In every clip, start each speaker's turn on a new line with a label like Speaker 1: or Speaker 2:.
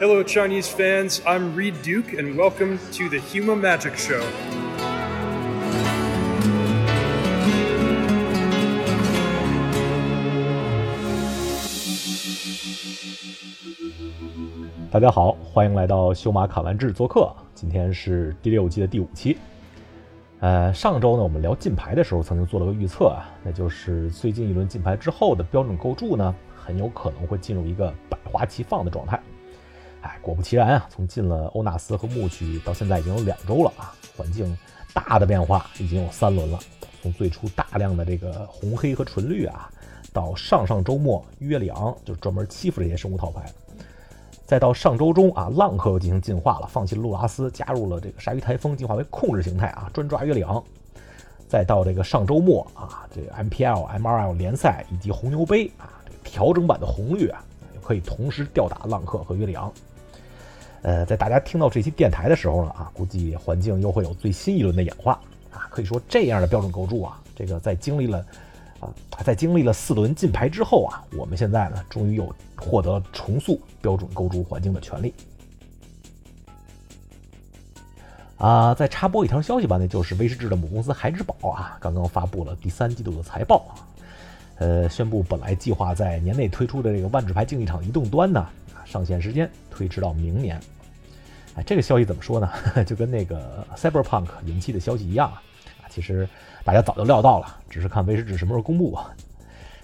Speaker 1: Hello, Chinese fans. I'm Reed Duke, and welcome to the Huma Magic Show.
Speaker 2: 大家好，欢迎来到修马砍完制做客。今天是第六季的第五期。呃，上周呢，我们聊禁牌的时候曾经做了个预测啊，那就是最近一轮禁牌之后的标准构筑呢，很有可能会进入一个百花齐放的状态。哎，果不其然啊，从进了欧纳斯和牧区到现在已经有两周了啊，环境大的变化已经有三轮了。从最初大量的这个红黑和纯绿啊，到上上周末约里昂就专门欺负这些生物套牌。再到上周中啊，浪客又进行进化了，放弃了路拉斯，加入了这个鲨鱼台风，进化为控制形态啊，专抓约里昂。再到这个上周末啊，这个 MPL、MRL 联赛以及红牛杯啊，这个调整版的红绿啊，就可以同时吊打浪客和约里昂。呃，在大家听到这期电台的时候呢，啊，估计环境又会有最新一轮的演化啊。可以说，这样的标准构筑啊，这个在经历了啊，在经历了四轮禁牌之后啊，我们现在呢，终于有获得了重塑标准构筑环境的权利。啊，再插播一条消息吧，那就是威士忌的母公司孩之宝啊，刚刚发布了第三季度的财报啊，呃，宣布本来计划在年内推出的这个万智牌竞技场移动端呢，啊上线时间推迟到明年。哎，这个消息怎么说呢？ 就跟那个 Cyberpunk 延期的消息一样啊，啊其实大家早就料到了，只是看威士忌什么时候公布啊。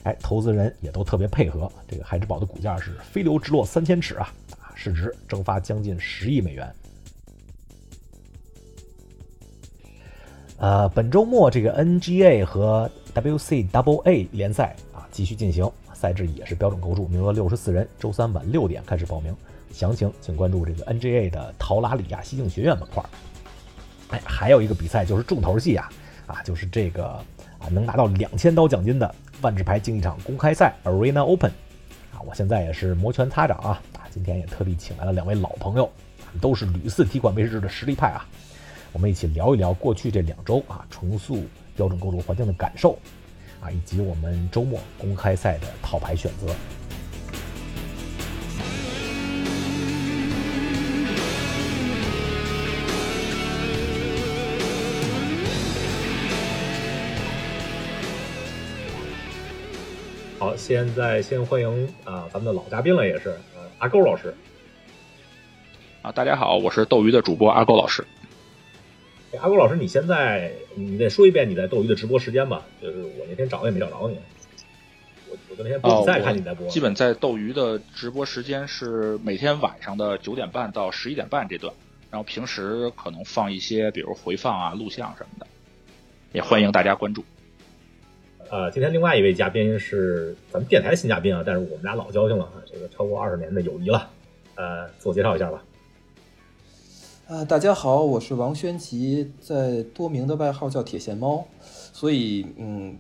Speaker 2: 哎，投资人也都特别配合，这个海之宝的股价是飞流直落三千尺啊，啊市值蒸发将近十亿美元。呃，本周末这个 NGA 和 WCAA 联赛啊继续进行，赛制也是标准构筑，名额六十四人，周三晚六点开始报名，详情请关注这个 NGA 的陶拉里亚西境学院板块。哎，还有一个比赛就是重头戏啊，啊，就是这个啊能拿到两千刀奖金的万智牌竞技场公开赛 Arena Open 啊，我现在也是摩拳擦掌啊，啊，今天也特地请来了两位老朋友，啊都是屡次踢馆威士忌的实力派啊，我们一起聊一聊过去这两周啊重塑标准构筑环境的感受啊，以及我们周末公开赛的套牌选择。好，现在先欢迎啊咱们的老嘉宾了，也是呃阿勾老师。
Speaker 3: 啊，大家好，我是斗鱼的主播阿狗老师。
Speaker 2: 哎阿狗老师，你现在你得说一遍你在斗鱼的直播时间吧，就是我那天找也没找着你，我我就那天播比赛看你在播，
Speaker 3: 哦基本在斗鱼的直播时间是每天晚上的九点半到十一点半这段，然后平时可能放一些比如回放啊、录像什么的，也欢迎大家关注。
Speaker 2: 呃，今天另外一位嘉宾是咱们电台新嘉宾啊，但是我们俩老交情了，啊，这个超过二十年的友谊了。呃，自我介绍一下吧。
Speaker 4: 啊，大家好，我是王轩吉，在多名的外号叫铁线猫，所以嗯，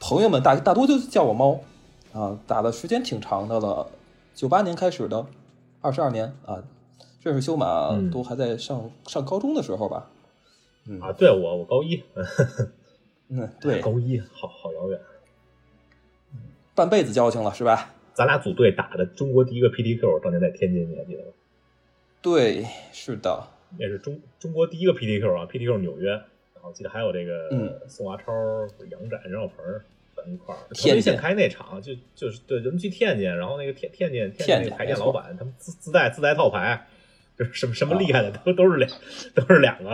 Speaker 4: 朋友们大大多就叫我猫啊，打的时间挺长的了，九八年开始的，二十二年啊，认识修马
Speaker 2: 嗯
Speaker 4: 都还在上、上高中的时候吧，嗯
Speaker 2: 啊，对我我高一，
Speaker 4: 嗯，对，
Speaker 2: 高一，好好遥远。啊
Speaker 4: 半辈子交情了是吧？
Speaker 2: 咱俩组队打的中国第一个 PTQ，当年在天津，你还记得吗？
Speaker 4: 对，是的，
Speaker 2: 那是中中国第一个 PTQ 啊，PTQ 纽约，然后记得还有这个、
Speaker 4: 嗯
Speaker 2: 宋华超、杨展、任小鹏咱一块儿，
Speaker 4: 天津
Speaker 2: 现开那场就就是对，人们去天津，然后那个天天津天津那
Speaker 4: 天
Speaker 2: 个
Speaker 4: 津
Speaker 2: 牌店
Speaker 4: 没
Speaker 2: 老
Speaker 4: 错啊
Speaker 2: 板，他们自自带自带套牌，就是什么什么厉害的、都都是两都 是两个，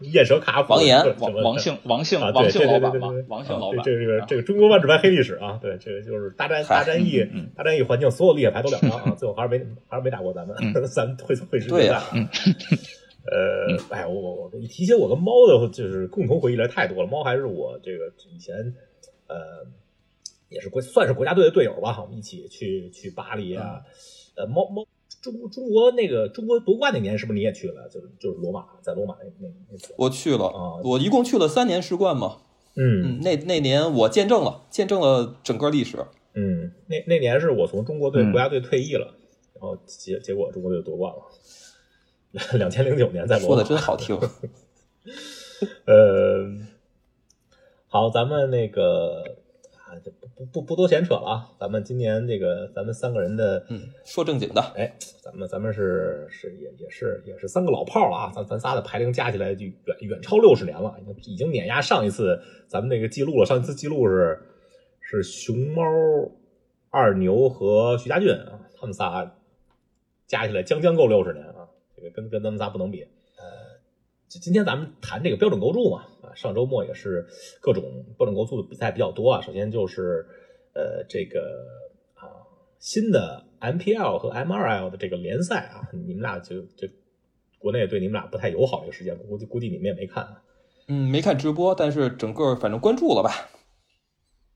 Speaker 2: 夜蛇卡普
Speaker 4: 王岩
Speaker 2: 什么
Speaker 3: 王
Speaker 2: 什么
Speaker 3: 王姓王姓
Speaker 2: 啊，
Speaker 3: 王
Speaker 2: 对
Speaker 3: 姓
Speaker 2: 对
Speaker 3: 老
Speaker 2: 对对对
Speaker 3: 板嘛
Speaker 2: 对，，
Speaker 3: 王姓
Speaker 2: 啊
Speaker 3: 老
Speaker 2: 对
Speaker 3: 板。
Speaker 2: 这个
Speaker 3: 啊
Speaker 2: 这个中国万智牌黑历史啊，对，这个就是大战
Speaker 4: 嗨
Speaker 2: 大战役
Speaker 3: 嗯嗯
Speaker 2: 大战役环境所有厉害牌都两张 啊，最后还是没还是没打过咱们， 咱们会会师
Speaker 4: 嗯对呀嗯
Speaker 2: 决赛啊 呃，哎，我我我一提起我跟猫的，就是共同回忆来太多了。猫还是我这个以前，呃，也是国算是国家队的队友吧，我们一起去去巴黎啊。
Speaker 4: 嗯
Speaker 2: 呃，猫猫中中国那个中国夺冠那年，是不是你也去了？就是就是罗马，在罗马那那那次。
Speaker 4: 我去了，
Speaker 2: 啊
Speaker 4: 我一共去了三年世冠嘛，
Speaker 2: 嗯
Speaker 4: 嗯，那那年我见证了，见证了整个历史，
Speaker 2: 嗯，那那年是我从中国队
Speaker 3: 嗯
Speaker 2: 国家队退役了，然后结结果中国队夺冠了。 两千零九年在罗马
Speaker 4: 说的真好听。
Speaker 2: 呃，好，咱们那个啊啊，这不不不不多闲扯了啊，咱们今年这个咱们三个人的，
Speaker 4: 嗯，说正经的，
Speaker 2: 哎，咱们咱们是是也也是也是三个老炮儿了啊，咱咱仨的排龄加起来就远远超六十年了，已经已经碾压上一次咱们那个记录了。上一次记录是是熊猫、二牛和徐家俊啊，他们仨加起来将将够六十年啊，这个跟跟咱们仨不能比。今今天咱们谈这个标准构筑嘛，啊，上周末也是各种标准构筑的比赛比较多啊。首先就是呃这个啊新的 MPL 和 MRL 的这个联赛啊，你们俩就就国内对你们俩不太友好这个时间，估计估计你们也没看、啊。
Speaker 4: 嗯，没看直播，但是整个反正关注了吧。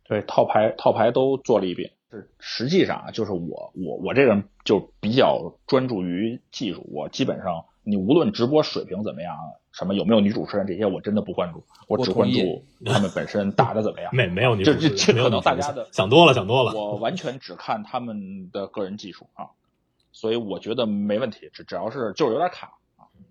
Speaker 3: 对，套牌套牌都做了一遍。是实际上啊，就是我我我这个人就比较专注于技术，我基本上你无论直播水平怎么样，啊什么有没有女主持人这些，我真的不关注，我只关注他们本身打的怎么样。
Speaker 2: 没没有女主持
Speaker 3: 这这
Speaker 2: 人，
Speaker 3: 这
Speaker 2: 没
Speaker 3: 可
Speaker 2: 有
Speaker 3: 能
Speaker 2: 女
Speaker 3: 大
Speaker 2: 主持
Speaker 3: 家
Speaker 2: 人
Speaker 3: 的
Speaker 2: 想多了，想多了。
Speaker 3: 我完全只看他们的个人技术啊，所以我觉得没问题，只只要是就是有点卡，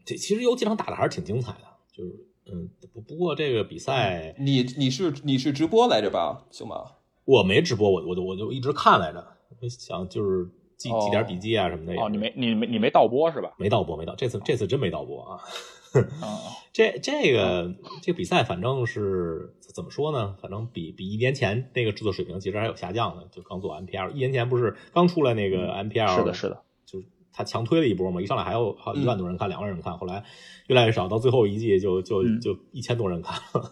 Speaker 2: 这其实有几场打的还是挺精彩的，就是嗯不不过这个比赛。
Speaker 4: 你你是你是直播来着吧，熊猫？
Speaker 2: 我没直播，我我就我就一直看来着，我想就是记
Speaker 4: 哦
Speaker 2: 记点笔记啊什么的。
Speaker 3: 哦，你没你没你没倒播是吧？
Speaker 2: 没到播，没到，这次这次真没到播啊。
Speaker 3: 嗯，
Speaker 2: 这这个这个比赛反正是怎么说呢？反正比比一年前那个制作水平其实还有下降的，就刚做 MPL，一年前不是刚出来那个 MPL，、
Speaker 3: 是的，是的，
Speaker 2: 就是他强推了一波嘛，一上来还有还有一万多人看，两万人看，后来越来越少，到最后一季就就
Speaker 3: 嗯
Speaker 2: 就一千多人看了。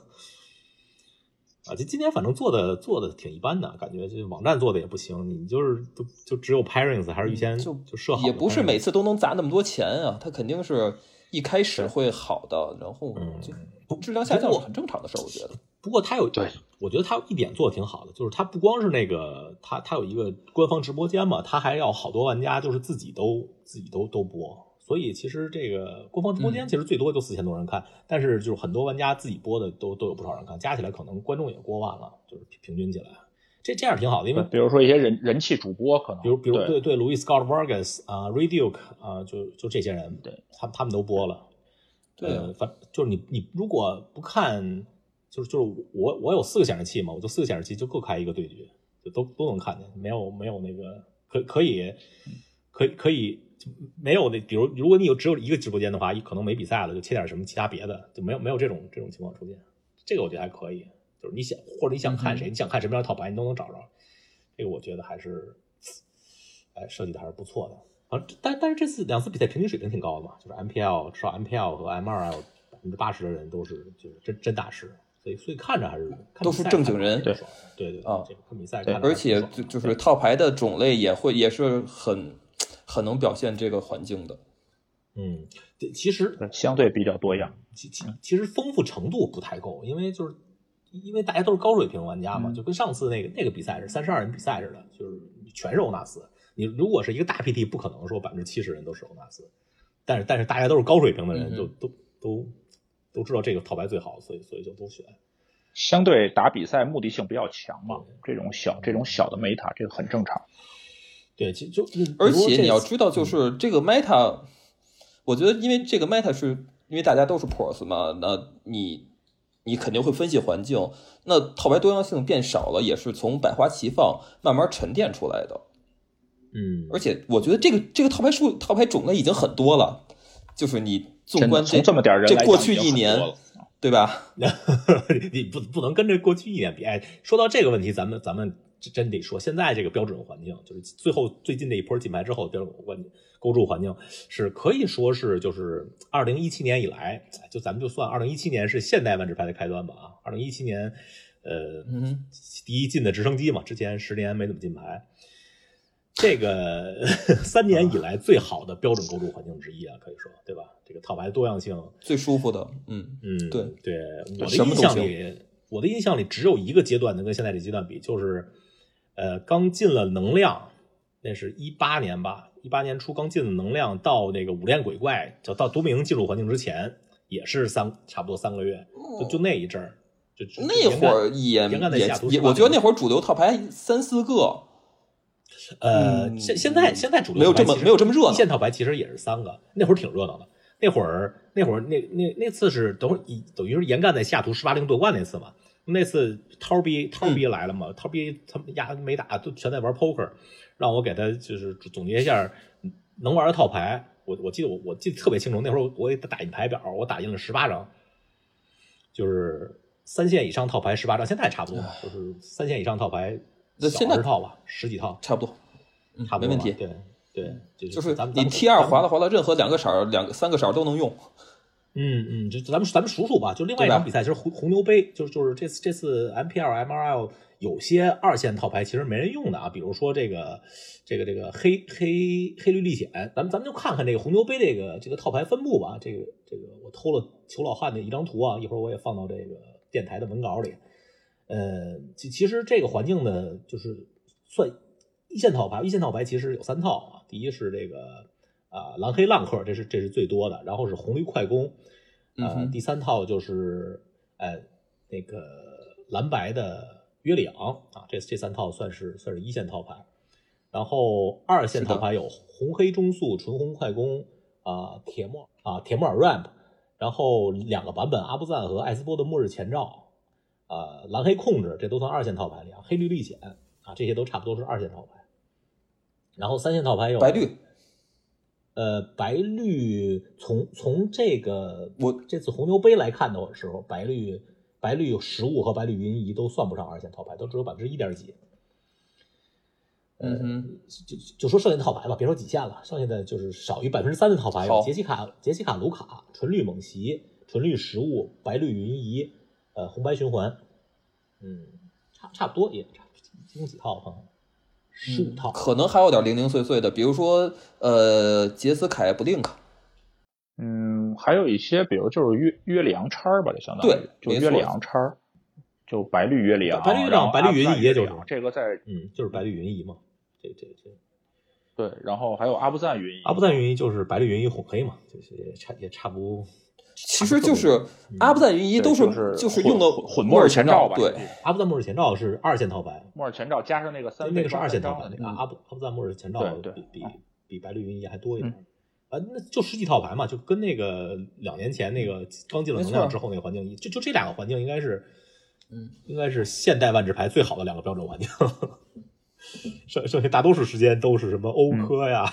Speaker 2: 啊，这今年反正做的做的挺一般的，感觉这网站做的也不行，你就是就就只有 Parents 还是预先
Speaker 4: 就
Speaker 2: 就设好的嗯 parents，
Speaker 4: 也不是每次都能砸那么多钱啊，他肯定是一开始会好的，然后
Speaker 2: 嗯
Speaker 4: 就
Speaker 2: 不
Speaker 4: 质量下降
Speaker 2: 不
Speaker 4: 是
Speaker 2: 过呃
Speaker 4: 很正常的事儿，我觉得。
Speaker 2: 不过他有
Speaker 3: 对，
Speaker 2: 我觉得他有一点做的挺好的，就是他不光是那个他他有一个官方直播间嘛，他还要好多玩家就是自己都自己都都播，所以其实这个官方直播
Speaker 3: 嗯
Speaker 2: 间其实最多就四千多人看，但是就是很多玩家自己播的都都有不少人看，加起来可能观众也过万了，就是平平均起来，这这样挺好的，因为
Speaker 3: 比如说一些人人气主播可能，
Speaker 2: 嗯比如比如
Speaker 3: 对
Speaker 2: 对对，Louis Scott Vargas 啊、r a d u k 啊、就就这些人，
Speaker 3: 对，
Speaker 2: 他们他们都播了。
Speaker 4: 对啊
Speaker 2: 呃，反就是你你如果不看，就是就是我我有四个显示器嘛，我就四个显示器就各开一个对决，就都都能看见，没有没有那个可可以可以可以就没有那，比如如果你有只有一个直播间的话，可能没比赛了，就切点什么其他别的，就没有没有这种这种情况出现。这个我觉得还可以，就是你想或者你想看谁，你想看什么样的套牌，你都能找着。这个我觉得还是，哎，设计的还是不错的啊。但但是这次两次比赛平均水平挺高的嘛，就是 MPL 至少 MPL 和 MRL 百分之八十的人都是就是真真大师，所以所以看着还是看
Speaker 4: 都是
Speaker 2: 比赛
Speaker 4: 正经人
Speaker 2: 看着还是挺爽的对对对
Speaker 4: 啊
Speaker 2: 这个看比赛
Speaker 3: 对
Speaker 2: 看着还
Speaker 4: 而
Speaker 2: 是挺
Speaker 4: 且
Speaker 2: 爽的，
Speaker 4: 就就是套牌的种类也会也是很很能表现这个环境的。
Speaker 2: 嗯，对其实
Speaker 3: 对相对比较多样。
Speaker 2: 其其其实丰富程度不太够，因为就是因为大家都是高水平玩家嘛，
Speaker 3: 嗯
Speaker 2: 就跟上次那个那个比赛是三十二人比赛似的，就是全是欧纳斯。你如果是一个大 PT，不可能说百分之七十人都是欧纳斯，但是但是大家都是高水平的人，
Speaker 4: 嗯
Speaker 2: 就都都都知道这个套牌最好，所以所以就都选。
Speaker 3: 相对打比赛目的性比较强嘛，这种小这种小的 meta 这个很正常。
Speaker 2: 对，其实就
Speaker 4: 而且你要知道，就
Speaker 2: 嗯
Speaker 4: 是这个 Meta，我觉得因为这个 Meta 是因为大家都是 Pros 嘛，那你你肯定会分析环境，那套牌多样性变少了，也是从百花齐放慢慢沉淀出来的。
Speaker 2: 嗯，
Speaker 4: 而且我觉得这个这个套牌数套牌种类已经很多了，就是你纵
Speaker 3: 真的
Speaker 4: 观
Speaker 3: 从这么点人
Speaker 4: 这
Speaker 3: 来讲
Speaker 4: 过去
Speaker 3: 已经
Speaker 4: 一
Speaker 3: 很
Speaker 4: 年
Speaker 3: 多了
Speaker 4: 对吧？
Speaker 2: 你不不能跟这过去一点比。哎，说到这个问题，咱们咱们真真得说，现在这个标准环境，就是最后最近这一波进牌之后，标准环构筑环境是可以说是就是二零一七年以来，哎就咱们就算二零一七年是现代万智牌的开端吧啊，二零一七年，呃，
Speaker 4: 嗯，
Speaker 2: 第一进的直升机嘛，之前十年没怎么进牌。这个 三年以来最好的标准构筑环境之一啊，可以说对吧？这个套牌多样性，
Speaker 4: 最舒服的，嗯，
Speaker 2: 嗯，
Speaker 4: 对
Speaker 2: 对，我的
Speaker 4: 什
Speaker 2: 印
Speaker 4: 么都
Speaker 2: 象里，我的印象里只有一个阶段能跟现在这阶段比，就是呃，刚进了能量，那是一八年吧，一八年初刚进的能量，到那个五炼鬼怪，就到独明进入环境之前，也是三差不多三个月，就就那一阵儿，就就
Speaker 4: 哦那会儿
Speaker 2: 就
Speaker 4: 也
Speaker 2: 严格的
Speaker 4: 也
Speaker 2: 下毒
Speaker 4: 也，
Speaker 2: 是吧
Speaker 4: 我觉得那会儿主流套牌三四个，
Speaker 2: 呃，
Speaker 4: 嗯
Speaker 2: 现现在现在主流
Speaker 4: 没有这么没有这
Speaker 2: 么
Speaker 4: 么热闹
Speaker 2: 一。线套牌其实也是三个，那会儿挺热闹的。那会儿那会儿那那那次是等会儿等于是严干在西雅图十八零夺冠那次嘛，那次涛儿逼涛
Speaker 4: 嗯
Speaker 2: 儿逼来了嘛，涛儿逼他们丫没打，都全在玩 poker，让我给他就是总结一下能玩的套牌。我我记得我我记得特别清楚，那会儿我给他打印牌表，我打印了十八张，就是三线以上套牌十八张，现在也差不多嘛，就是三线以上套牌
Speaker 4: 那
Speaker 2: 小
Speaker 4: 现在
Speaker 2: 十套吧，十几套，
Speaker 4: 差不多，嗯
Speaker 2: 差不
Speaker 4: 没
Speaker 2: 多
Speaker 4: 问
Speaker 2: 吧
Speaker 4: 题。嗯
Speaker 2: 对对，就是
Speaker 4: 就是
Speaker 2: 咱们
Speaker 4: 你
Speaker 2: 咱们
Speaker 4: T 二划拉划拉，任何两个色儿、两个三个色儿都能用。
Speaker 2: 嗯嗯，就就咱们咱们数数吧，就另外一
Speaker 4: 对
Speaker 2: 场
Speaker 4: 吧
Speaker 2: 比赛，其实红红牛杯，就是就是这次这次 MPL MRL 有些二线套牌其实没人用的啊，比如说这个这个这个黑黑黑绿历险，咱们咱们就看看这个红牛杯这个这个套牌分布吧，这个这个我偷了裘老汉的一张图啊，一会儿我也放到这个电台的文稿里。呃，其其实这个环境呢，就是算一线套牌，一线套牌其实有三套啊，第一是这个啊、蓝黑浪客，这是这是最多的，然后是红绿快攻，
Speaker 4: 嗯
Speaker 2: 呃，
Speaker 4: 哼
Speaker 2: 第三套就是呃那个蓝白的约里昂啊，这这三套算是算是一线套牌，然后二线
Speaker 4: 是的
Speaker 2: 套牌有红黑中速、纯红快攻啊、铁木啊、铁木尔 ramp，然后两个版本阿布赞和艾斯波的末日前兆，啊，蓝黑控制这都算二线套牌里啊，黑绿历险啊这些都差不多是二线套牌，然后三线套牌有
Speaker 4: 白绿，
Speaker 2: 呃，白绿从从这个
Speaker 4: 我
Speaker 2: 这次红牛杯来看的时候，白绿白绿有实物和白绿云移都算不上二线套牌，都只有百分之一点几。
Speaker 4: 嗯哼，
Speaker 2: 就就就说剩下的套牌吧，别说极限了，剩下的就是少于百分之三的套牌有
Speaker 4: 好
Speaker 2: 杰西卡、杰西卡、卢卡、纯绿猛袭、纯绿食物、白绿云移、呃红白循环，嗯，差差不多也差一共几套啊？十五套，
Speaker 4: 嗯可能还有点零零碎碎的，比如说呃，杰斯凯布林克，
Speaker 3: 嗯，还有一些，比如就是约约里昂叉儿吧，就相当于
Speaker 4: 对
Speaker 3: 就
Speaker 4: 没
Speaker 3: 约里
Speaker 4: 错
Speaker 3: 昂叉儿，就白绿约里昂，
Speaker 2: 白绿约里昂
Speaker 3: 然后
Speaker 2: 白绿云
Speaker 3: 阿布赞
Speaker 2: 移
Speaker 3: 约
Speaker 2: 就是
Speaker 3: 里昂这个在
Speaker 2: 嗯，就是白绿云移嘛，这这这。
Speaker 3: 对，然后还有阿布赞云移，
Speaker 2: 阿布赞云一就是白绿云一红黑嘛，就是也差也差不。
Speaker 4: 其实就是阿布赞云一
Speaker 3: 对
Speaker 4: 都
Speaker 3: 就是
Speaker 4: 啊就是用的
Speaker 3: 混混
Speaker 4: 莫
Speaker 3: 尔
Speaker 4: 尔
Speaker 3: 前
Speaker 4: 兆
Speaker 3: 吧，
Speaker 4: 对，
Speaker 2: 阿布赞末日前兆是二线套牌，
Speaker 3: 莫尔前兆加上那个三
Speaker 2: 那
Speaker 3: 费
Speaker 2: 个是
Speaker 3: 抓
Speaker 2: 二线
Speaker 3: 三
Speaker 2: 套
Speaker 3: 张
Speaker 2: 牌，嗯
Speaker 3: 的
Speaker 2: 那个阿布阿布赞末日前兆
Speaker 3: 对对
Speaker 2: 比比比白绿云一还多一点。啊，那就十几套牌嘛，就跟那个两年前那个刚进了能量之后那个环境一，就就这两个环境应该是，
Speaker 4: 嗯，
Speaker 2: 应该是现代万智牌最好的两个标准环境。剩剩下大多数时间都是什么欧科呀，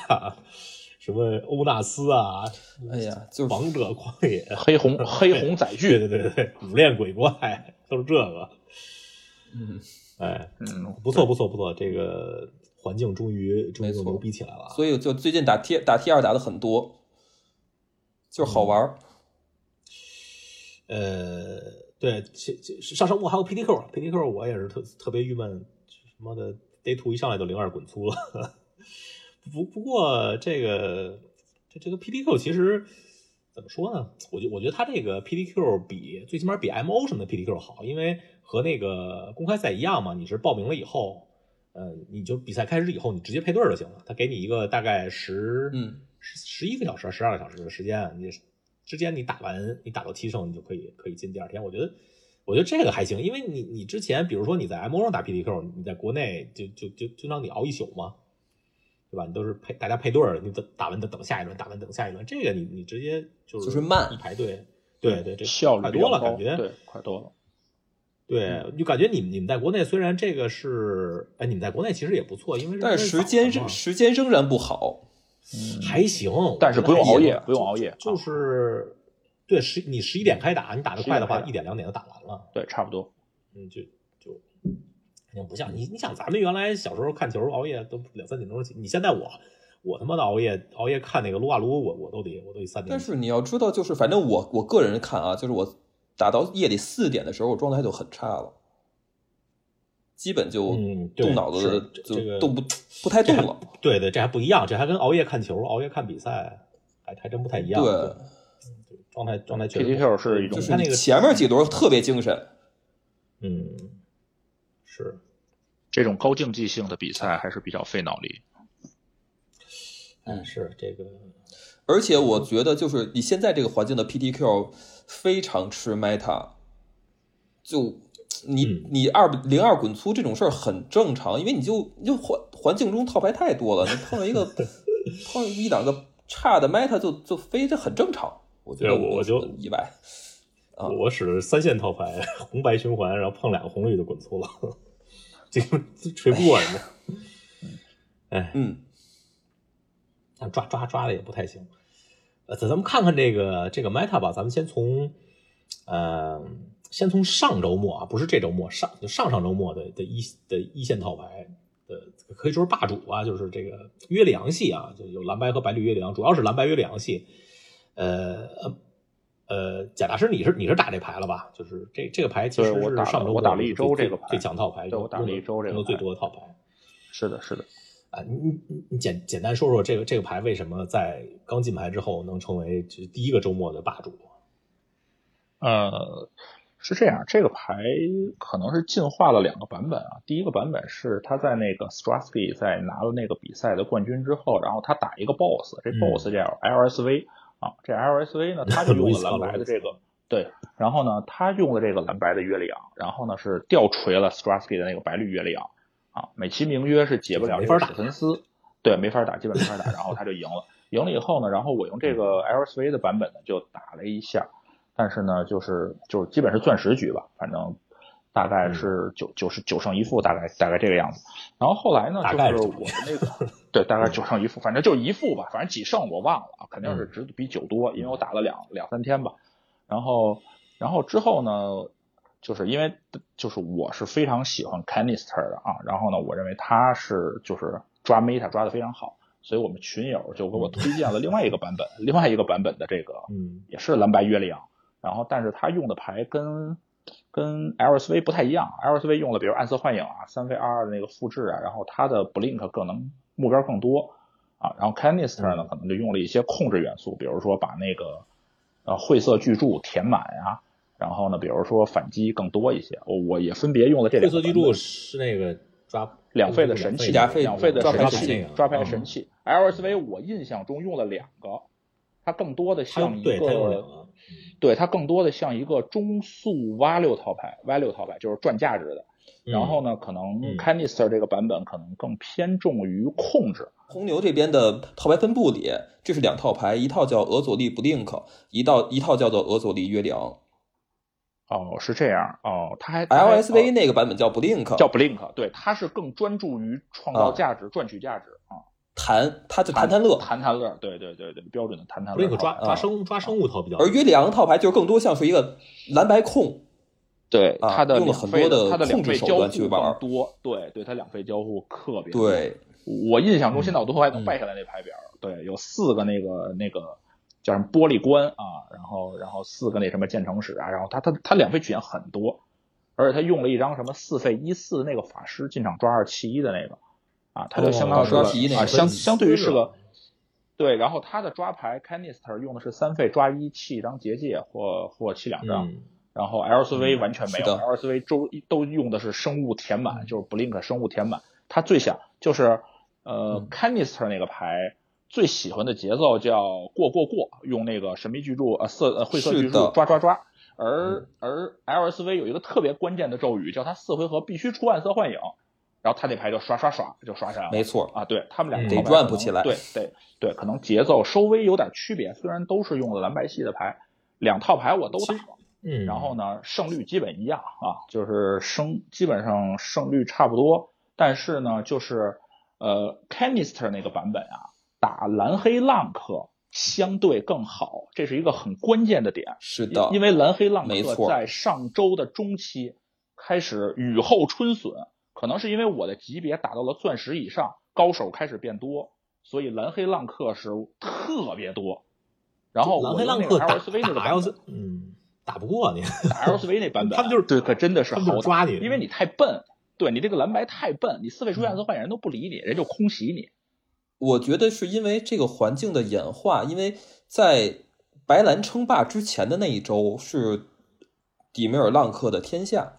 Speaker 2: 什么欧纳斯啊，
Speaker 4: 哎呀，就是
Speaker 2: 王者旷野，
Speaker 3: 黑红黑红载
Speaker 2: 对
Speaker 3: 具，
Speaker 2: 对对对，五恋鬼怪都是这个，
Speaker 4: 嗯，
Speaker 2: 哎，
Speaker 3: 嗯，
Speaker 2: 不错不错不错，这个环境终于终于就牛逼起来了啊。
Speaker 4: 所以就最近打 T 打 T 二打的很多，就是好玩儿。
Speaker 2: 呃，对，其其上上午还有 PTQ，PTQ 我也是特特别郁闷，什么的 Day Two 一上来就零二滚粗了。不不过这个这这个 PTQ 其实怎么说呢？我觉我觉得它这个 PTQ 比最起码比 MO 什么的 PTQ 好，因为和那个公开赛一样嘛，你是报名了以后，呃，你就比赛开始以后你直接配对儿就行了，它给你一个大概十
Speaker 4: 嗯
Speaker 2: 十十一个小时、十二个小时的时间，你之间你打完你打到七胜，你就可以可以进第二天。我觉得我觉得这个还行，因为你你之前比如说你在 M O 上打 P D Q，你在国内就就就就让你熬一宿嘛，对吧？你都是配大家配对儿，你等打完等等下一轮，打完等下一轮，这个你你直接就是
Speaker 4: 就是慢
Speaker 2: 一排队，对对，这
Speaker 3: 效率
Speaker 2: 快
Speaker 3: 比
Speaker 2: 多
Speaker 3: 较
Speaker 2: 了，
Speaker 3: 高
Speaker 2: 感觉
Speaker 3: 对，嗯快多了，
Speaker 2: 对，就感觉你们你们在国内虽然这个是哎，你们在国内其实也不错，因为
Speaker 4: 嗯但是
Speaker 2: 是
Speaker 4: 时间
Speaker 2: 是
Speaker 4: 仍时间仍然不好，
Speaker 2: 还行，我
Speaker 3: 嗯但是
Speaker 2: 觉
Speaker 3: 不
Speaker 2: 得
Speaker 3: 用
Speaker 2: 还
Speaker 3: 熬
Speaker 2: 行
Speaker 3: 夜，不用熬夜，
Speaker 2: 就
Speaker 3: 啊
Speaker 2: 是对十你十一点开打，你打得快的话，
Speaker 3: 11
Speaker 2: 一点两点就打完了，
Speaker 3: 对，差不多，
Speaker 2: 嗯，就就肯定不像你，你想咱们原来小时候看球熬夜都两三点钟起，你现在我我他妈的熬夜熬夜看那个撸啊撸，我我都得我都得三点
Speaker 4: 但
Speaker 2: 起，
Speaker 4: 是你要知道，就是反正我我个人看啊，就是我打到夜里四点的时候，我状态就很差了，基本就
Speaker 2: 嗯，对
Speaker 4: 动脑
Speaker 2: 是
Speaker 4: 子
Speaker 2: 这这
Speaker 4: 就
Speaker 2: 个
Speaker 4: 动不不太动了。
Speaker 2: 对对，这还不一样，这还跟熬夜看球、熬夜看比赛还还真不 太一样，
Speaker 4: 对，
Speaker 2: 对状态状态确实不好
Speaker 3: PTQ 是一
Speaker 2: 就
Speaker 3: 种
Speaker 4: 就是
Speaker 2: 他那个
Speaker 4: 是前面几轮特别精神，
Speaker 2: 嗯是。
Speaker 3: 这种高竞技性的比赛还是比较费脑力，
Speaker 4: 嗯
Speaker 2: 哎，是这个，
Speaker 4: 而且我觉得就是你现在这个环境的 PTQ 非常吃 Meta，就你
Speaker 2: 嗯
Speaker 4: 你二零二滚粗这种事儿很正常，因为你就你就环环境中套牌太多了，你碰上 一个碰上一两个差的 Meta 就就飞，这很正常。我觉得
Speaker 2: 对我
Speaker 4: 没有
Speaker 2: 我就
Speaker 4: 什么意外，啊
Speaker 2: 我使的是三线套牌，红白循环，然后碰两个红绿就滚粗了， 这个锤不过人家。哎，
Speaker 4: 嗯，
Speaker 2: 但抓抓抓的也不太行。呃，咱咱们看看这个这个 Meta 吧，咱们先从，呃，先从上周末啊，不是这周末，上就上上周末的的一的一线套牌的，可以说是霸主啊，就是这个约里昂系啊，就有蓝白和白绿约里昂，主要是蓝白约里昂系。呃呃呃，贾大师，你是你是打这牌了吧？就是这这个牌其实
Speaker 3: 对我
Speaker 2: 是
Speaker 3: 打了
Speaker 2: 上周
Speaker 3: 我打了
Speaker 2: 最
Speaker 3: 一周这个
Speaker 2: 最
Speaker 3: 牌
Speaker 2: 最强套牌，
Speaker 3: 对我打了
Speaker 2: 用的
Speaker 3: 一周这个
Speaker 2: 用的最
Speaker 3: 牌
Speaker 2: 多的套牌。
Speaker 3: 是的，是的。
Speaker 2: 啊，你你你你简简单说说这个这个牌为什么在刚进牌之后能成为这第一个周末的霸主？
Speaker 3: 呃，是这样，这个牌可能是进化了两个版本啊。第一个版本是他在那个 Strasky 在拿了那个比赛的冠军之后，然后他打一个 BOSS，这
Speaker 2: 嗯
Speaker 3: BOSS 叫 LSV、啊，这 LSV 呢，他就用了蓝白的这个。对，然后呢，他用了这个蓝白的约里昂，然后呢是吊锤了 Strasky 的那个白绿约里昂，啊，美其名曰是解不了
Speaker 2: 没
Speaker 3: 这
Speaker 2: 法
Speaker 3: 个
Speaker 2: 打
Speaker 3: 史芬斯，对，没法打，基本没法打，然后他就赢了。赢了以后呢，然后我用
Speaker 2: 嗯
Speaker 3: 这个 LSV 的版本呢就打了一下，但是呢，就是就是基本是钻石局吧，反正大
Speaker 2: 嗯
Speaker 3: 概是九九十九胜一负，大概大概这个样子。然后后来呢，
Speaker 2: 大
Speaker 3: 就
Speaker 2: 概
Speaker 3: 是
Speaker 2: 是
Speaker 3: 我的那个对，大概九胜一负，反正就是一负吧，反正几胜我忘了啊，肯定是只比九多，因为我打了两两三天吧。然后然后之后呢，就是因为就是我是非常喜欢 Canister 的啊，然后呢，我认为他是就是抓 Meta 抓的非常好。所以我们群友就给我推荐了另外一个版本，另外一个版本的这个
Speaker 2: 嗯，
Speaker 3: 也是蓝白约里昂，然后但是他用的牌跟跟 LSV 不太一样，LSV 用了比如暗色幻影啊、三 v 二的那个复制啊，然后它的 Blink 更能目标更多啊，然后 Canister 呢可能就用了一些控制元素，比如说把那个呃晦涩巨柱填满啊，然后呢比如说反击更多一些，我我也分别用了这
Speaker 2: 绿
Speaker 3: 两
Speaker 2: 色
Speaker 3: 个
Speaker 2: 巨
Speaker 3: 版
Speaker 2: 柱
Speaker 3: 本。
Speaker 2: 是那个抓
Speaker 3: 两费的神器，啊
Speaker 4: 两
Speaker 3: 费
Speaker 4: 费
Speaker 3: 两的
Speaker 4: 抓
Speaker 3: 神
Speaker 4: 拍
Speaker 2: 神
Speaker 3: 器
Speaker 2: 器，嗯
Speaker 3: 抓拍神器。LSV 我印象中用了两个，它更多的
Speaker 2: 他
Speaker 3: 像
Speaker 2: 用
Speaker 3: 一个
Speaker 2: 对他用两个，
Speaker 3: 对，它更多的像一个中速 Y 六套牌，Y 六套牌就是赚价值的。然后呢，可能
Speaker 2: 嗯
Speaker 3: Canister 这个版本可能更偏重于控制。
Speaker 4: 红牛这边的套牌分布里，这是两套牌，一套叫俄佐利 Blink，一套一套叫做俄佐利约里昂。
Speaker 3: 哦，是这样。哦，它还它还
Speaker 4: LSV 那个版本叫 Blink，
Speaker 3: 哦叫 Blink，对，它是更专注于创造价值、赚取价值啊。
Speaker 4: 啊弹，它叫谈谈乐。
Speaker 3: 谈谈乐，对对对对，标准的谈谈
Speaker 2: 布
Speaker 3: 乐
Speaker 2: 林
Speaker 3: 套
Speaker 2: 可
Speaker 3: 牌。
Speaker 2: 抓抓
Speaker 4: 啊
Speaker 2: 生抓生物头
Speaker 3: 嗯
Speaker 2: 比较多，
Speaker 4: 而约里昂套牌就更多像是一个蓝白控，
Speaker 3: 对
Speaker 4: 啊
Speaker 3: 它的
Speaker 4: 用了
Speaker 3: 两
Speaker 4: 很
Speaker 3: 费
Speaker 4: 多的
Speaker 3: 它的两
Speaker 4: 控制
Speaker 3: 费
Speaker 4: 手
Speaker 3: 交
Speaker 4: 段
Speaker 3: 互
Speaker 4: 去玩
Speaker 3: 更多，对对，它两费交互特别多。
Speaker 4: 对，
Speaker 3: 我印象中，现在我都还
Speaker 2: 嗯
Speaker 3: 能背下来那牌表。对，有四个那个那个叫什么玻璃棺啊，然后然后四个那什么建成使啊，然后他他他两费取件很多，而且他用了一张什么四费一四那个法师进场抓二弃一的那个啊，他就相当于是
Speaker 4: 哦
Speaker 3: 个、
Speaker 4: 抓弃一那个
Speaker 3: 啊，相相对于是
Speaker 2: 是
Speaker 3: 个对，然后他的抓牌 canister 用的是三费抓一弃一张结界或或弃两张，
Speaker 2: 嗯，
Speaker 3: 然后 LCV 完全没有、
Speaker 4: 嗯是的
Speaker 3: l c v 周都用的是生物填满，就是 Blink 生物填满。他最想就是
Speaker 4: 嗯
Speaker 3: 呃、Canister 那个牌最喜欢的节奏叫过过过，用那个神秘巨柱呃色呃晦涩
Speaker 4: 是
Speaker 3: 巨
Speaker 4: 的嗯
Speaker 3: 柱抓抓抓。而而 LSV 有一个特别关键的咒语，叫他四回合必须出暗色幻影，然后他那牌就刷刷刷就刷上了。
Speaker 4: 没错，
Speaker 3: 啊，对他们两
Speaker 2: 嗯得
Speaker 3: 个套牌
Speaker 4: 转
Speaker 3: 可
Speaker 4: 不
Speaker 3: 能
Speaker 4: 起来
Speaker 3: 对对对，可能节奏稍微有点区别，虽然都是用了蓝白系的牌，两套牌我都打
Speaker 2: 其
Speaker 3: 了
Speaker 2: 实。嗯，
Speaker 3: 然后呢，胜率基本一样啊，就是胜基本上胜率差不多，但是呢，就是呃，Canister 那个版本啊，打蓝黑浪客相对更好，这是一个很关键的点，
Speaker 4: 是
Speaker 3: 因
Speaker 4: 的，
Speaker 3: 因为蓝黑浪
Speaker 4: 没
Speaker 3: 客
Speaker 4: 错
Speaker 3: 在上周的中期开始雨后春笋，可能是因为我的级别打到了钻石以上，高手开始变多，所以蓝黑浪客是特别多。然后
Speaker 2: 蓝
Speaker 3: 我
Speaker 2: 黑
Speaker 3: 用
Speaker 2: 浪
Speaker 3: 那
Speaker 2: 客
Speaker 3: 个
Speaker 2: 打
Speaker 3: LSV 那个
Speaker 2: 打
Speaker 3: 版本
Speaker 2: LC，嗯，打不过你，
Speaker 3: LSV 那版本
Speaker 2: 他
Speaker 3: 啊，
Speaker 2: 们就是
Speaker 3: 对，可真的是
Speaker 2: 他们 就是
Speaker 3: 好打
Speaker 2: 抓你
Speaker 3: 因为你太笨，对你这个蓝白太笨，你四位出现的幻影人都不理你，人就空袭你。
Speaker 4: 我觉得是因为这个环境的演化，因为在白蓝称霸之前的那一周是迪米尔浪客的天下，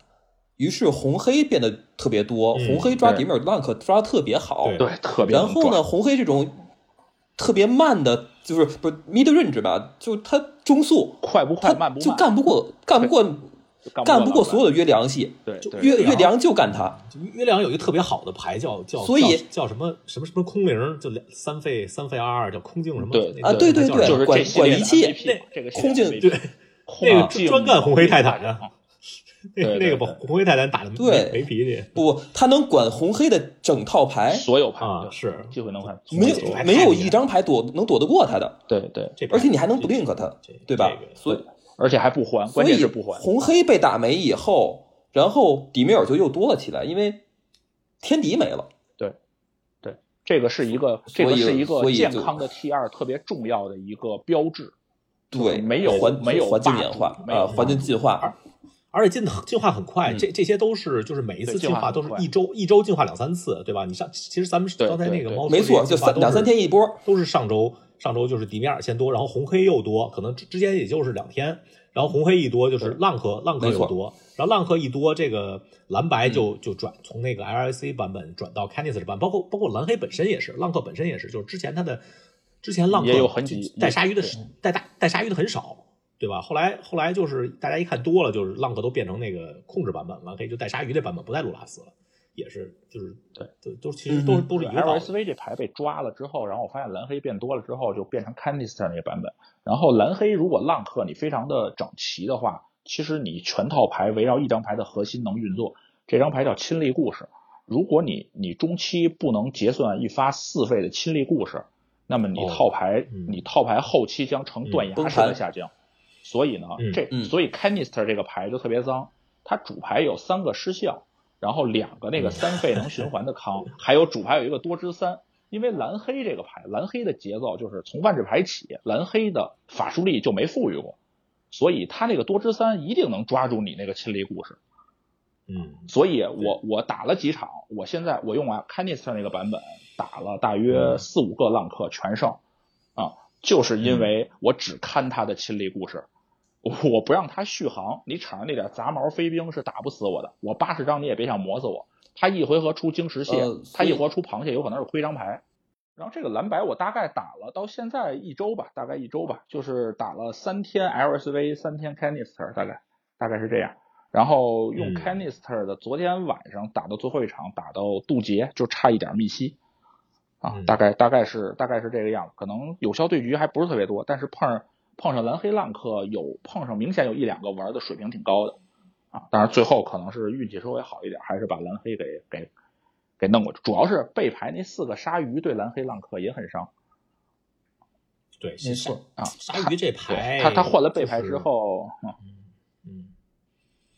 Speaker 4: 于是红黑变得特别多，
Speaker 2: 嗯
Speaker 4: 红黑抓
Speaker 3: 对
Speaker 4: 迪米尔浪客抓得特别好，
Speaker 2: 对
Speaker 3: 对，特别
Speaker 4: 然
Speaker 3: 能
Speaker 4: 后呢，
Speaker 3: 赚？
Speaker 4: 红黑这种特别慢的，就是不是 mid range 吧，就它中速，
Speaker 3: 快不
Speaker 4: 它
Speaker 3: 快，慢不慢，
Speaker 4: 就干不过，干不过，
Speaker 3: 干
Speaker 4: 干不过所
Speaker 3: 有
Speaker 4: 有的约良系，
Speaker 3: 对
Speaker 2: 就
Speaker 3: 对
Speaker 4: 约
Speaker 2: 对啊
Speaker 4: 约良就干他。
Speaker 2: 就月亮有一个特别好的牌叫叫，
Speaker 4: 所以
Speaker 2: 叫叫什么什么什么空灵，就两三费三费二二叫空镜什么
Speaker 3: 对
Speaker 2: 那
Speaker 4: 啊对对
Speaker 2: 那叫
Speaker 4: 对
Speaker 2: 什
Speaker 3: 就
Speaker 2: 么
Speaker 3: 是
Speaker 4: 管
Speaker 3: 这系列
Speaker 4: 管
Speaker 3: 的
Speaker 4: 一切
Speaker 3: MVP 这个系列
Speaker 4: 空镜
Speaker 3: MVP
Speaker 2: 对那
Speaker 3: 控
Speaker 2: 个
Speaker 3: 制
Speaker 2: 专干红黑啊泰坦的，
Speaker 4: 啊
Speaker 2: 那
Speaker 3: 对对
Speaker 2: 那个
Speaker 3: 对
Speaker 2: 把红黑泰坦打的
Speaker 4: 对
Speaker 2: 没没脾气
Speaker 4: 不，他能管红黑的整套牌，
Speaker 3: 哎所有牌
Speaker 2: 啊，
Speaker 3: 对
Speaker 2: 是
Speaker 3: 机会能看，
Speaker 4: 没
Speaker 2: 所有
Speaker 4: 有
Speaker 2: 牌
Speaker 4: 没
Speaker 2: 太
Speaker 4: 有
Speaker 2: 厉害
Speaker 4: 一张牌躲能躲得过他的，
Speaker 3: 对对，
Speaker 2: 这牌
Speaker 4: 而且你还能
Speaker 2: 这
Speaker 4: blink 他
Speaker 2: 这，
Speaker 4: 对吧
Speaker 2: 这？个
Speaker 4: 所以
Speaker 3: 而且还不还，
Speaker 4: 所
Speaker 3: 关键
Speaker 4: 以
Speaker 3: 是不还，
Speaker 4: 红黑被打没以后，然后底米尔就又多了起来，因为天敌没了。
Speaker 3: 这个是一个这个
Speaker 4: 所以
Speaker 3: 是一
Speaker 4: 所
Speaker 3: 个
Speaker 4: 以
Speaker 3: 健
Speaker 4: 就
Speaker 3: 康的 T 二特别重要的一个标志，
Speaker 4: 对，
Speaker 3: 没有
Speaker 4: 环
Speaker 3: 没有
Speaker 4: 环境
Speaker 3: 霸
Speaker 4: 演
Speaker 3: 主
Speaker 4: 化，
Speaker 3: 没有
Speaker 4: 呃，
Speaker 3: 霸
Speaker 4: 环境进化，
Speaker 2: 而且进的进化很快，
Speaker 4: 嗯
Speaker 2: 这这些都是就是每一次
Speaker 3: 对进
Speaker 2: 进
Speaker 3: 化
Speaker 2: 化都是
Speaker 3: 很快
Speaker 2: 一周一周进化两三次，对吧？你上其实咱们
Speaker 3: 对
Speaker 2: 刚才
Speaker 3: 对
Speaker 2: 那个
Speaker 3: 对
Speaker 2: 猫
Speaker 4: 没
Speaker 2: 说这些进
Speaker 4: 错，就
Speaker 2: 化
Speaker 4: 三
Speaker 2: 都
Speaker 4: 两
Speaker 2: 是
Speaker 4: 三天一波。
Speaker 2: 都是上周上周就是迪米尔先多，然后红黑又多，可能之之间也就是两天，然后红黑一多就是浪客浪客
Speaker 4: 没
Speaker 2: 又
Speaker 4: 错嗯
Speaker 2: 多，然后浪客一多，这个蓝白就就转从那个 LSC 版本转到 Canis 的版，包括包括蓝黑本身也是，浪客本身也是，就是之前他的之前浪客
Speaker 3: 也有很几
Speaker 2: 就带鲨鱼的带大带鲨鱼的很少。对吧？后来后来就是大家一看多了，就是浪客都变成那个控制版本了，可以就带鲨鱼的版本，不带路拉斯了，也是就是
Speaker 3: 对，
Speaker 2: 都都其实都是
Speaker 4: 嗯
Speaker 2: 都是一个道理。
Speaker 3: LSV 这牌被抓了之后，然后我发现蓝黑变多了之后，就变成 Canister 那个版本。然后蓝黑如果浪客你非常的整齐的话，其实你全套牌围绕一张牌的核心能运作。这张牌叫亲历故事。如果你你中期不能结算一发四费的亲历故事，那么你
Speaker 2: 哦
Speaker 3: 套牌、
Speaker 2: 嗯
Speaker 3: 你套牌后期将呈断
Speaker 4: 崩
Speaker 3: 崖式
Speaker 4: 盘
Speaker 3: 的下降。所以呢，
Speaker 2: 嗯
Speaker 3: 这
Speaker 4: 嗯
Speaker 3: 所以 Canister 这个牌就特别脏，它主牌有三个失效，然后两个那个三费能循环的康，还有主牌有一个多支三。因为蓝黑这个牌，蓝黑的节奏就是从万智牌起，蓝黑的法术力就没富裕过，所以他那个多支三一定能抓住你那个亲历故事。
Speaker 2: 嗯，
Speaker 3: 所以我我打了几场，我现在我用啊 Canister 那个版本打了大
Speaker 4: 嗯
Speaker 3: 约四五个浪客全胜啊，就是
Speaker 4: 嗯
Speaker 3: 因为我只看他的亲历故事，我不让他续航。你场上那点杂毛飞兵是打不死我的，我八十张你也别想磨死我。他一回合出晶石蟹，
Speaker 4: 呃
Speaker 3: 他一
Speaker 4: 所
Speaker 3: 回
Speaker 4: 以
Speaker 3: 合出螃蟹，有可能是亏张牌。然后这个蓝白我大概打了到现在一周吧，大概一周吧，就是打了三天 LSV，三天 Canister，大概大概是这样。然后用
Speaker 2: 嗯
Speaker 3: Canister 的，昨天晚上打到最后一场，打到渡劫，就差一点密西啊，
Speaker 2: 嗯
Speaker 3: 大概大概是大概是这个样子。可能有效对局还不是特别多，但是碰上碰上蓝黑浪客有碰上明显有一两个玩的水平挺高的啊，当然最后可能是运气稍微好一点，还是把蓝黑给给给弄过去。主要是背牌那四个鲨鱼对蓝黑浪客也很伤
Speaker 2: 对，
Speaker 4: 没错。
Speaker 3: 啊，
Speaker 2: 鲨鱼这牌，
Speaker 3: 他他换了背
Speaker 2: 就是
Speaker 3: 牌之，后，嗯
Speaker 2: 嗯，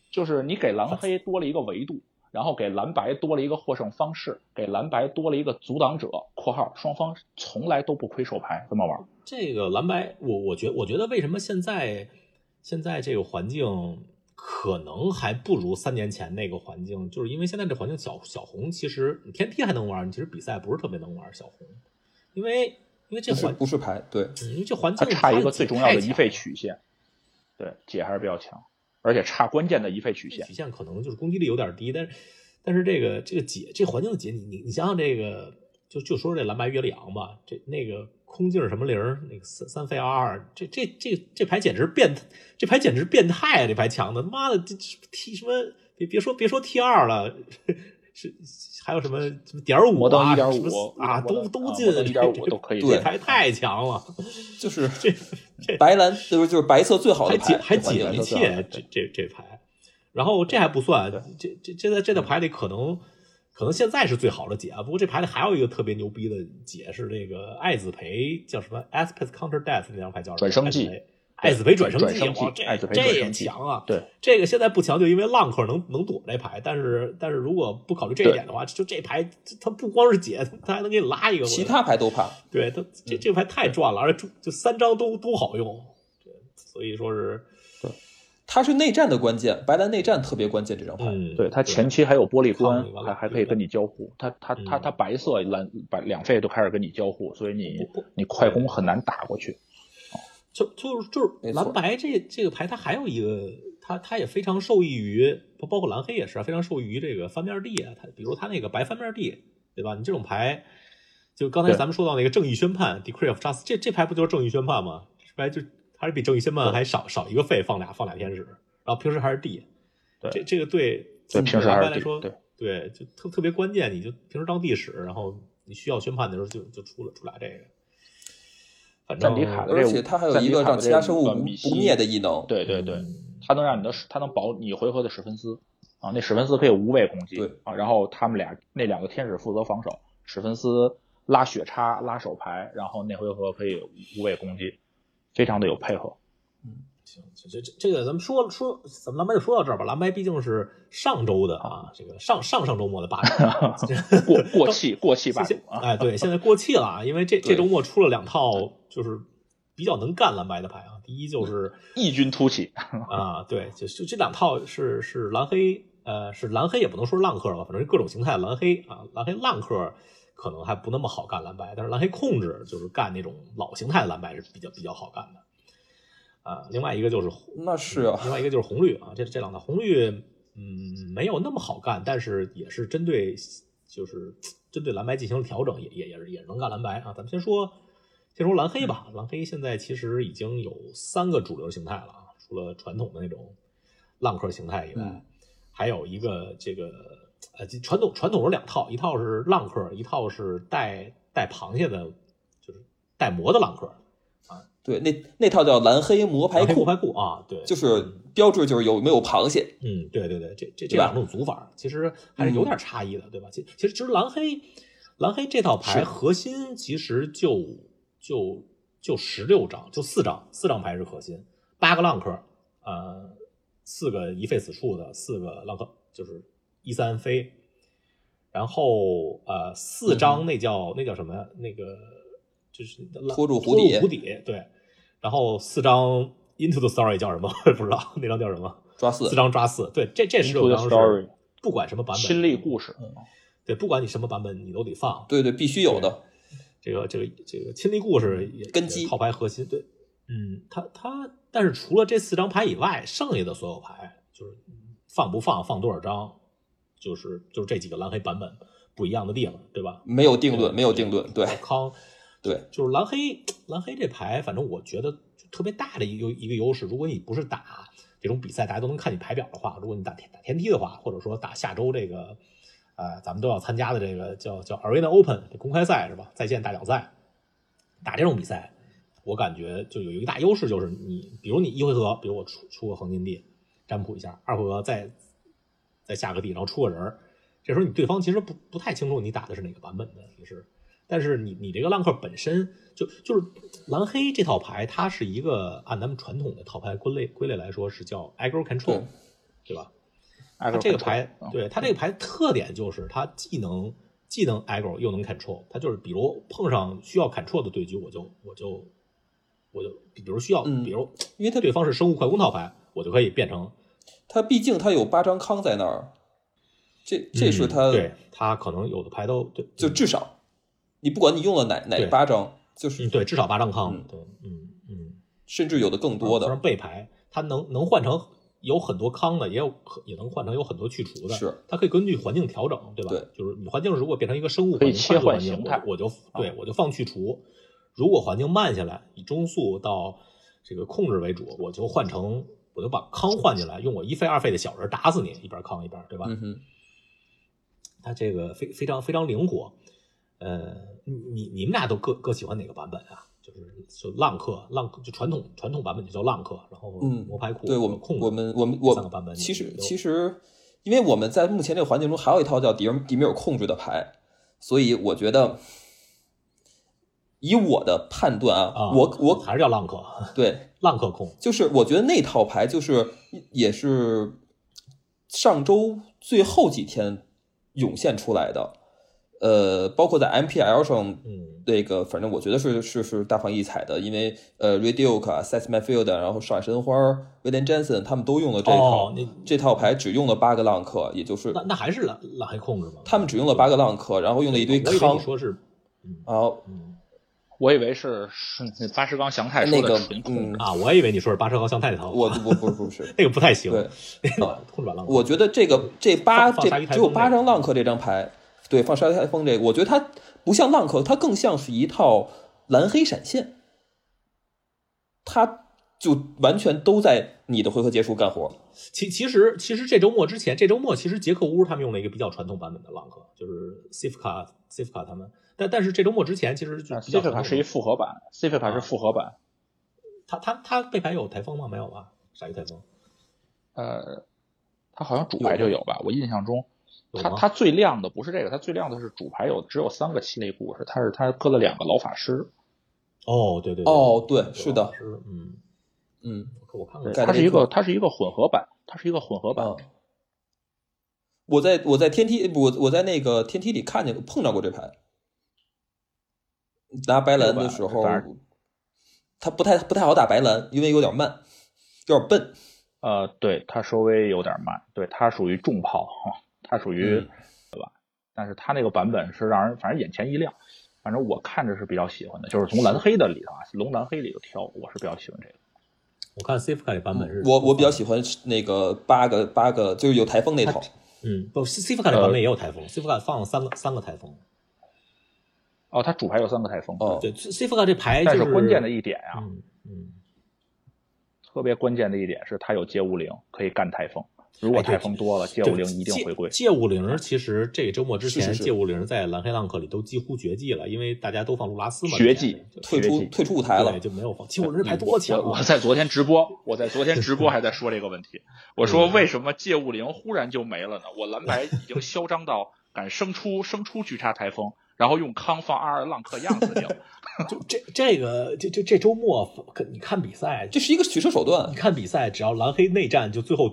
Speaker 3: 就是你给蓝黑多了一个维度，然后给蓝白多了一个获胜方式，给蓝白多了一个阻挡者（括号双方从来都不亏手牌）这么玩。
Speaker 2: 这个蓝白，我我觉我觉得为什么现在现在这个环境可能还不如三年前那个环境，就是因为现在这环境小小红其实你天梯还能玩，你其实比赛不是特别能玩小红，因为因为这
Speaker 4: 不是
Speaker 2: 环
Speaker 4: 不是牌，对，
Speaker 2: 嗯因为这环
Speaker 3: 它
Speaker 2: 境
Speaker 3: 差一个最重要
Speaker 2: 太
Speaker 3: 的一
Speaker 2: 强
Speaker 3: 费
Speaker 2: 了
Speaker 3: 曲线，对解还是比较强，而且差关键的一费曲线
Speaker 2: 曲。线可能就是攻击力有点低，但是但是这个这个解这环境的解，你你你想想这个，就就说这蓝白约里昂吧，这那个空镜什么零儿，那个三三费二二，这这这这牌简直变，这牌简直变态啊！这牌强的，妈的，这这 T 什么别别说别说 T 二了。 是还有什么什么点儿五
Speaker 3: 磨到
Speaker 2: 啊，
Speaker 3: 1.5
Speaker 2: 什么啊，
Speaker 3: 磨到
Speaker 2: 都都
Speaker 3: 啊
Speaker 2: 进
Speaker 3: 磨到1.5都可以嗯
Speaker 2: 这
Speaker 4: 对
Speaker 2: 牌太强了。
Speaker 4: 就是
Speaker 2: 这这
Speaker 4: 白蓝，就是就是白色最好
Speaker 2: 还
Speaker 4: 的
Speaker 2: 解
Speaker 4: 牌，
Speaker 2: 还
Speaker 4: 这环境
Speaker 2: 解
Speaker 4: 蓝
Speaker 2: 一
Speaker 4: 色最好
Speaker 2: 切
Speaker 4: 的牌
Speaker 2: 这这这牌，然后这还不算
Speaker 3: 对，
Speaker 2: 这这这在这道牌里可能可能现在是最好的解啊，不过这牌里还有一个特别牛逼的解是这个爱子培叫什么 Aspect Counter Death 那张牌叫什么
Speaker 3: 转生记
Speaker 2: 爱子培爱子培转生
Speaker 3: 转生记
Speaker 2: 哇这
Speaker 3: 爱子培
Speaker 2: 这
Speaker 3: 转
Speaker 2: 也
Speaker 3: 生记
Speaker 2: 强啊！
Speaker 3: 对，
Speaker 2: 这个现在不强，就因为浪客能能躲这牌，但是但是如果不考虑这一
Speaker 3: 对
Speaker 2: 点的话，就这牌它不光是解，它还能给你拉一个回来。
Speaker 4: 其他牌都怕，
Speaker 2: 对他这这牌太赚了，而且就就三张都都好用，对，所以说是
Speaker 4: 它是内战的关键，白蓝内战特别关键这张牌，
Speaker 2: 嗯，
Speaker 3: 对，它前期还有玻璃
Speaker 2: 抗力吧
Speaker 3: 关，还还可以
Speaker 2: 对
Speaker 3: 跟你交互。它它
Speaker 2: 嗯
Speaker 3: 它它白色蓝白两费都开始跟你交互，所以你
Speaker 2: 不不
Speaker 3: 你快攻很难打过去。
Speaker 2: 就就是就是
Speaker 4: 没错
Speaker 2: 蓝白这这个牌，它还有一个，它它也非常受益于，包包括蓝黑也是啊非常受益于这个翻面地啊，它比如它那个白翻面地，对吧？你这种牌，就刚才
Speaker 3: 对
Speaker 2: 咱们说到那个正义宣判 （Decree of Justice），这这牌不就是正义宣判吗？这牌就还是比正义宣判还少少一个费，放俩放俩天使，然后平时还是地，
Speaker 3: 对
Speaker 2: 这这个对
Speaker 3: 对平时还是
Speaker 2: 蓝白来
Speaker 3: 地
Speaker 2: 说，
Speaker 3: 对
Speaker 2: 对就特特别关键，你就平时当地使，然后你需要宣判的时候就就出了出俩这个。
Speaker 3: 反正战迪
Speaker 2: 嗯
Speaker 3: 卡的
Speaker 4: 而
Speaker 3: 这
Speaker 4: 且它还有一个让其他生物
Speaker 3: 战
Speaker 4: 不
Speaker 3: 迪卡的这个米西
Speaker 4: 不灭的异能，
Speaker 3: 对对对，
Speaker 2: 嗯
Speaker 3: 它能让你的史它能保你回合的史芬斯啊，那史芬斯可以无畏攻击
Speaker 4: 对
Speaker 3: 啊，然后他们俩那两个天使负责防守，史芬斯拉血叉拉手牌，然后那回合可以无畏攻击，非常的有配合。
Speaker 2: 行，这这这这个咱们说说，咱们蓝白就说到这儿吧。蓝白毕竟是上周的啊，这个上上上周末的霸 主，这
Speaker 3: 过过气过气霸
Speaker 2: 现
Speaker 3: 主
Speaker 2: 现
Speaker 3: 啊，
Speaker 2: 哎，对，现在过气了啊，因为这这
Speaker 4: 对
Speaker 2: 周末出了两套，就是比较能干蓝白的牌啊。第一就是
Speaker 3: 异军突起，
Speaker 2: 啊，对，就就这两套是是蓝黑，呃，是蓝黑也不能说是浪客吧，反正是各种形态蓝黑啊，蓝黑浪客可能还不那么好干蓝白，但是蓝黑控制就是干那种老形态蓝白是比较比较好干的。啊，另外一个就是红
Speaker 4: 那是啊
Speaker 2: 另外一个就是红绿啊，这这两套红绿，嗯，没有那么好干，但是也是针对，就是针对蓝白进行了调整，也也也是也是能干蓝白啊。咱们先说先说蓝黑吧，
Speaker 4: 嗯
Speaker 2: 蓝黑现在其实已经有三个主流形态了啊，除了传统的那种浪客形态以外，
Speaker 4: 嗯
Speaker 2: 还有一个这个呃，这传统传统有两套，一套是浪客，一套是带带螃蟹的，就是带魔的浪客，
Speaker 4: 对，那那套叫蓝黑魔牌
Speaker 2: 库
Speaker 4: 库，
Speaker 2: 排库啊，对，
Speaker 4: 就是标志就是有没有螃蟹，
Speaker 2: 嗯，对对对，这这这
Speaker 4: 对吧嗯
Speaker 2: 两种组法其实还是有点差异的，对吧？其其实其实蓝黑蓝黑这套牌
Speaker 4: 是
Speaker 2: 核心其实就就就十六张，就四张，四张牌是核心，八个浪客，呃，四个一费死处的，四个浪客就是一三飞，然后呃
Speaker 4: 嗯
Speaker 2: 四张那叫、那叫什么呀？那个就是
Speaker 4: 拖住
Speaker 2: 湖
Speaker 4: 湖底
Speaker 2: 湖底对，然后四张 Into the Story 叫什么？ 我也不知道那张叫什么。
Speaker 4: 抓四
Speaker 2: 四，张抓四，对，这这十六
Speaker 3: Into the
Speaker 2: 张
Speaker 3: story
Speaker 2: 是不管什么版本，嗯
Speaker 3: 亲历故事，
Speaker 2: 对，不管你什么版本你都得放。
Speaker 4: 对对，必须有的，
Speaker 2: 这个这个这个亲历故事也
Speaker 4: 根基
Speaker 2: 也套牌核心，对，嗯，他他，但是除了这四张牌以外，剩下的所有牌就是放不放，放多少张，就是就是这几个蓝黑版本不一样的地方，对吧？
Speaker 4: 没有定论，没有定论，对
Speaker 2: 小康
Speaker 4: 对，
Speaker 2: 就是蓝黑蓝黑这牌，反正我觉得就特别大的一个一个优势，如果你不是打这种比赛，大家都能看你牌表的话，如果你打天打天梯的话，或者说打下周这个呃咱们都要参加的这个叫叫 Arena Open 这公开赛是吧？在线大奖赛，打这种比赛，我感觉就有一个大优势，就是你比如你一回合，比如我出出个黄金地占卜一下，二回合再再下个地，然后出个人儿。这时候你对方其实不不太清楚你打的是哪个版本的，其实，但是你你这个浪客本身就就是蓝黑这套牌，它是一个按咱们传统的套牌归类归类来说是叫 aggro control，
Speaker 4: 对嗯
Speaker 2: 对吧？
Speaker 3: 艾
Speaker 2: 它
Speaker 3: 克
Speaker 2: 这个
Speaker 3: 本
Speaker 2: 牌
Speaker 3: 啊，
Speaker 2: 对它这个牌特点就是它既能既能 aggro 又能 control，它就是比如碰上需要 control 的对局，我就我就我就比如需要，
Speaker 4: 嗯
Speaker 2: 比如
Speaker 4: 因为它
Speaker 2: 对方是生物快攻套牌，我就可以变成
Speaker 4: 它毕竟它有八张康在那儿，这这是
Speaker 2: 嗯
Speaker 4: 它
Speaker 2: 对它可能有的牌都对嗯
Speaker 4: 就至少，你不管你用了哪哪
Speaker 2: 对
Speaker 4: 八张，就
Speaker 2: 嗯
Speaker 4: 是
Speaker 2: 对至少八张康，
Speaker 4: 嗯
Speaker 2: 对嗯嗯
Speaker 4: 甚至有的更多
Speaker 2: 虽然
Speaker 4: 的，
Speaker 2: 啊背牌，它能能换成有很多康的，也有可也能换成有很多去除的，
Speaker 4: 是
Speaker 2: 它可以根据环境调整，对吧？
Speaker 4: 对，
Speaker 2: 就是你环境如果变成一个生物
Speaker 3: 可
Speaker 2: 环
Speaker 3: 以
Speaker 2: 境
Speaker 3: 切换
Speaker 2: 换境
Speaker 3: 形态啊
Speaker 2: 我我就对我就放去除。如果环境慢下来，以中速到这个控制为主，我就换成我就把康换进来，用我一费二费的小人打死你，一边康一边，对吧？
Speaker 4: 嗯哼，
Speaker 2: 它这个非非常非常灵活。呃，你你你们俩都各各喜欢哪个版本啊？就是就浪客浪客就传统传统版本就叫浪客，然后
Speaker 4: 嗯
Speaker 2: 魔牌库
Speaker 4: 对我们
Speaker 2: 控制
Speaker 4: 我们我们
Speaker 2: 这三个
Speaker 4: 我
Speaker 2: 版本
Speaker 4: 们
Speaker 2: 你
Speaker 4: 其实
Speaker 2: 都
Speaker 4: 其实，因为我们在目前这个环境中还有一套叫迪尔迪米尔控制的牌，所以我觉得。以我的判断
Speaker 2: 啊，
Speaker 4: 我我
Speaker 2: 还是叫浪客，
Speaker 4: 对
Speaker 2: 浪客控
Speaker 4: 就是我觉得那套牌就是也是上周最后几天涌现出来的，呃，包括在 MPL 上，
Speaker 2: 嗯
Speaker 4: 那个反正我觉得是是是大放异彩的，因为呃 r e d u k e 啊、Seth Mayfield，啊然后上海申花、威廉詹森他们都用了这套、
Speaker 2: 哦那
Speaker 4: 这套牌，只用了八个浪客，也就是
Speaker 2: 那那还是蓝蓝黑控制吗？
Speaker 4: 他们只用了八个浪客，然后用了一堆
Speaker 2: 我以为
Speaker 4: 康
Speaker 2: 你，说是
Speaker 4: 然后
Speaker 2: 嗯
Speaker 3: 我以为是是八十刚祥太说的
Speaker 4: 那个
Speaker 3: 纯控
Speaker 4: 嗯，
Speaker 2: 啊，我还以为你说是八十高香太那套，
Speaker 4: 我我不不是
Speaker 2: 那个不太 行，
Speaker 4: 对。
Speaker 2: 那个控制版浪客，
Speaker 4: 我觉得这个这八
Speaker 2: 放
Speaker 4: 这
Speaker 2: 鲨鱼台
Speaker 4: 只有
Speaker 2: 风那
Speaker 4: 八
Speaker 2: 个
Speaker 4: 张浪客这张牌，对，放鲨鱼台风这个，我觉得它不像浪客，它更像是一套蓝黑闪现。它就完全都在你的回合结束干活。
Speaker 2: 其其实其实这周末之前，这周末其实捷克乌他们用了一个比较传统版本的浪客，就是 Sifka Sifka 他们，但但是这周末之前其实就比
Speaker 3: ，C
Speaker 2: 较
Speaker 3: 费
Speaker 2: 传
Speaker 3: 卡
Speaker 2: 统
Speaker 3: 是一复合版，C 费卡
Speaker 2: 啊
Speaker 3: 是复合版，
Speaker 2: 他他他背牌有台风吗？没有吧？鲨鱼台风
Speaker 3: 呃，它好像主牌就有吧？我印象中，
Speaker 2: 有
Speaker 3: 它
Speaker 2: 吗
Speaker 3: 它最亮的不是这个，它最亮的是主牌有只有三个系列故事，它是它搁了两个老法师，
Speaker 2: 哦，对对
Speaker 4: 哦对
Speaker 2: 对
Speaker 4: 是的
Speaker 2: 是嗯，
Speaker 4: 嗯，
Speaker 2: 我我看过
Speaker 3: 对，
Speaker 2: 这
Speaker 4: 改
Speaker 3: 它
Speaker 4: 的
Speaker 3: 是
Speaker 4: 这
Speaker 3: 一
Speaker 4: 个
Speaker 3: 个它是一个混合版，它是一个混合版
Speaker 4: 啊，，我在我在天梯，我我在那个天梯里看见过碰到过这牌，拿白蓝的时候
Speaker 3: 反正，
Speaker 4: 他不太不太好打白蓝，因为有点慢，有点笨。
Speaker 3: 呃，对，它稍微有点慢，对，它属于重炮，哈它属于、
Speaker 4: 嗯
Speaker 3: 对吧？但是它那个版本是让人反正眼前一亮，反正我看着是比较喜欢的，就是从蓝黑的里头啊，龙蓝黑里头挑，我是比较喜欢这个。
Speaker 2: 我看 Sifka 这版本是
Speaker 4: 我我比较喜欢那个八个八个，就是有台风那套。
Speaker 2: 嗯，不，Sifka 这版本也有台风，Sifka 放了三个三个台风。
Speaker 3: 哦，它主牌有三个台风，
Speaker 4: 哦，
Speaker 2: 对，Sifka 这哎牌就
Speaker 3: 但
Speaker 2: 是
Speaker 3: 是关键的一点啊，
Speaker 2: 嗯嗯，
Speaker 3: 特别关键的一点是它有街舞灵，可以干台风。如果
Speaker 2: 哎对
Speaker 3: 台风多了，街舞灵一定回归。
Speaker 2: 借五零其实这个周末之前，
Speaker 4: 是是是
Speaker 2: 借五零在蓝黑浪客里都几乎绝迹了，因为大家都放路拉斯嘛，
Speaker 3: 绝迹
Speaker 2: 之前
Speaker 4: 退
Speaker 3: 学
Speaker 4: 出
Speaker 3: 习
Speaker 4: 退出舞台
Speaker 2: 对，
Speaker 4: 了。
Speaker 2: 就没有放。借五 零这牌多强
Speaker 3: 我我
Speaker 2: 啊！
Speaker 3: 在昨天直播，我在昨天直播还在说这个问题。我说
Speaker 2: 嗯
Speaker 3: 为什么借物灵忽然就没了呢？我蓝白已经嚣张到敢生出生出巨叉台风，然后用康放阿尔浪克样 子掉。
Speaker 2: 就这这个这这这周末，可你看比赛，
Speaker 4: 这是一个取舍手段
Speaker 2: 你，看比赛，只要蓝黑内战，就最后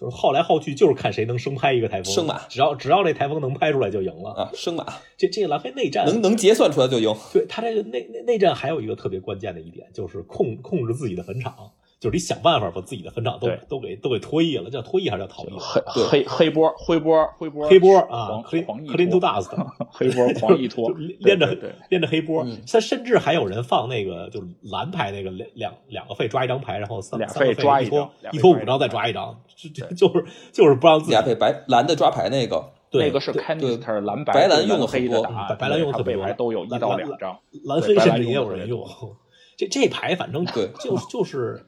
Speaker 2: 就是耗来耗去，就是看谁能生拍一个台风。
Speaker 4: 生马
Speaker 2: 只要只要这台风能拍出来就赢了。
Speaker 4: 啊，生马
Speaker 2: 这这蓝黑内战
Speaker 4: 能能结算出来就赢。
Speaker 2: 对他这个内内内战还有一个特别关键的一点，就是控控制自己的坟场，就是你想办法把自己的坟场都
Speaker 3: 对
Speaker 2: 都给都给脱役了，叫脱役还是叫逃逸？
Speaker 3: 黑
Speaker 4: 对
Speaker 3: 黑黑波灰波灰波
Speaker 2: 黑波啊，
Speaker 3: 黄
Speaker 2: 克林
Speaker 3: 黄
Speaker 2: 克林
Speaker 3: 一
Speaker 2: 杜
Speaker 3: 托，
Speaker 2: 大斯，
Speaker 3: 黑波黄一
Speaker 2: 就
Speaker 3: 托
Speaker 2: 连着
Speaker 3: 对对对
Speaker 2: 连着黑波
Speaker 4: 嗯，
Speaker 2: 他甚至还有人放那个就是蓝牌那个两两两个费抓一张牌，然后三
Speaker 3: 俩
Speaker 2: 三个
Speaker 3: 费抓
Speaker 2: 一
Speaker 3: 一
Speaker 2: 拖
Speaker 3: 张俩
Speaker 2: 一
Speaker 3: 费
Speaker 2: 拖
Speaker 3: 抓
Speaker 2: 五
Speaker 3: 一
Speaker 2: 张
Speaker 3: 张
Speaker 2: 再抓一张，就就 就是就是不让自己
Speaker 4: 俩配白蓝的抓牌那个，
Speaker 2: 对
Speaker 3: 那个是
Speaker 2: 对
Speaker 3: Canister 蓝白
Speaker 4: 白蓝用
Speaker 3: 蓝
Speaker 4: 了
Speaker 3: 黑
Speaker 4: 很多
Speaker 3: 的答
Speaker 2: 白
Speaker 3: 案，
Speaker 2: 白蓝用了
Speaker 3: 它
Speaker 2: 特别
Speaker 3: 背
Speaker 2: 多
Speaker 3: 牌都有一
Speaker 2: 蓝
Speaker 3: 到
Speaker 2: 蓝
Speaker 3: 两
Speaker 2: 蓝
Speaker 3: 张。
Speaker 2: 蓝黑
Speaker 3: 对白
Speaker 2: 甚
Speaker 3: 蓝
Speaker 2: 至也
Speaker 3: 用
Speaker 2: 有
Speaker 3: 的
Speaker 2: 人
Speaker 3: 特别
Speaker 2: 用，这这牌反正
Speaker 4: 对
Speaker 2: 就就是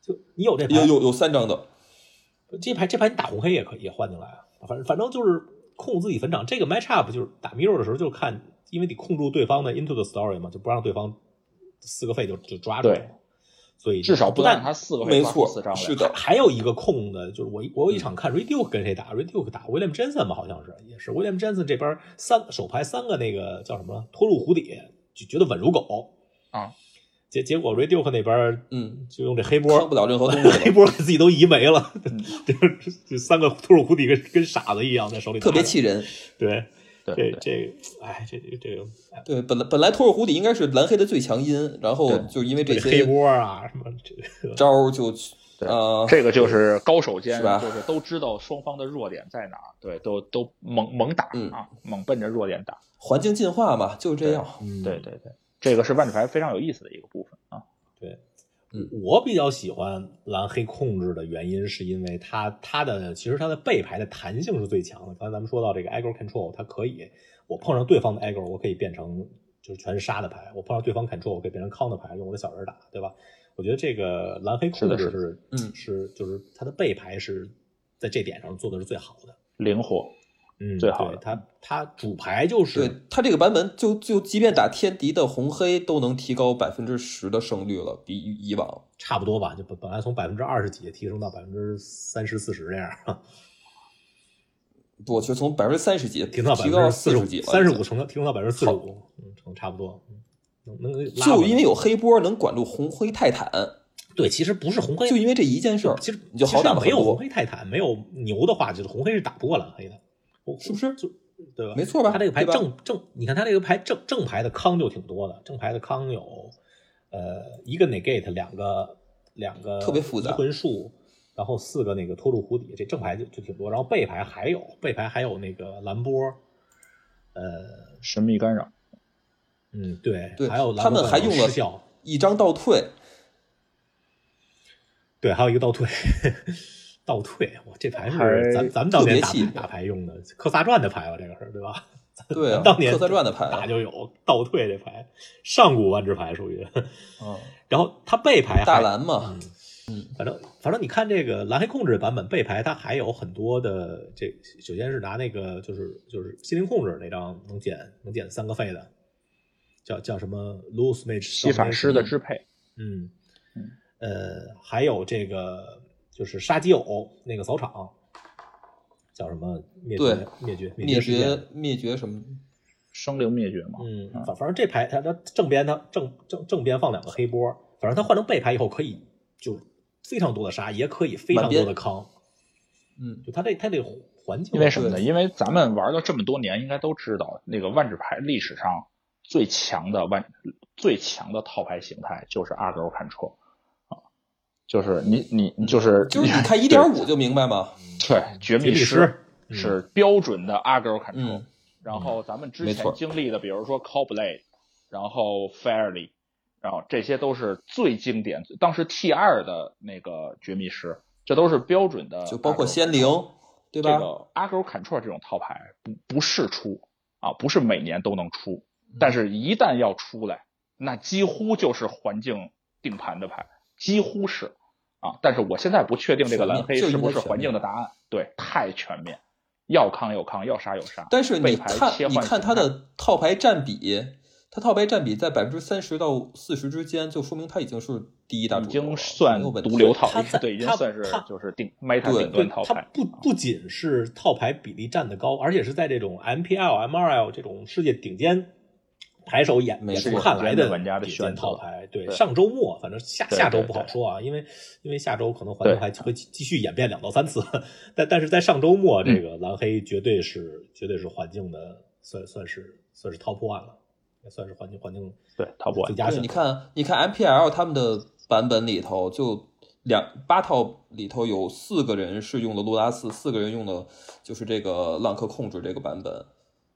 Speaker 2: 就你有这牌
Speaker 4: 有有有三张的，
Speaker 2: 这牌这牌你打红黑也可以也换进来啊，反正反正就是控自己坟场。这个 match up 就是打 mirror 的时候，就是看，因为得控住对方的 into the story 嘛，就不让对方四个费就就抓住
Speaker 3: 对
Speaker 2: 了。所以
Speaker 3: 至少
Speaker 2: 不
Speaker 3: 不但
Speaker 2: 但
Speaker 3: 他四个
Speaker 4: 没
Speaker 3: 会
Speaker 4: 错
Speaker 3: 抓四张，来
Speaker 4: 是的，
Speaker 2: 还有一个空的，就是我我有一场看 Reduke 跟谁打，Reduke 打 William Jensen 吧，好像是也是 William Jensen 这边三手牌三个那个叫什么脱路蝴蝶，就觉得稳如狗
Speaker 3: 啊。
Speaker 2: 结结果 Reduke 那边
Speaker 4: 嗯，
Speaker 2: 就用这黑波
Speaker 4: 看不了任何东西 了
Speaker 2: 黑波给自己都移没了， 这这这三个秃噜狐狸跟跟傻子一样在手里拿着，
Speaker 4: 特别气人。
Speaker 2: 对。这
Speaker 3: 对对
Speaker 2: 这，哎，这这这个哎
Speaker 4: 对，本来本来托尔胡底应该是蓝黑的最强音，然后
Speaker 3: 对
Speaker 4: 就因为这
Speaker 2: 这黑
Speaker 4: 些
Speaker 2: 波啊什么这 个，
Speaker 4: 招儿就
Speaker 3: 对
Speaker 4: 呃，
Speaker 3: 这个就是高手间
Speaker 4: 是吧，
Speaker 3: 就是都知道双方的弱点在哪儿，对，都都猛猛打
Speaker 4: 嗯
Speaker 3: 啊，猛奔着弱点打。
Speaker 4: 环境进化嘛，就是这样。
Speaker 2: 嗯
Speaker 3: 对对对，这个是万智牌非常有意思的一个部分啊。
Speaker 2: 对
Speaker 4: 嗯，
Speaker 2: 我比较喜欢蓝黑控制的原因，是因为它它的其实它的背牌的弹性是最强的。刚才咱们说到这个 aggro control，它可以我碰上对方的 aggro，我可以变成就是全是杀的牌；我碰上对方 control，我可以变成康的牌，用我的小人打，对吧？我觉得这个蓝黑控制
Speaker 3: 是的
Speaker 2: 是
Speaker 4: 的嗯
Speaker 2: 是就是它的背牌是在这点上做的是最好的，
Speaker 3: 灵活，
Speaker 2: 嗯，
Speaker 3: 最好的
Speaker 2: 对它它主牌就是
Speaker 4: 对他这个版本就，就即便打天敌的红黑都能提高百分之十的胜率了，比以往。
Speaker 2: 差不多吧，就本本来从百分之二十几提升到百分之三十四十这样。
Speaker 4: 我觉得从百分之三十几
Speaker 2: 提升到百
Speaker 4: 提
Speaker 2: 分
Speaker 4: 高
Speaker 2: 之
Speaker 4: 到
Speaker 2: 四
Speaker 4: 四
Speaker 2: 十
Speaker 4: 十
Speaker 2: 五，
Speaker 4: 几了，
Speaker 2: 三十五成提升到百分之四十五，嗯，成差不多，嗯能能拉
Speaker 4: 就
Speaker 2: 回来
Speaker 4: 因为有黑波能管住红灰泰坦，
Speaker 2: 对，其实不是红黑，
Speaker 4: 就因为这一件事儿，
Speaker 2: 其实
Speaker 4: 你就好打
Speaker 2: 其实
Speaker 4: 了
Speaker 2: 没
Speaker 4: 很
Speaker 2: 有红
Speaker 4: 多。
Speaker 2: 黑泰坦，没有牛的话，就是红黑是打不过蓝黑的，我
Speaker 4: 是不是
Speaker 2: 就对吧？
Speaker 4: 没错吧
Speaker 2: 他这个牌
Speaker 4: 对吧
Speaker 2: 正正，你看他这个牌正正牌的康就挺多的，正牌的康有呃一个 negate，两个两个
Speaker 4: 特别复杂
Speaker 2: 移魂术。然后四个那个脱路蝴蝶，这正牌就就挺多，然后背牌还有背牌还有那个蓝波，呃，
Speaker 3: 神秘干扰，
Speaker 2: 嗯，对，
Speaker 4: 对
Speaker 2: 还有
Speaker 4: 他们还用了
Speaker 2: 失效，
Speaker 4: 一张倒退，
Speaker 2: 对，还有一个倒退， 倒退，我这牌
Speaker 3: 还
Speaker 2: 是咱咱们当年打
Speaker 4: 特别气
Speaker 2: 打牌用的科萨传的牌吧？这个是对吧？
Speaker 4: 对啊，
Speaker 2: 当年
Speaker 4: 特赛传的牌
Speaker 2: 打
Speaker 4: 啊，
Speaker 2: 就有倒退这牌，上古万智牌属于。
Speaker 4: 嗯，
Speaker 2: 然后它背牌还嗯
Speaker 4: 大蓝嘛，
Speaker 2: 反正反正你看这个蓝黑控制版本背牌，它还有很多的这，首先是拿那个就是就是心灵控制那张能减能减三个费的，叫叫什么 Lose Mage
Speaker 3: 西法师的支配，
Speaker 2: 嗯，呃，还有这个就是杀基偶那个扫场，叫什么灭绝
Speaker 4: 对
Speaker 2: 灭绝
Speaker 4: 灭
Speaker 2: 事件
Speaker 4: 绝嗯灭绝什么，
Speaker 3: 生灵灭绝嘛。
Speaker 2: 嗯，反反正这牌它它正边它正正正边放两个黑波，反正它换成背牌以后可以就是非常多的杀，也可以非常
Speaker 4: 满
Speaker 2: 多
Speaker 4: 编
Speaker 2: 的康。
Speaker 4: 嗯，
Speaker 2: 就它这它这环境，
Speaker 3: 因为什么呢？
Speaker 4: 对
Speaker 3: 因为咱们玩了这么多年，应该都知道，那个万智牌历史上最强的万最强的套牌形态就是阿狗砍车啊，就是你你你就是
Speaker 4: 就是你看一点五
Speaker 3: 对
Speaker 4: 就明白嘛，
Speaker 3: 对
Speaker 2: 绝
Speaker 3: 绝密
Speaker 2: 密
Speaker 3: 师
Speaker 2: 师嗯
Speaker 3: 是标准的阿狗砍车。
Speaker 4: 嗯
Speaker 3: 然后咱们之
Speaker 4: 没
Speaker 3: 前
Speaker 4: 错
Speaker 3: 经历的，比如说 Cobblade，然后 Fairly，然后这些都是最经典，当时 T 二的那个绝密师，这都是标准的，
Speaker 4: 就包括仙灵，对吧？
Speaker 3: 这个阿狗 Control 这种套牌不不是出啊，不是每年都能出，
Speaker 4: 嗯
Speaker 3: 但是一旦要出来，那几乎就是环境定盘的牌，几乎是啊。但是我现在不确定这个蓝黑
Speaker 4: 全面
Speaker 3: 是不
Speaker 4: 就是应该
Speaker 3: 环境的答案，对，太全面，要康有康，要杀有杀。
Speaker 4: 但是
Speaker 3: 背
Speaker 4: 你
Speaker 3: 牌
Speaker 4: 看
Speaker 3: 切，换
Speaker 4: 你看它
Speaker 3: 形态
Speaker 4: 的套牌占比，它套牌占比在百分之三十到四十之间，就说明它已经是第一大
Speaker 3: 已
Speaker 4: 主流了
Speaker 3: 经算
Speaker 4: 没有问题
Speaker 3: 毒瘤套
Speaker 2: 它在，
Speaker 3: 对，已经
Speaker 2: 它
Speaker 3: 算是
Speaker 2: 它
Speaker 3: 就是定 meta
Speaker 4: 对
Speaker 3: 顶
Speaker 2: 对
Speaker 3: 端套
Speaker 2: 它
Speaker 3: 牌。啊
Speaker 2: 不不仅是套牌比例占的高，而且是在这种 MPL、MRL 这种世界顶尖牌手眼
Speaker 4: 没
Speaker 2: 是
Speaker 4: 错
Speaker 2: 看来
Speaker 3: 世界顶尖的玩家的
Speaker 2: 顶
Speaker 3: 选
Speaker 2: 尖
Speaker 3: 择
Speaker 2: 套牌。对，
Speaker 3: 对
Speaker 2: 上周末反正下
Speaker 3: 对
Speaker 2: 下周
Speaker 3: 对
Speaker 2: 不好
Speaker 3: 对
Speaker 2: 说啊，因为因为下周可能环球
Speaker 3: 对
Speaker 2: 还会继继续演变两到三次， 但但是在上周末，
Speaker 3: 嗯
Speaker 2: 这个蓝黑绝对是绝对是环境的算算是算是 top one 了，也算是环境环境
Speaker 3: 对 top one
Speaker 2: 最佳
Speaker 4: 对，
Speaker 2: 选
Speaker 4: 你
Speaker 2: 择。
Speaker 4: 看，啊你看 MPL 他们的版本里头，就两八套里头有四个人是用的路拉斯，四个人用的就是这个浪客控制这个版本，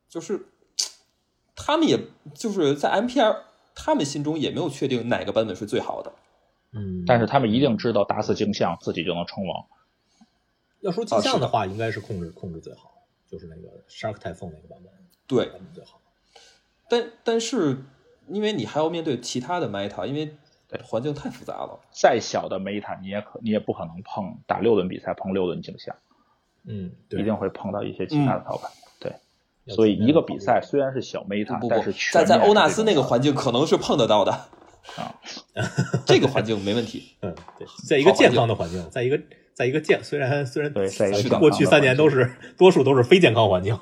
Speaker 4: 就是他们也就是在 MPL 他们心中也没有确定哪个版本是最好的
Speaker 2: 嗯，
Speaker 3: 但是他们一定知道打死镜像自己就能称王。
Speaker 2: 要
Speaker 3: 啊
Speaker 2: 说镜像的话，应该是控制控制最好，就是那个 Shark Typhoon 那个版本
Speaker 4: 对，
Speaker 2: 版本最好。
Speaker 4: 但但是因为你还要面对其他的 meta，因为环境太复杂了。
Speaker 3: 再小的 meta 你也可你也不可能碰打六轮比赛碰六轮镜像。
Speaker 2: 嗯，对，嗯
Speaker 3: 一定会碰到一些其他的套牌。
Speaker 2: 要
Speaker 3: 所以
Speaker 2: 尽量
Speaker 3: 一个
Speaker 2: 考
Speaker 3: 比
Speaker 2: 虑
Speaker 3: 赛虽然是小 meta，
Speaker 4: 不不不
Speaker 3: 但是，全
Speaker 4: 在在
Speaker 3: 面
Speaker 4: 欧纳
Speaker 3: 是
Speaker 4: 斯
Speaker 3: 这
Speaker 4: 那
Speaker 3: 种
Speaker 4: 个环境可能是碰得到的
Speaker 3: 啊，
Speaker 4: 这个环境没 问题。
Speaker 2: 嗯，对，在一个
Speaker 4: 好
Speaker 2: 健
Speaker 4: 环境
Speaker 2: 康的环境，在一个在一个健，虽然虽然
Speaker 3: 对在一个
Speaker 2: 是
Speaker 3: 健
Speaker 2: 过
Speaker 3: 康
Speaker 2: 去
Speaker 3: 的
Speaker 2: 三
Speaker 3: 环
Speaker 2: 年
Speaker 3: 境
Speaker 2: 都是多数都是非健康环境，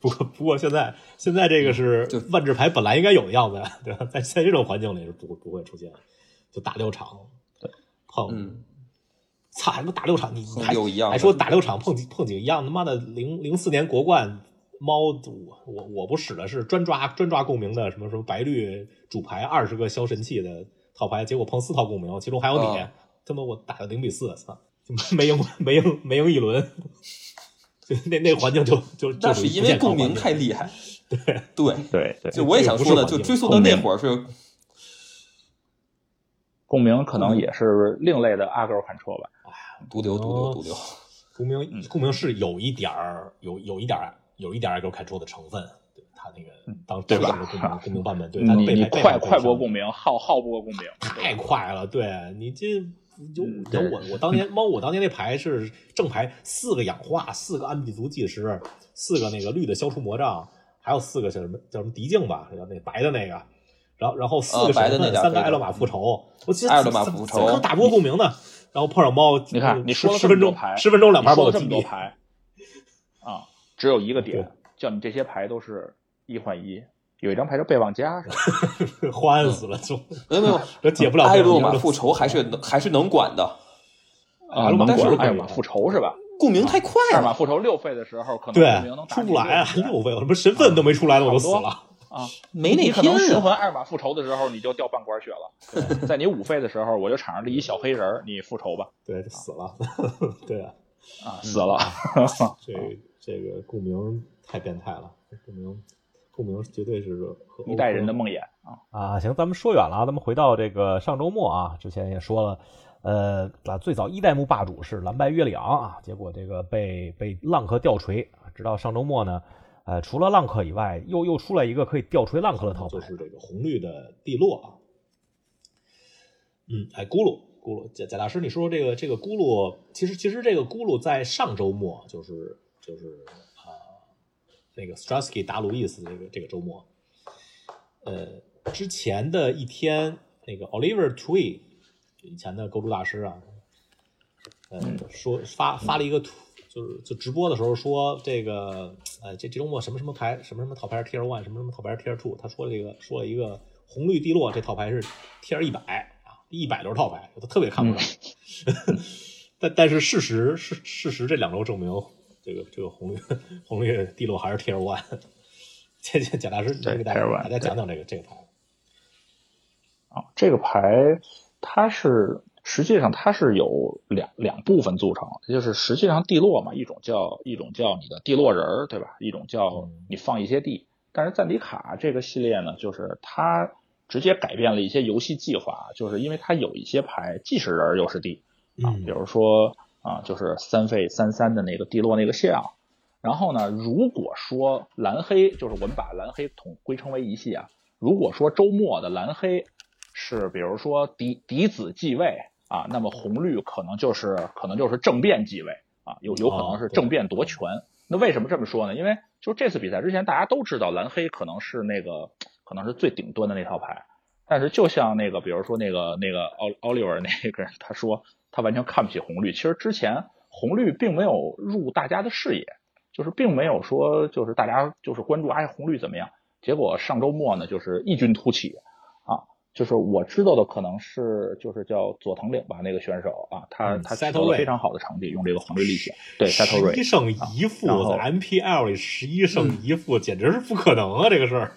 Speaker 2: 不过不过现在现在
Speaker 3: 嗯
Speaker 2: 这个是
Speaker 4: 就
Speaker 2: 万智牌本来应该有的样子，对吧？在在这种环境里是不不会出现，就打六场，对，碰
Speaker 4: 嗯，
Speaker 2: 操什么打六场，你你
Speaker 4: 和
Speaker 2: 还
Speaker 4: 有一样的
Speaker 2: 还说打六场碰几碰几个一样，他妈的零零四年国冠猫，我我我不使的是专抓专抓共鸣的什么什么白绿主牌二十个消神器的套牌，结果碰四套共鸣，其中还有你，
Speaker 4: 啊
Speaker 2: 他妈我打的零比四，操，没赢没赢没赢一轮，就那那环境就就就
Speaker 4: 那
Speaker 2: 属
Speaker 4: 是
Speaker 2: 于不
Speaker 4: 因为
Speaker 2: 健康
Speaker 4: 共鸣
Speaker 2: 环境
Speaker 4: 太 厉害。对对，
Speaker 3: 对对，
Speaker 4: 就我也想说呢，
Speaker 2: 这个不是环
Speaker 4: 就
Speaker 2: 境
Speaker 4: 追溯到那会儿是，
Speaker 3: 共鸣可能也是另类的阿狗砍车吧。
Speaker 4: 毒瘤毒瘤毒瘤。
Speaker 2: 共
Speaker 3: 嗯
Speaker 2: 鸣共鸣是有一点儿有有一点儿有一点儿给我看出的成分，对他那个当
Speaker 3: 对吧
Speaker 2: 当时的共鸣共鸣版本，对他
Speaker 3: 嗯你
Speaker 2: 背
Speaker 3: 你
Speaker 2: 牌背
Speaker 3: 快
Speaker 2: 牌
Speaker 3: 快
Speaker 2: 受
Speaker 3: 播
Speaker 2: 伤
Speaker 3: 共鸣，耗耗不过共鸣，
Speaker 2: 太快了，对你这就
Speaker 3: 对
Speaker 2: 我我当年猫我当年那牌是正牌，四个氧化，四个安比族技师，四个那个绿的消除魔杖，还有四个叫什么叫什么敌境吧，叫那白的那个，然后然后四个
Speaker 4: 啊白的
Speaker 2: 神分
Speaker 4: 那俩
Speaker 2: 三个
Speaker 4: 非常
Speaker 2: 艾洛马复仇，我记得
Speaker 4: 艾洛马
Speaker 2: 怎么
Speaker 4: 复
Speaker 2: 怎么
Speaker 4: 仇
Speaker 2: 能打不过共鸣呢？然后碰上猫，
Speaker 3: 你看你说了
Speaker 2: 十
Speaker 3: 这么
Speaker 2: 分
Speaker 3: 多
Speaker 2: 钟
Speaker 3: 牌，，
Speaker 2: 十分钟两
Speaker 3: 你
Speaker 2: 盘把
Speaker 3: 说
Speaker 2: 我
Speaker 3: 了这
Speaker 2: 击
Speaker 3: 么多
Speaker 2: 毙，
Speaker 3: 牌啊，只有一个
Speaker 2: 对
Speaker 3: 点，叫你这些牌都是一换一。有一张牌叫备忘家， 是吧？
Speaker 2: 欢死了，就
Speaker 4: 没有没有，
Speaker 2: 这解不了
Speaker 4: 艾
Speaker 2: 这个
Speaker 4: 洛
Speaker 2: 谜了
Speaker 4: 马复仇 还是能还是能管的，
Speaker 3: 啊，
Speaker 2: 龙
Speaker 3: 能
Speaker 2: 但是
Speaker 3: 管艾尔马复仇是吧？
Speaker 4: 共鸣太快
Speaker 3: 艾尔马
Speaker 4: 了。
Speaker 3: 复仇六费的时候，可能
Speaker 2: 对
Speaker 3: 共鸣能打
Speaker 2: 出
Speaker 3: 你
Speaker 2: 不来啊，
Speaker 3: 六
Speaker 2: 六费，我他妈神分都没出来呢，我都死
Speaker 3: 差不多
Speaker 2: 了。
Speaker 3: 啊，
Speaker 4: 没那
Speaker 3: 你可能
Speaker 4: 天
Speaker 3: 循
Speaker 4: 啊
Speaker 3: 环二马复仇的时候，你就掉半管血了。 对在你五费的时候，我就场上立一小黑人儿，你复仇吧。
Speaker 2: 对，就死了， 对啊，
Speaker 3: 啊，死了。
Speaker 2: 这
Speaker 5: 啊
Speaker 2: 这个顾明太变态了，顾明，顾明绝对是和
Speaker 3: 一代人的梦魇啊，
Speaker 5: 啊，行，咱们说远了，啊，咱们回到这个上周末啊，之前也说了，呃，啊，最早一代目霸主是蓝白月里昂啊，结果这个被被浪客吊锤，啊直到上周末呢，呃，除了浪客以外，又又出来一个可以吊锤浪客的套牌
Speaker 2: 就，是这个红绿的地落啊。嗯，哎，咕噜咕噜，贾贾大师，你说这个这个咕噜，其实其实这个咕噜在上周末，就是就是啊、那个 Strasky 打鲁伊斯这个这个周末，呃，之前的一天，那个 Oliver Twee 以前的构筑大师啊，呃，
Speaker 3: 嗯
Speaker 2: 说发发了一个图，就是就直播的时候说这个，呃，这这周末什么什么牌，什么什么套牌是 Tier One，什么什么套牌是 Tier Two，他说这个说了一个红绿地落这套牌是 Tier 一百啊，一百都是套牌，他特别看不上。
Speaker 3: 嗯
Speaker 2: 但但是事实事事实这两周证明，这个这个红绿红绿地落还是 Tier One。这这贾大师，你
Speaker 3: 对
Speaker 2: 给大家
Speaker 3: Tier 1
Speaker 2: 大家讲讲这个这个牌。
Speaker 3: 啊，这个牌它是实际上它是有两两部分组成，就是实际上地落嘛，一种叫一种叫你的地落人儿，对吧？一种叫你放一些地。但是赞迪卡这个系列呢，就是它直接改变了一些游戏计划，就是因为它有一些牌既是人儿又是地，啊，
Speaker 2: 嗯
Speaker 3: 比如说啊，就是三费三三的那个地落那个像。然后呢，如果说蓝黑，就是我们把蓝黑统归称为一系啊。如果说周末的蓝黑是比如说嫡嫡子继位啊，那么红绿可能就是可能就是政变继位啊，有有可能是政变夺权。那为什么这么说呢？因为就这次比赛之前，大家都知道蓝黑可能是那个可能是最顶端的那套牌，但是就像那个，比如说那个那个奥奥利尔那个人，他说他完全看不起红绿。其实之前红绿并没有入大家的视野，就是并没有说就是大家就是关注哎红绿怎么样。结果上周末呢，就是异军突起啊，就是我知道的可能是就是叫佐藤岭吧那个选手啊，他、
Speaker 2: 嗯
Speaker 3: 他取
Speaker 2: 塞
Speaker 3: 得
Speaker 2: 头
Speaker 3: 了
Speaker 2: 瑞
Speaker 3: 非常好的成绩，用这个红绿历险对塞头瑞啊
Speaker 2: 十一胜一负，
Speaker 3: 然后嗯
Speaker 2: 在 MPL 里十一胜一负，简直是不可能啊！这个事儿，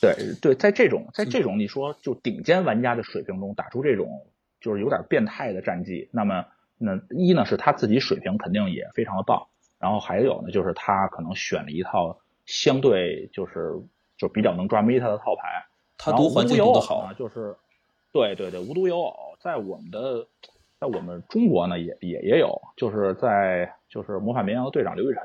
Speaker 3: 对对，在这种在这种你说就顶尖玩家的水平中打出这种就是有点变态的战绩，那么那一呢是他自己水平肯定也非常的棒，然后还有呢就是他可能选了一套相对就是就比较能抓 meta 的套牌，
Speaker 4: 他
Speaker 3: 然后
Speaker 4: 读环境
Speaker 3: 无独有
Speaker 4: 读得
Speaker 3: 偶
Speaker 4: 好
Speaker 3: 呢，，就是对对对，无独有偶，在我们的在我们中国呢也也也有，就是在就是魔法绵羊的队长刘雨辰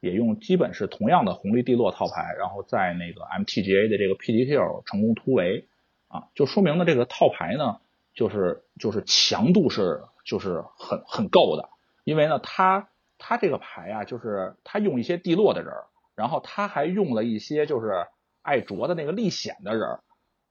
Speaker 3: 也用基本是同样的红绿地落套牌，然后在那个 MTGA 的这个 PDQ 成功突围啊，就说明呢这个套牌呢就是就是强度是就是很很够的，因为呢他他这个牌啊就是他用一些地落的人儿，然后他还用了一些就是爱卓的那个历险的人儿，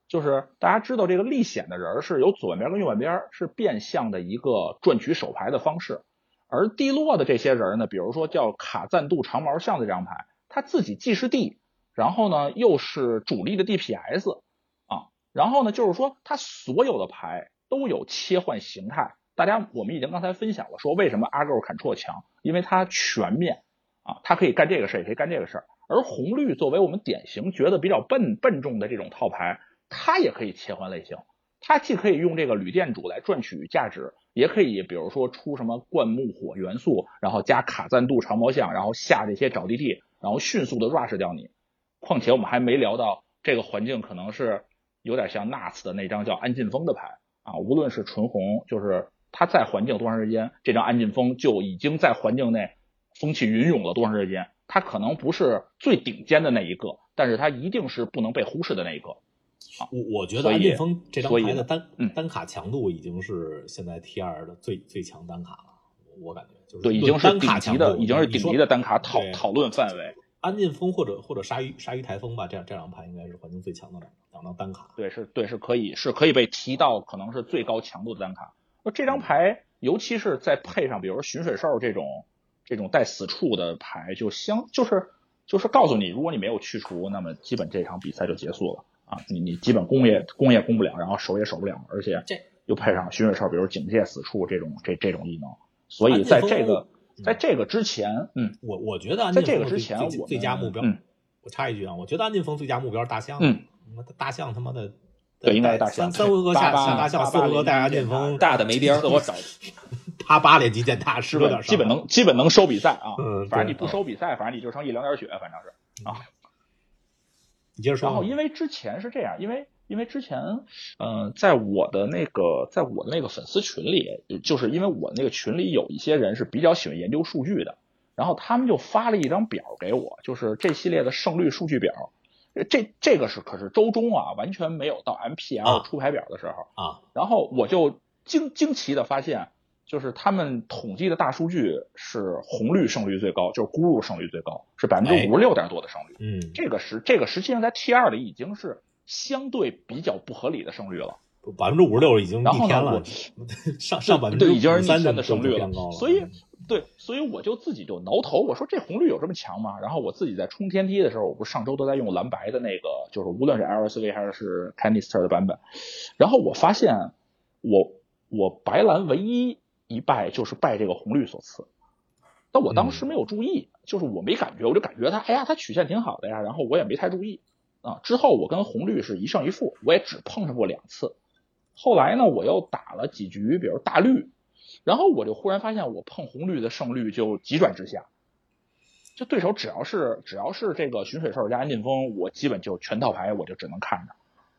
Speaker 3: 就是大家知道这个历险的人儿是有左边跟右半边儿是变相的一个赚取手牌的方式，而地落的这些人儿呢，比如说叫卡赞度长毛象的这张牌，他自己既是地，然后呢又是主力的 DPS 啊，然后呢就是说他所有的牌都有切换形态。大家我们已经刚才分享了，说为什么阿 r 坎绰强，因为它全面啊，它可以干这个事儿，也可以干这个事儿。而红绿作为我们典型觉得比较笨笨重的这种套牌，它也可以切换类型，它既可以用这个铝电主来赚取价值，也可以比如说出什么灌木火元素，然后加卡赞度长毛象，然后下这些找地地，然后迅速的 rush 掉你。况且我们还没聊到这个环境可能是有点像 Nuts 的那张叫安进风的牌啊，无论是纯红，就是它在环境多长时间，这张安进风就已经在环境内风起云涌了多长时间。它可能不是最顶尖的那一个，但是它一定是不能被忽视的那一个。
Speaker 2: 我我觉得
Speaker 3: 啊所以
Speaker 2: 安建峰这张
Speaker 3: 所以
Speaker 2: 牌的
Speaker 3: 呢
Speaker 2: 单
Speaker 3: 嗯
Speaker 2: 单卡强度已经是现在 T 二的最最强单卡了，我感觉就是
Speaker 3: 对，已
Speaker 2: 论
Speaker 3: 经是
Speaker 2: 单
Speaker 3: 顶
Speaker 2: 卡
Speaker 3: 级
Speaker 2: 强
Speaker 3: 的，
Speaker 2: 度，
Speaker 3: 已经是顶级的单卡讨
Speaker 2: 对
Speaker 3: 讨论范围。
Speaker 2: 安建峰或者或者鲨鱼鲨鱼台风吧，这样这两张牌应该是环境最强的两两张单卡。
Speaker 3: 对，是对，是可以是可以被提到，可能是最高强度的单卡。那这
Speaker 2: 嗯
Speaker 3: 张牌，尤其是再配上比如说巡水兽这种这种带死处的牌，就相就是就是告诉你，如果你没有去除，那么基本这场比赛就结束了啊！你你基本攻也攻也攻不了，然后守也守不了，而且
Speaker 2: 这
Speaker 3: 又配上巡水兽，比如警戒死处这种这这种异能，所以
Speaker 2: 安
Speaker 3: 在
Speaker 2: 建峰
Speaker 3: 这个
Speaker 2: 啊嗯
Speaker 3: 在这个之前，嗯
Speaker 2: 我我觉得安
Speaker 3: 在
Speaker 2: 建
Speaker 3: 这个
Speaker 2: 峰
Speaker 3: 之
Speaker 2: 最
Speaker 3: 前
Speaker 2: 最
Speaker 3: 我们
Speaker 2: 最佳目标
Speaker 3: 嗯，
Speaker 2: 我插一句啊，我觉得安建峰最佳目标是大象，
Speaker 3: 嗯，
Speaker 2: 大象他妈的
Speaker 3: 对应该是大象
Speaker 2: 三三回合下
Speaker 3: 八八
Speaker 2: 下大象，
Speaker 3: 八
Speaker 2: 四
Speaker 3: 八
Speaker 2: 回合带安建
Speaker 3: 连击
Speaker 2: 峰
Speaker 4: 大的没边儿
Speaker 3: 自。我找
Speaker 2: 啪八连击见大师
Speaker 3: 基
Speaker 2: 有点
Speaker 3: 本
Speaker 2: 伤
Speaker 3: 基本能基本能收比赛啊，
Speaker 2: 嗯
Speaker 3: 反正你
Speaker 2: 对
Speaker 3: 不收比赛，反正你就剩一两点血，反正是。
Speaker 2: 你接着说吧。
Speaker 3: 然后因为之前是这样，因为因为之前，呃，在我的那个在我的那个粉丝群里，就是因为我那个群里有一些人是比较喜欢研究数据的，然后他们就发了一张表给我，就是这系列的胜率数据表。这这个是可是周中啊，完全没有到
Speaker 2: 啊
Speaker 3: MPL 出牌表的时候。
Speaker 2: 啊，
Speaker 3: 然后我就惊惊奇的发现，就是他们统计的大数据是红绿胜率最高，就是咕噜胜率最高，是百分
Speaker 2: 哎
Speaker 3: 之五十六点多的胜率。
Speaker 2: 嗯，
Speaker 3: 这个是这个实际上在 T 二里已经是相对比较不合理的胜率了，
Speaker 2: 百分之五十六已经
Speaker 3: 然
Speaker 2: 逆
Speaker 3: 后呢
Speaker 2: 天了
Speaker 3: 我，
Speaker 2: 上上百分之
Speaker 3: 对，已经是逆
Speaker 2: 三
Speaker 3: 天的胜率
Speaker 2: 变高嗯
Speaker 3: 所以对，所以我就自己就挠头，我说这红绿有这么强吗？然后我自己在冲天梯的时候，我不是上周都在用蓝白的那个，就是无论是 LSV 还是 Canister 的版本，然后我发现我我白蓝唯一一败就是拜这个红绿所赐。但我当时没有注意，就是我没感觉，我就感觉它，哎呀，它曲线挺好的呀，然后我也没太注意啊。之后我跟红绿是一胜一负，我也只碰上过两次。后来呢，我又打了几局，比如大绿，然后我就忽然发现我碰红绿的胜率就急转直下，就对手只要是只要是这个巡水兽加安劲风，我基本就全套牌，我就只能看着，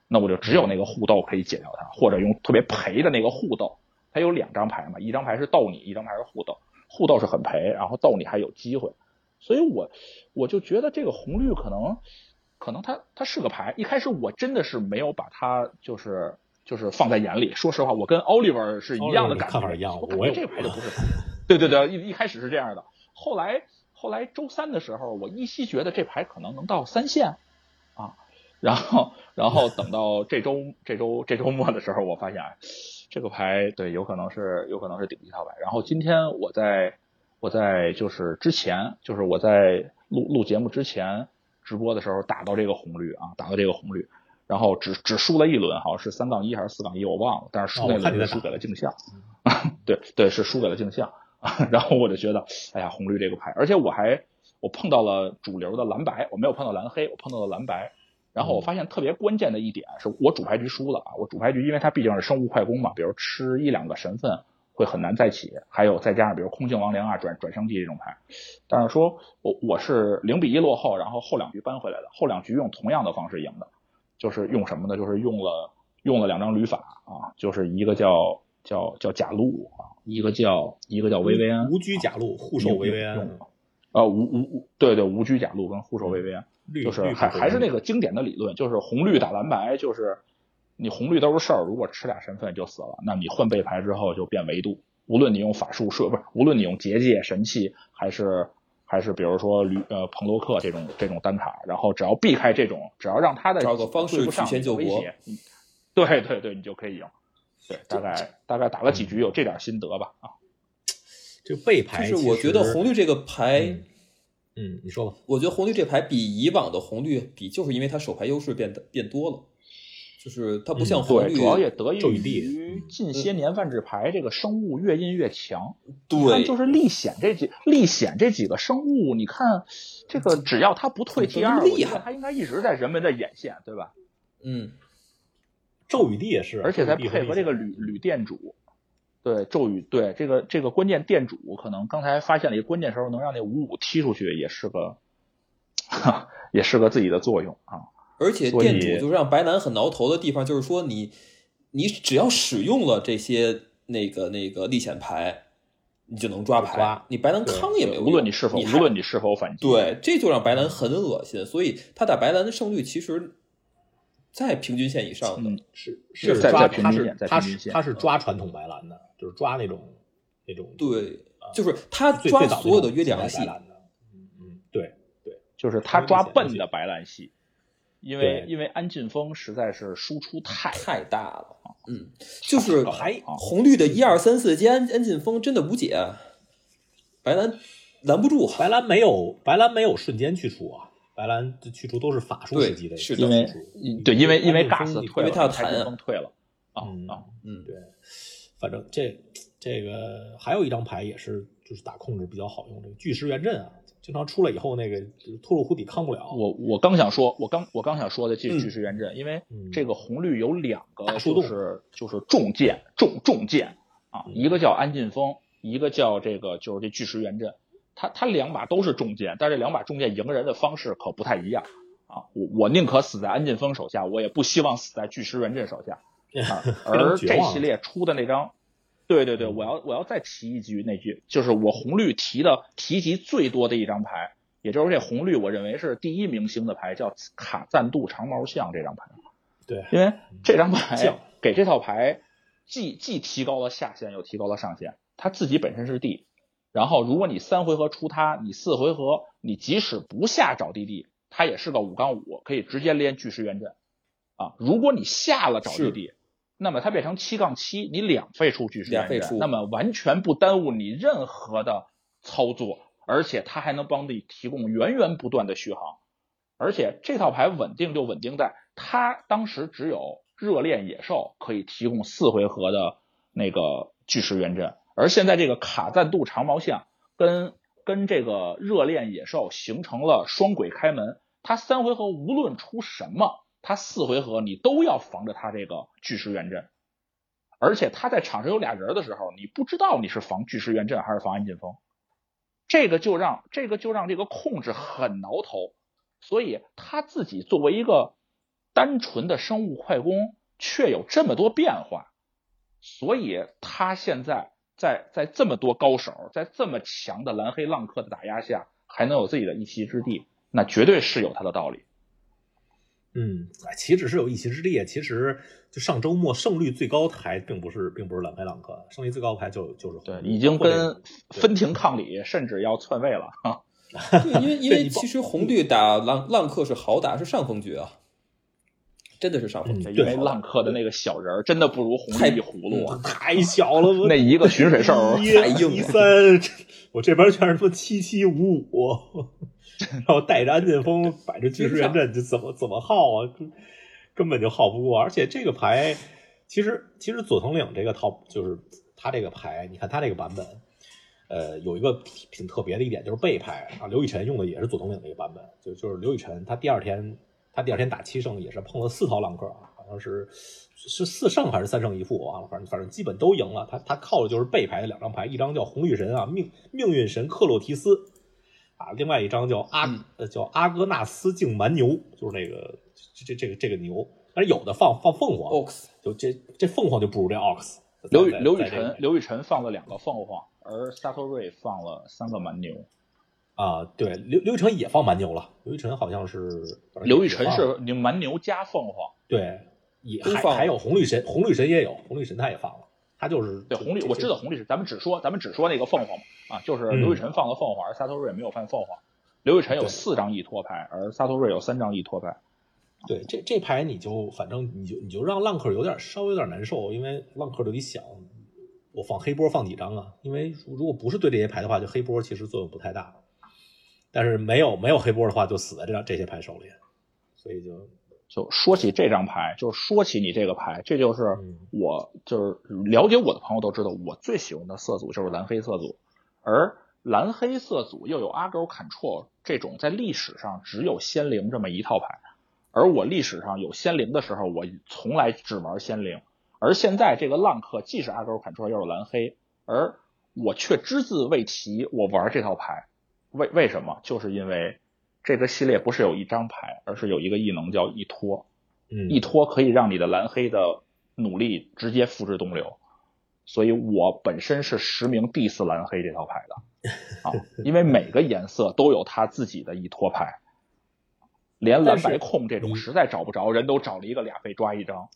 Speaker 3: 那我就只有那个互斗可以解掉它，或者用特别赔的那个互斗，它有两张牌嘛，一张牌是斗你，一张牌是互斗，互斗是很赔，然后斗你还有机会，所以我我就觉得这个红绿可能可能它它是个牌，一开始我真的是没有把它就是。就是放在眼里，说实话，我跟 Oliver 是一样的
Speaker 2: Oliver
Speaker 3: 感觉，
Speaker 2: 看法一样
Speaker 3: 我感
Speaker 2: 我也
Speaker 3: 觉这牌就不是牌。对对对，一一开始是这样的，后来后来周三的时候，我依稀觉得这牌可能能到三线啊，然后然后等到这周这周这周末的时候，我发现哎这个牌对有可能是有可能是顶级套牌。然后今天我在我在就是之前就是我在录录节目之前直播的时候打到这个红绿啊，打到这个红绿。然后只只输了一轮，好像是三杠一还是四杠一，我忘了。但是输
Speaker 2: 哦
Speaker 3: 那
Speaker 2: 我看你
Speaker 3: 轮
Speaker 2: 在
Speaker 3: 输
Speaker 2: 打
Speaker 3: 给了镜像， 对对，是输给了镜像。 然后我就觉得，哎呀，红绿这个牌，而且我还我碰到了主流的蓝白，我没有碰到蓝黑，我碰到了蓝白。然
Speaker 2: 嗯
Speaker 3: 后我发现特别关键的一点是我主牌局输了啊，我主牌局因为它毕竟是生物快攻嘛，比如吃一两个神分会很难再起，还有再加上比如空性亡灵啊、转转生技这种牌，但是说我我是零比一落后，然后后两局扳回来的，后两局用同样的方式赢的，就是用什么呢？就是用了用了两张旅法啊，就是一个叫叫叫贾路啊，一个叫一个叫薇薇安，
Speaker 2: 无拘假路，互受维维安，
Speaker 3: 啊无无无对对无拘贾路跟护手薇薇安。
Speaker 2: 绿
Speaker 3: 就是还还是那
Speaker 2: 个
Speaker 3: 个经典的理论，就是红绿打蓝白，就是你红绿都是事儿，如果吃俩神分就死了，那你换背牌之后就变维度，无论你用法术是不是，无论你用结界神器还是还是比如说驴呃彭罗克这种这种单卡，然后只要避开这种，只要让他的
Speaker 4: 找个方式
Speaker 3: 对不上
Speaker 4: 曲线救国
Speaker 3: 威胁，嗯对对对，你就可以赢。对，大概大概打了几局有这点心得吧啊，
Speaker 2: 这个背
Speaker 4: 就
Speaker 2: 牌，
Speaker 4: 是我觉得红绿，这个牌
Speaker 2: 嗯，嗯，你说吧，
Speaker 4: 我觉得红绿这牌比以往的红绿比，就是因为它手牌优势变得变多了，就是它不像
Speaker 2: 嗯
Speaker 4: 红
Speaker 3: 对，
Speaker 4: 绿，
Speaker 3: 主要也得益
Speaker 2: 咒语地
Speaker 3: 于近些年泛指牌这个生物越印越强。看
Speaker 4: 对，
Speaker 3: 就是历险这几历险这几个生物，你看这个只要它不退
Speaker 4: 怎
Speaker 3: T
Speaker 4: 么那
Speaker 3: 二，
Speaker 4: 么
Speaker 3: 我
Speaker 4: 嗯厉
Speaker 3: 觉
Speaker 4: 害
Speaker 3: 得它应该一直在人们的眼线，对吧？
Speaker 4: 嗯，
Speaker 2: 咒语地也是，
Speaker 3: 而且再
Speaker 2: 咒语地和
Speaker 3: 配
Speaker 2: 历
Speaker 3: 合这
Speaker 2: 险
Speaker 3: 个铝铝店主，对咒语，对这个这个关键店主，可能刚才发现了一个关键时候能让那五五踢出去，也是个， 哈，也是个自己的作用啊。
Speaker 4: 而且
Speaker 3: 所以
Speaker 4: 店主就让白男很挠头的地方，就是说你你只要使用了这些那个那个历险牌，你就能抓牌，
Speaker 2: 抓
Speaker 4: 你白男康也没有用，
Speaker 3: 无论你是否
Speaker 4: 你
Speaker 3: 无
Speaker 4: 还
Speaker 3: 论你是否反击，
Speaker 4: 对，这就让白蓝很恶心，所以他打白蓝的胜率其实，在平均线以上的。
Speaker 3: 嗯
Speaker 2: 是是
Speaker 3: 在
Speaker 2: 抓，
Speaker 3: 在平
Speaker 2: 他
Speaker 3: 均
Speaker 2: 是
Speaker 3: 线在
Speaker 2: 他
Speaker 3: 平均
Speaker 2: 是
Speaker 3: 线
Speaker 2: 他是抓传统白蓝的，就是抓那种那种
Speaker 4: 对，
Speaker 2: 啊
Speaker 4: 就是他
Speaker 2: 最
Speaker 4: 抓
Speaker 2: 最早
Speaker 4: 所有
Speaker 2: 那
Speaker 4: 的
Speaker 2: 种
Speaker 4: 约良
Speaker 2: 白
Speaker 4: 系，
Speaker 2: 蓝的，嗯嗯，对，
Speaker 3: 就是他抓笨
Speaker 2: 对
Speaker 3: 的白兰系，因为
Speaker 2: 对
Speaker 3: 因为安晋峰实在是输出太
Speaker 4: 太大了。嗯，就是
Speaker 2: 还
Speaker 4: 红绿的一二三四接安安进风真的无解，啊白蓝拦不住。啊
Speaker 2: 白蓝没有白蓝没有瞬间去除啊，白蓝的去除都是法术
Speaker 4: 对
Speaker 2: 时机的去
Speaker 4: 是
Speaker 2: 除，
Speaker 4: 的
Speaker 3: 因为对，因为因为
Speaker 2: 安
Speaker 3: 尬
Speaker 2: 定
Speaker 3: 死
Speaker 2: 风
Speaker 3: 退了，
Speaker 4: 因为他要谈啊
Speaker 3: 安定风退了啊
Speaker 2: 嗯
Speaker 3: 啊！
Speaker 4: 嗯，
Speaker 2: 对，反正这这个还有一张牌也是，就是打控制比较好用，这个巨石原阵啊，经常出来以后那个就是吐露湖底抗不了。
Speaker 3: 我我刚想说，我刚我刚想说的这
Speaker 4: 嗯
Speaker 3: 巨石原阵，因为
Speaker 2: 嗯
Speaker 3: 这个红绿有两个
Speaker 2: 大树
Speaker 3: 就
Speaker 2: 洞
Speaker 3: 是就是重剑重重剑啊，一个叫安进风，一个叫这个就是这巨石原阵，它它两把都是重剑，但是两把重剑赢人的方式可不太一样啊。我我宁可死在安进风手 下，我也不希望死在巨石原阵手下。啊
Speaker 2: 非常
Speaker 3: 而
Speaker 2: 绝
Speaker 3: 这
Speaker 2: 望
Speaker 3: 系列出的那张，对对对，
Speaker 2: 嗯
Speaker 3: 我要我要再提一局那局，就是我红绿提的提及最多的一张牌，也就是这红绿，我认为是第一明星的牌，叫卡赞度长毛象这张牌，
Speaker 2: 对，嗯
Speaker 3: 因为这张
Speaker 2: 象
Speaker 3: 牌给这套牌既既提高了下限，又提高了上限。它自己本身是 D，然后如果你三回合出它，你四回合你即使不下找地地，它也是个五杠五，可以直接连巨石原阵啊。如果你下了找地地，那么它变成七杠七，你两费出巨石原
Speaker 4: 两费出
Speaker 3: 阵，那么完全不耽误你任何的操作，而且它还能帮你提供源源不断的续航。而且这套牌稳定就稳定在它当时只有热恋野兽可以提供四回合的那个巨石原阵，而现在这个卡赞度长毛象跟跟这个热恋野兽形成了双轨开门，它三回合无论出什么，它四回合你都要防着它这个巨石原阵。而且他在场上有俩人的时候，你不知道你是防巨石原阵还是防暗劲风，这个就让这个就让这个控制很挠头。所以他自己作为一个单纯的生物快攻，却有这么多变化，所以他现在在在这么多高手，在这么强的蓝黑浪客的打压下，还能有自己的一席之地，那绝对是有他的道理。
Speaker 2: 嗯，哎，岂止是有一席之地啊？其实就上周末胜率最高的牌并不是，并不是蓝白朗克，胜率最高的牌就就是红
Speaker 3: 对，
Speaker 2: 牛
Speaker 3: 已经
Speaker 2: 或者
Speaker 3: 跟分庭抗礼，甚至要篡位了。哈
Speaker 4: 对，因为因
Speaker 2: 对
Speaker 4: 为
Speaker 2: 你不嗯
Speaker 4: 其实红绿打浪浪客是好打，是上风局啊，真的是上风局。
Speaker 2: 嗯对
Speaker 3: 因为浪客的那个小人儿真的不如红
Speaker 4: 太
Speaker 3: 衣葫芦啊，
Speaker 2: 太小了，我
Speaker 3: 那一个巡水兽儿
Speaker 2: 一
Speaker 4: 太硬了
Speaker 2: 一三，这我这边全是说七七五五， 然后带着安剑锋摆着巨石原阵，这怎么怎么耗啊？根根本就耗不过。而且这个牌，其实其实佐藤岭这个套就是他这个牌，你看他这个版本，呃，有一个挺挺特别的一点就是背牌啊，刘雨辰用的也是佐藤岭这个版本，就就是刘雨辰他第二天他第二天打七胜也是碰了四套浪客啊，好像是是四胜还是三胜一负，我忘了，反正反正基本都赢了。他他靠的就是背牌的两张牌，一张叫红绿神啊，命命运神克洛提斯啊，另外一张叫阿、
Speaker 3: 嗯
Speaker 2: 呃叫阿格纳斯净蛮牛，就是那个这这这个这个牛，但是有的放放凤凰，
Speaker 4: Ox
Speaker 2: 就这这凤凰就不如这 ox。
Speaker 3: 哦刘 雨
Speaker 2: 在
Speaker 3: 刘雨
Speaker 2: 在这个
Speaker 3: 辰刘雨辰放了两个凤凰，而萨托瑞放了三个蛮牛。
Speaker 2: 啊，对，刘刘雨辰也放蛮牛了，刘雨辰好像是
Speaker 3: 刘雨辰
Speaker 2: 也放了
Speaker 3: 是你蛮牛加凤凰，
Speaker 2: 对，也
Speaker 4: 都
Speaker 2: 还
Speaker 4: 放了
Speaker 2: 还有红绿神，红绿神也有，红绿神他也放了，他就是
Speaker 3: 对红绿
Speaker 2: 这
Speaker 3: 我
Speaker 2: 这
Speaker 3: 知道红绿是，咱们只说咱们只说那个凤凰啊，就是刘雨辰放了凤凰，而萨托瑞没有放凤凰。刘雨辰有
Speaker 2: 对
Speaker 3: 四张一托牌，而萨托瑞有三张一托牌。
Speaker 2: 对，这这牌你就反正你就你就让浪客有点稍微有点难受，因为浪客就得想，我放黑波放几张啊？因为如如果不是对这些牌的话，就黑波其实作用不太大，但是没有没有黑波的话，就死在这张这些牌手里，所以就
Speaker 3: 就说起这张牌，就说起你这个牌，这就是
Speaker 2: 嗯
Speaker 3: 我就是了解我的朋友都知道，我最喜欢的色组就是蓝黑色组，而蓝黑色组又有阿勾坎绰这种在历史上只有仙灵这么一套牌，而我历史上有仙灵的时候，我从来只玩仙灵，而现在这个浪客既是阿勾坎绰又是蓝黑，而我却只字未提我玩这套牌，为为什么？就是因为这个系列不是有一张牌，而是有一个异能叫一拖，
Speaker 2: 嗯
Speaker 3: 一拖可以让你的蓝黑的努力直接付之东流。所以我本身是实名 diss 蓝黑这套牌的啊，因为每个颜色都有它自己的一拖牌，连蓝白控这种实在找不着，人都找了一个俩被抓一张。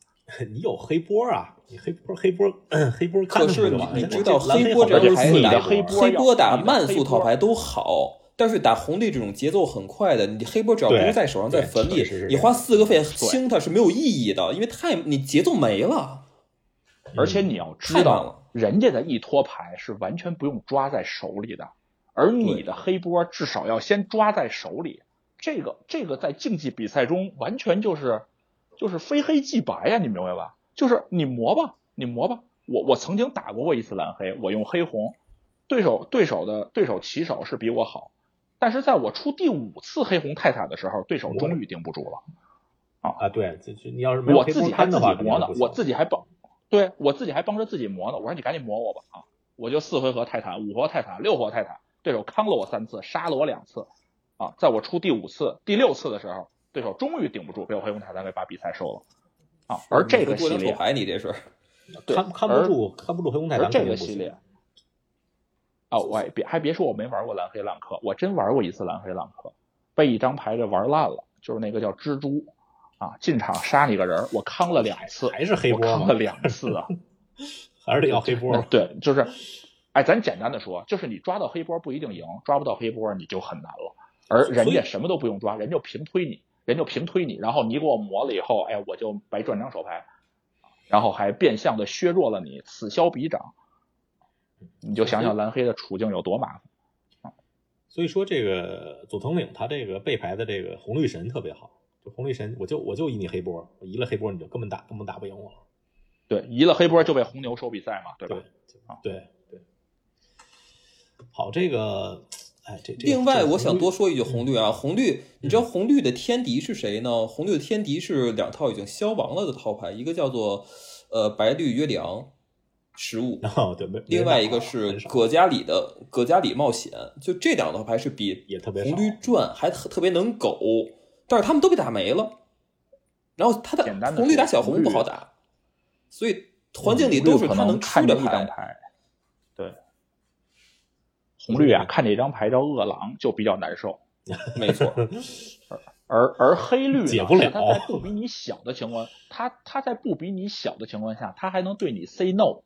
Speaker 2: 你有黑波啊，你黑波黑波 黑波看
Speaker 4: 可
Speaker 2: 着
Speaker 4: 是
Speaker 2: 就
Speaker 4: 你
Speaker 2: 完了，
Speaker 4: 你
Speaker 2: 这
Speaker 4: 知道
Speaker 2: 啊这蓝
Speaker 4: 黑
Speaker 2: 黑好像
Speaker 4: 波这张
Speaker 2: 就是
Speaker 4: 牌
Speaker 2: 四
Speaker 4: 打
Speaker 2: 张波
Speaker 3: 黑波
Speaker 4: 黑波打
Speaker 3: 你的
Speaker 4: 慢
Speaker 3: 黑
Speaker 4: 速套
Speaker 3: 波
Speaker 4: 牌都好，但是打红绿这种节奏很快的，你黑波只要不
Speaker 2: 对
Speaker 4: 是在手上在
Speaker 2: 对
Speaker 4: 坟
Speaker 2: 是
Speaker 4: 里
Speaker 2: 是是，
Speaker 4: 你花四个费清它是没有意义的，因为太你节奏没了。
Speaker 2: 嗯
Speaker 3: 而且你要知
Speaker 4: 嗯太棒了
Speaker 3: 道，人家的一拖牌是完全不用抓在手里的，而你的黑波至少要先抓在手里。这个这个在竞技比赛中完全就是就是非黑即白啊呀、你明白吧？就是你磨吧，你磨吧。我我曾经打过过一次蓝黑，我用黑红，对手对手的对手起手是比我好，但是在我出第五次黑红泰坦的时候，对手终于顶不住了。
Speaker 2: 啊，对，就就你要是没有
Speaker 3: 我
Speaker 2: 黑
Speaker 3: 自
Speaker 2: 波
Speaker 3: 己还
Speaker 2: 看
Speaker 3: 自
Speaker 2: 的话，
Speaker 3: 己
Speaker 2: 肯定
Speaker 3: 磨呢
Speaker 2: 不，行
Speaker 3: 我自己还帮，对我自己还帮着自己磨呢。我说你赶紧磨我吧啊！我就四回合泰坦，五回合泰坦，六回合泰坦，对手康了我三次，杀了我两次啊！在我出第五次、第六次的时候，对手终于顶不住，被我黑红泰坦给把比赛收了啊！而这个
Speaker 4: 你
Speaker 3: 系
Speaker 4: 会过成
Speaker 3: 列
Speaker 4: 丑牌，你这是
Speaker 3: 对
Speaker 2: 看看不
Speaker 3: 而
Speaker 2: 住看不住黑红太
Speaker 3: 而
Speaker 2: 狼
Speaker 3: 这
Speaker 2: 肯定
Speaker 3: 个
Speaker 2: 不行
Speaker 3: 系列，哦，我也别还别说我没玩过蓝黑浪客，我真玩过一次蓝黑浪客，被一张牌给玩烂了，就是那个叫蜘蛛啊，进场杀你个人儿，我扛了两次，
Speaker 2: 还是黑
Speaker 3: 我
Speaker 2: 波
Speaker 3: 扛
Speaker 2: 吗
Speaker 3: 了两次啊，
Speaker 2: 还是得要黑 波嘛。
Speaker 3: 嗯对，就是，哎，咱简单的说，就是你抓到黑波不一定赢，抓不到黑波你就很难了。而人
Speaker 2: 所
Speaker 3: 家
Speaker 2: 以
Speaker 3: 什么都不用抓，人就平推你，人就平推你，然后你给我磨了以后，哎，我就白赚张手牌，然后还变相的削弱了你，此消彼长。你就想想蓝黑的处境有多麻烦。
Speaker 2: 所以说这个佐藤岭他这个背牌的这个红绿神特别好，就红绿神我就我就移你黑波，我移了黑波你就根本打根本打不赢我了。
Speaker 3: 对，移了黑波就被红牛收比赛嘛，对吧？
Speaker 2: 对对，好这个，哎这这个
Speaker 4: 另外，
Speaker 2: 这个
Speaker 4: 我想
Speaker 2: 红绿嗯
Speaker 4: 多说一句红绿啊，红绿，你知道红绿的天敌是谁呢？红绿的天敌是两套已经消亡了的套牌，一个叫做呃白绿约良食物，
Speaker 2: 哦对，没没
Speaker 4: 另
Speaker 2: 人
Speaker 4: 外
Speaker 2: 打
Speaker 4: 一个
Speaker 2: 了
Speaker 4: 是
Speaker 2: 很少
Speaker 4: 葛加里的葛加里冒险，就这两套牌是比
Speaker 2: 也特别
Speaker 4: 红
Speaker 2: 少
Speaker 4: 绿转还特特别能苟，但是他们都被打没了。然后他的
Speaker 3: 简单地
Speaker 4: 红绿打
Speaker 3: 说
Speaker 4: 小
Speaker 3: 红
Speaker 4: 红不
Speaker 3: 绿
Speaker 4: 好打，所
Speaker 2: 嗯
Speaker 4: 以环境里都是
Speaker 3: 可
Speaker 4: 他
Speaker 3: 能
Speaker 4: 出
Speaker 3: 看
Speaker 4: 的
Speaker 3: 见一张
Speaker 4: 牌。
Speaker 3: 牌，对。红绿啊，看见一张牌叫饿狼就比较难受，
Speaker 4: 没错，
Speaker 3: 而而黑绿呢
Speaker 2: 解不了
Speaker 3: 是它在不比你小的情况，它它在不比你小的情况下，它还能对你 say no，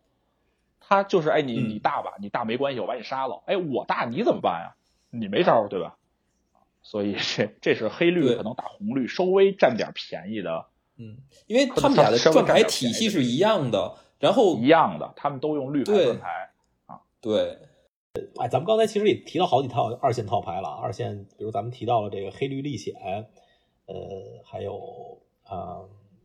Speaker 3: 它就是哎你
Speaker 4: 嗯
Speaker 3: 你大吧，你大没关系，我把你杀了，哎我大你怎么办呀？你没招儿对吧？所以这这是黑绿
Speaker 4: 对
Speaker 3: 可能打红绿稍微占点便宜的，
Speaker 4: 嗯，因为他们俩的
Speaker 3: 稍微
Speaker 4: 转
Speaker 3: 占
Speaker 4: 牌
Speaker 3: 点
Speaker 4: 体
Speaker 3: 便宜
Speaker 4: 系
Speaker 3: 的
Speaker 4: 是一样的，然后
Speaker 3: 一样的，他们都用绿牌
Speaker 4: 对
Speaker 3: 盾牌，
Speaker 4: 对，
Speaker 2: 哎，咱们刚才其实也提到好几套二线套牌了啊，二线，比如咱们提到了这个黑绿历险，呃，还有啊、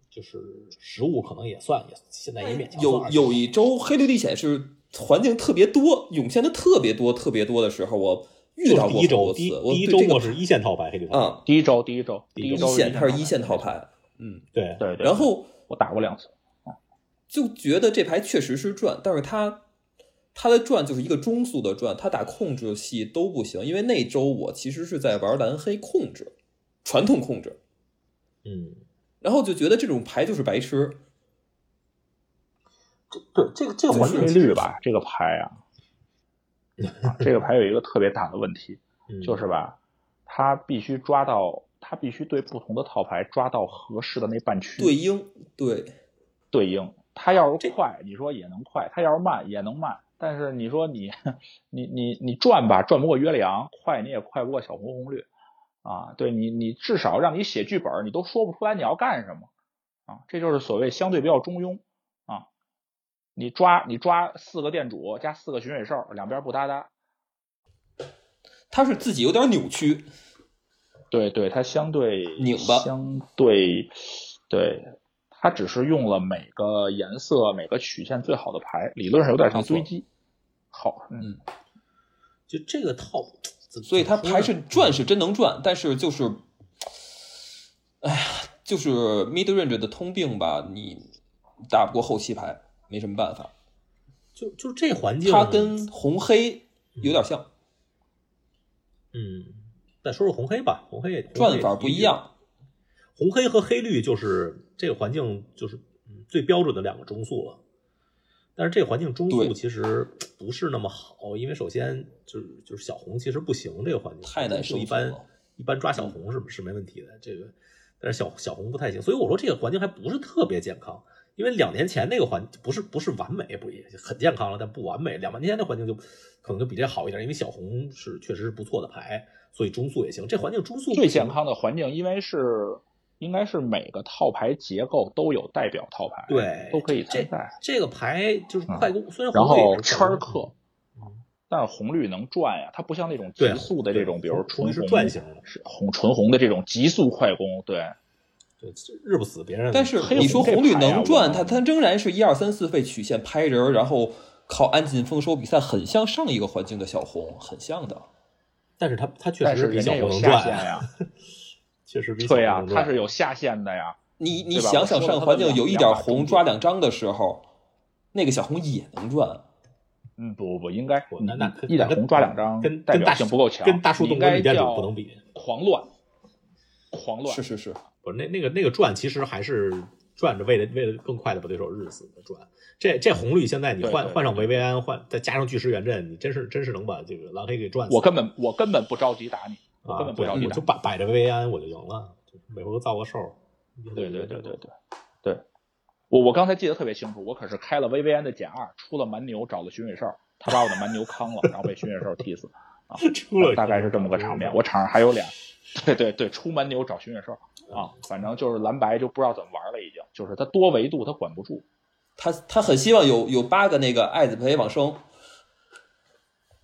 Speaker 2: 就是食物可能也算，也现在也勉强算
Speaker 4: 有
Speaker 2: 二线
Speaker 4: 有一周黑绿历险是环境特别多，涌现的特别多特别多的时候，我遇
Speaker 2: 就是
Speaker 4: 到
Speaker 2: 第
Speaker 4: 过
Speaker 2: 一
Speaker 4: 很
Speaker 2: 周
Speaker 4: 多
Speaker 2: 第一
Speaker 4: 次。我
Speaker 2: 第一
Speaker 4: 对
Speaker 2: 周
Speaker 4: 这个
Speaker 2: 末是一线套牌黑绿套牌，
Speaker 4: 啊，
Speaker 3: 第一周第一周第
Speaker 2: 一
Speaker 3: 周
Speaker 4: 一线它是一
Speaker 3: 一
Speaker 4: 线套，牌，嗯，
Speaker 2: 对，
Speaker 3: 对对，
Speaker 4: 然后
Speaker 3: 我打过两次，
Speaker 4: 就觉得这牌确实是转，但是它它的转就是一个中速的转，它打控制系都不行，因为那周我其实是在玩蓝黑控制，传统控制，
Speaker 2: 嗯，
Speaker 4: 然后就觉得这种牌就是白痴，
Speaker 2: 对，这个这个
Speaker 4: 环
Speaker 2: 环
Speaker 4: 境
Speaker 2: 境
Speaker 3: 黑绿吧这个牌啊啊这个牌有一个特别大的问题。
Speaker 2: 嗯
Speaker 3: 就是吧，他必须抓到，他必须对不同的套牌抓到合适的那半区
Speaker 4: 对应对
Speaker 3: 对应。他要是快，你说也能快；他要是慢，也能慢。但是你说你你你你转吧，转不过约里昂，快你也快不过小红红绿啊。对你你至少让你写剧本，你都说不出来你要干什么啊。这就是所谓相对比较中庸啊。你抓你抓四个店主加四个巡水哨，两边不搭搭，
Speaker 4: 它是自己有点扭曲，
Speaker 3: 对对，它相对
Speaker 4: 拧巴
Speaker 3: 相对对，它只是用了每个颜色、每个曲线最好的牌，理论上有点像
Speaker 4: 没错
Speaker 3: 堆积。好，嗯
Speaker 4: 嗯，
Speaker 2: 就这个套，怎么
Speaker 4: 所以它
Speaker 2: 怎么
Speaker 4: 牌
Speaker 2: 说
Speaker 4: 是
Speaker 2: 呢
Speaker 4: 转是真能转，但是就是，哎呀，就是 mid range 的通病吧，你打不过后期牌，没什么办法。
Speaker 2: 就就这环境，
Speaker 4: 它跟红黑有点像，
Speaker 2: 嗯，再说说红黑吧，红黑也
Speaker 4: 转法不一，样。
Speaker 2: 红黑和黑绿就是这个环境就是嗯最标准的两个中速了。但是这个环境中
Speaker 4: 对
Speaker 2: 速其实不是那么好，因为首先就是就是小红其实不行，这个环境
Speaker 4: 太难
Speaker 2: 中速
Speaker 4: 生
Speaker 2: 一
Speaker 4: 存
Speaker 2: 般
Speaker 4: 了嗯
Speaker 2: 一般抓小红是是没问题的，这个但是小小红不太行，所以我说这个环境还不是特别健康。因为两年前那个环不是不是完美，不也很健康了，但不完美。两年前的环境就可能就比这好一点，因为小红是确实是不错的牌，所以中速也行。这环境中速不
Speaker 3: 最
Speaker 2: 行
Speaker 3: 健康的环境，因为是应该是每个套牌结构都有代表套牌，
Speaker 2: 对，
Speaker 3: 都可以
Speaker 2: 这
Speaker 3: 参赛。
Speaker 2: 这个牌就是快攻，虽然
Speaker 3: 嗯然
Speaker 2: 红队也
Speaker 3: 后
Speaker 2: 是
Speaker 3: 圈
Speaker 2: 快攻
Speaker 3: 克，但是红绿能转呀，它不像那种
Speaker 2: 嗯对
Speaker 3: 极速的这种，比如
Speaker 2: 红红绿
Speaker 3: 纯
Speaker 2: 是
Speaker 3: 红
Speaker 2: 转型的
Speaker 3: 是红纯红的这种极速快攻，对。
Speaker 2: 对，这日不死别人。
Speaker 4: 但是
Speaker 3: 黑
Speaker 4: 你
Speaker 3: 红
Speaker 4: 说
Speaker 3: 这
Speaker 4: 红绿
Speaker 3: 牌啊
Speaker 4: 能
Speaker 3: 我
Speaker 4: 转，它它仍然是一二三四费曲线拍人儿，然后靠安进丰收比赛，很像上一个环境的小红，很像的。
Speaker 2: 但是他他确
Speaker 3: 但
Speaker 2: 实
Speaker 3: 是
Speaker 2: 比
Speaker 3: 人
Speaker 2: 小
Speaker 3: 家有
Speaker 2: 红能
Speaker 3: 下
Speaker 2: 转
Speaker 3: 限 呀，
Speaker 2: 确实比小红
Speaker 3: 对呀、
Speaker 2: 能
Speaker 3: 它
Speaker 2: 转
Speaker 3: 是有下限的呀。
Speaker 4: 你你
Speaker 3: 对吧
Speaker 4: 想
Speaker 3: 我
Speaker 4: 想
Speaker 3: 说了
Speaker 4: 上
Speaker 3: 它
Speaker 4: 环
Speaker 3: 的
Speaker 4: 境
Speaker 3: 两
Speaker 4: 有一
Speaker 3: 两
Speaker 4: 点
Speaker 3: 把
Speaker 4: 红
Speaker 3: 中
Speaker 4: 抓
Speaker 3: 间
Speaker 4: 两张的时候，那个小红也能转。
Speaker 3: 嗯，不不不，应该
Speaker 2: 我
Speaker 3: 你
Speaker 2: 哦那那
Speaker 3: 一点
Speaker 2: 跟
Speaker 3: 红抓两张，
Speaker 2: 跟
Speaker 3: 代
Speaker 2: 跟
Speaker 3: 表
Speaker 2: 大
Speaker 3: 性
Speaker 2: 树
Speaker 3: 不够强，
Speaker 2: 跟大树
Speaker 3: 你
Speaker 2: 洞
Speaker 3: 应
Speaker 2: 跟
Speaker 3: 该
Speaker 2: 李店主
Speaker 3: 叫
Speaker 2: 不能比。
Speaker 3: 狂乱，狂乱
Speaker 4: 是是是，
Speaker 2: 不是那那个那个转，其实还是转着，为了为了更快的把对手日死转。这这红绿现在你
Speaker 3: 对
Speaker 2: 换
Speaker 3: 对
Speaker 2: 换上维维安，换再加上巨石原阵，你真是真是能把这个狼黑给转死。
Speaker 3: 我根本我根本不着急打你，我根
Speaker 2: 啊，
Speaker 3: 本不
Speaker 2: 对，
Speaker 3: 着急
Speaker 2: 我
Speaker 3: 打
Speaker 2: 就
Speaker 3: 你。
Speaker 2: 摆摆着维维安我就赢了，就是每回都造个兽。
Speaker 3: 对 对对对对对，我我刚才记得特别清楚，我可是开了薇薇安的减二，出了蛮牛，找了巡水哨，他把我的蛮牛坑了，然后被巡水哨踢死，
Speaker 2: 对，出了
Speaker 3: 大概是这么个场面。我场上还有俩，对对对，出蛮牛找巡水哨啊，反正就是蓝白就不知道怎么玩了，已经就是他多维度他管不住，
Speaker 4: 他他很希望有有八个那个爱子培往生，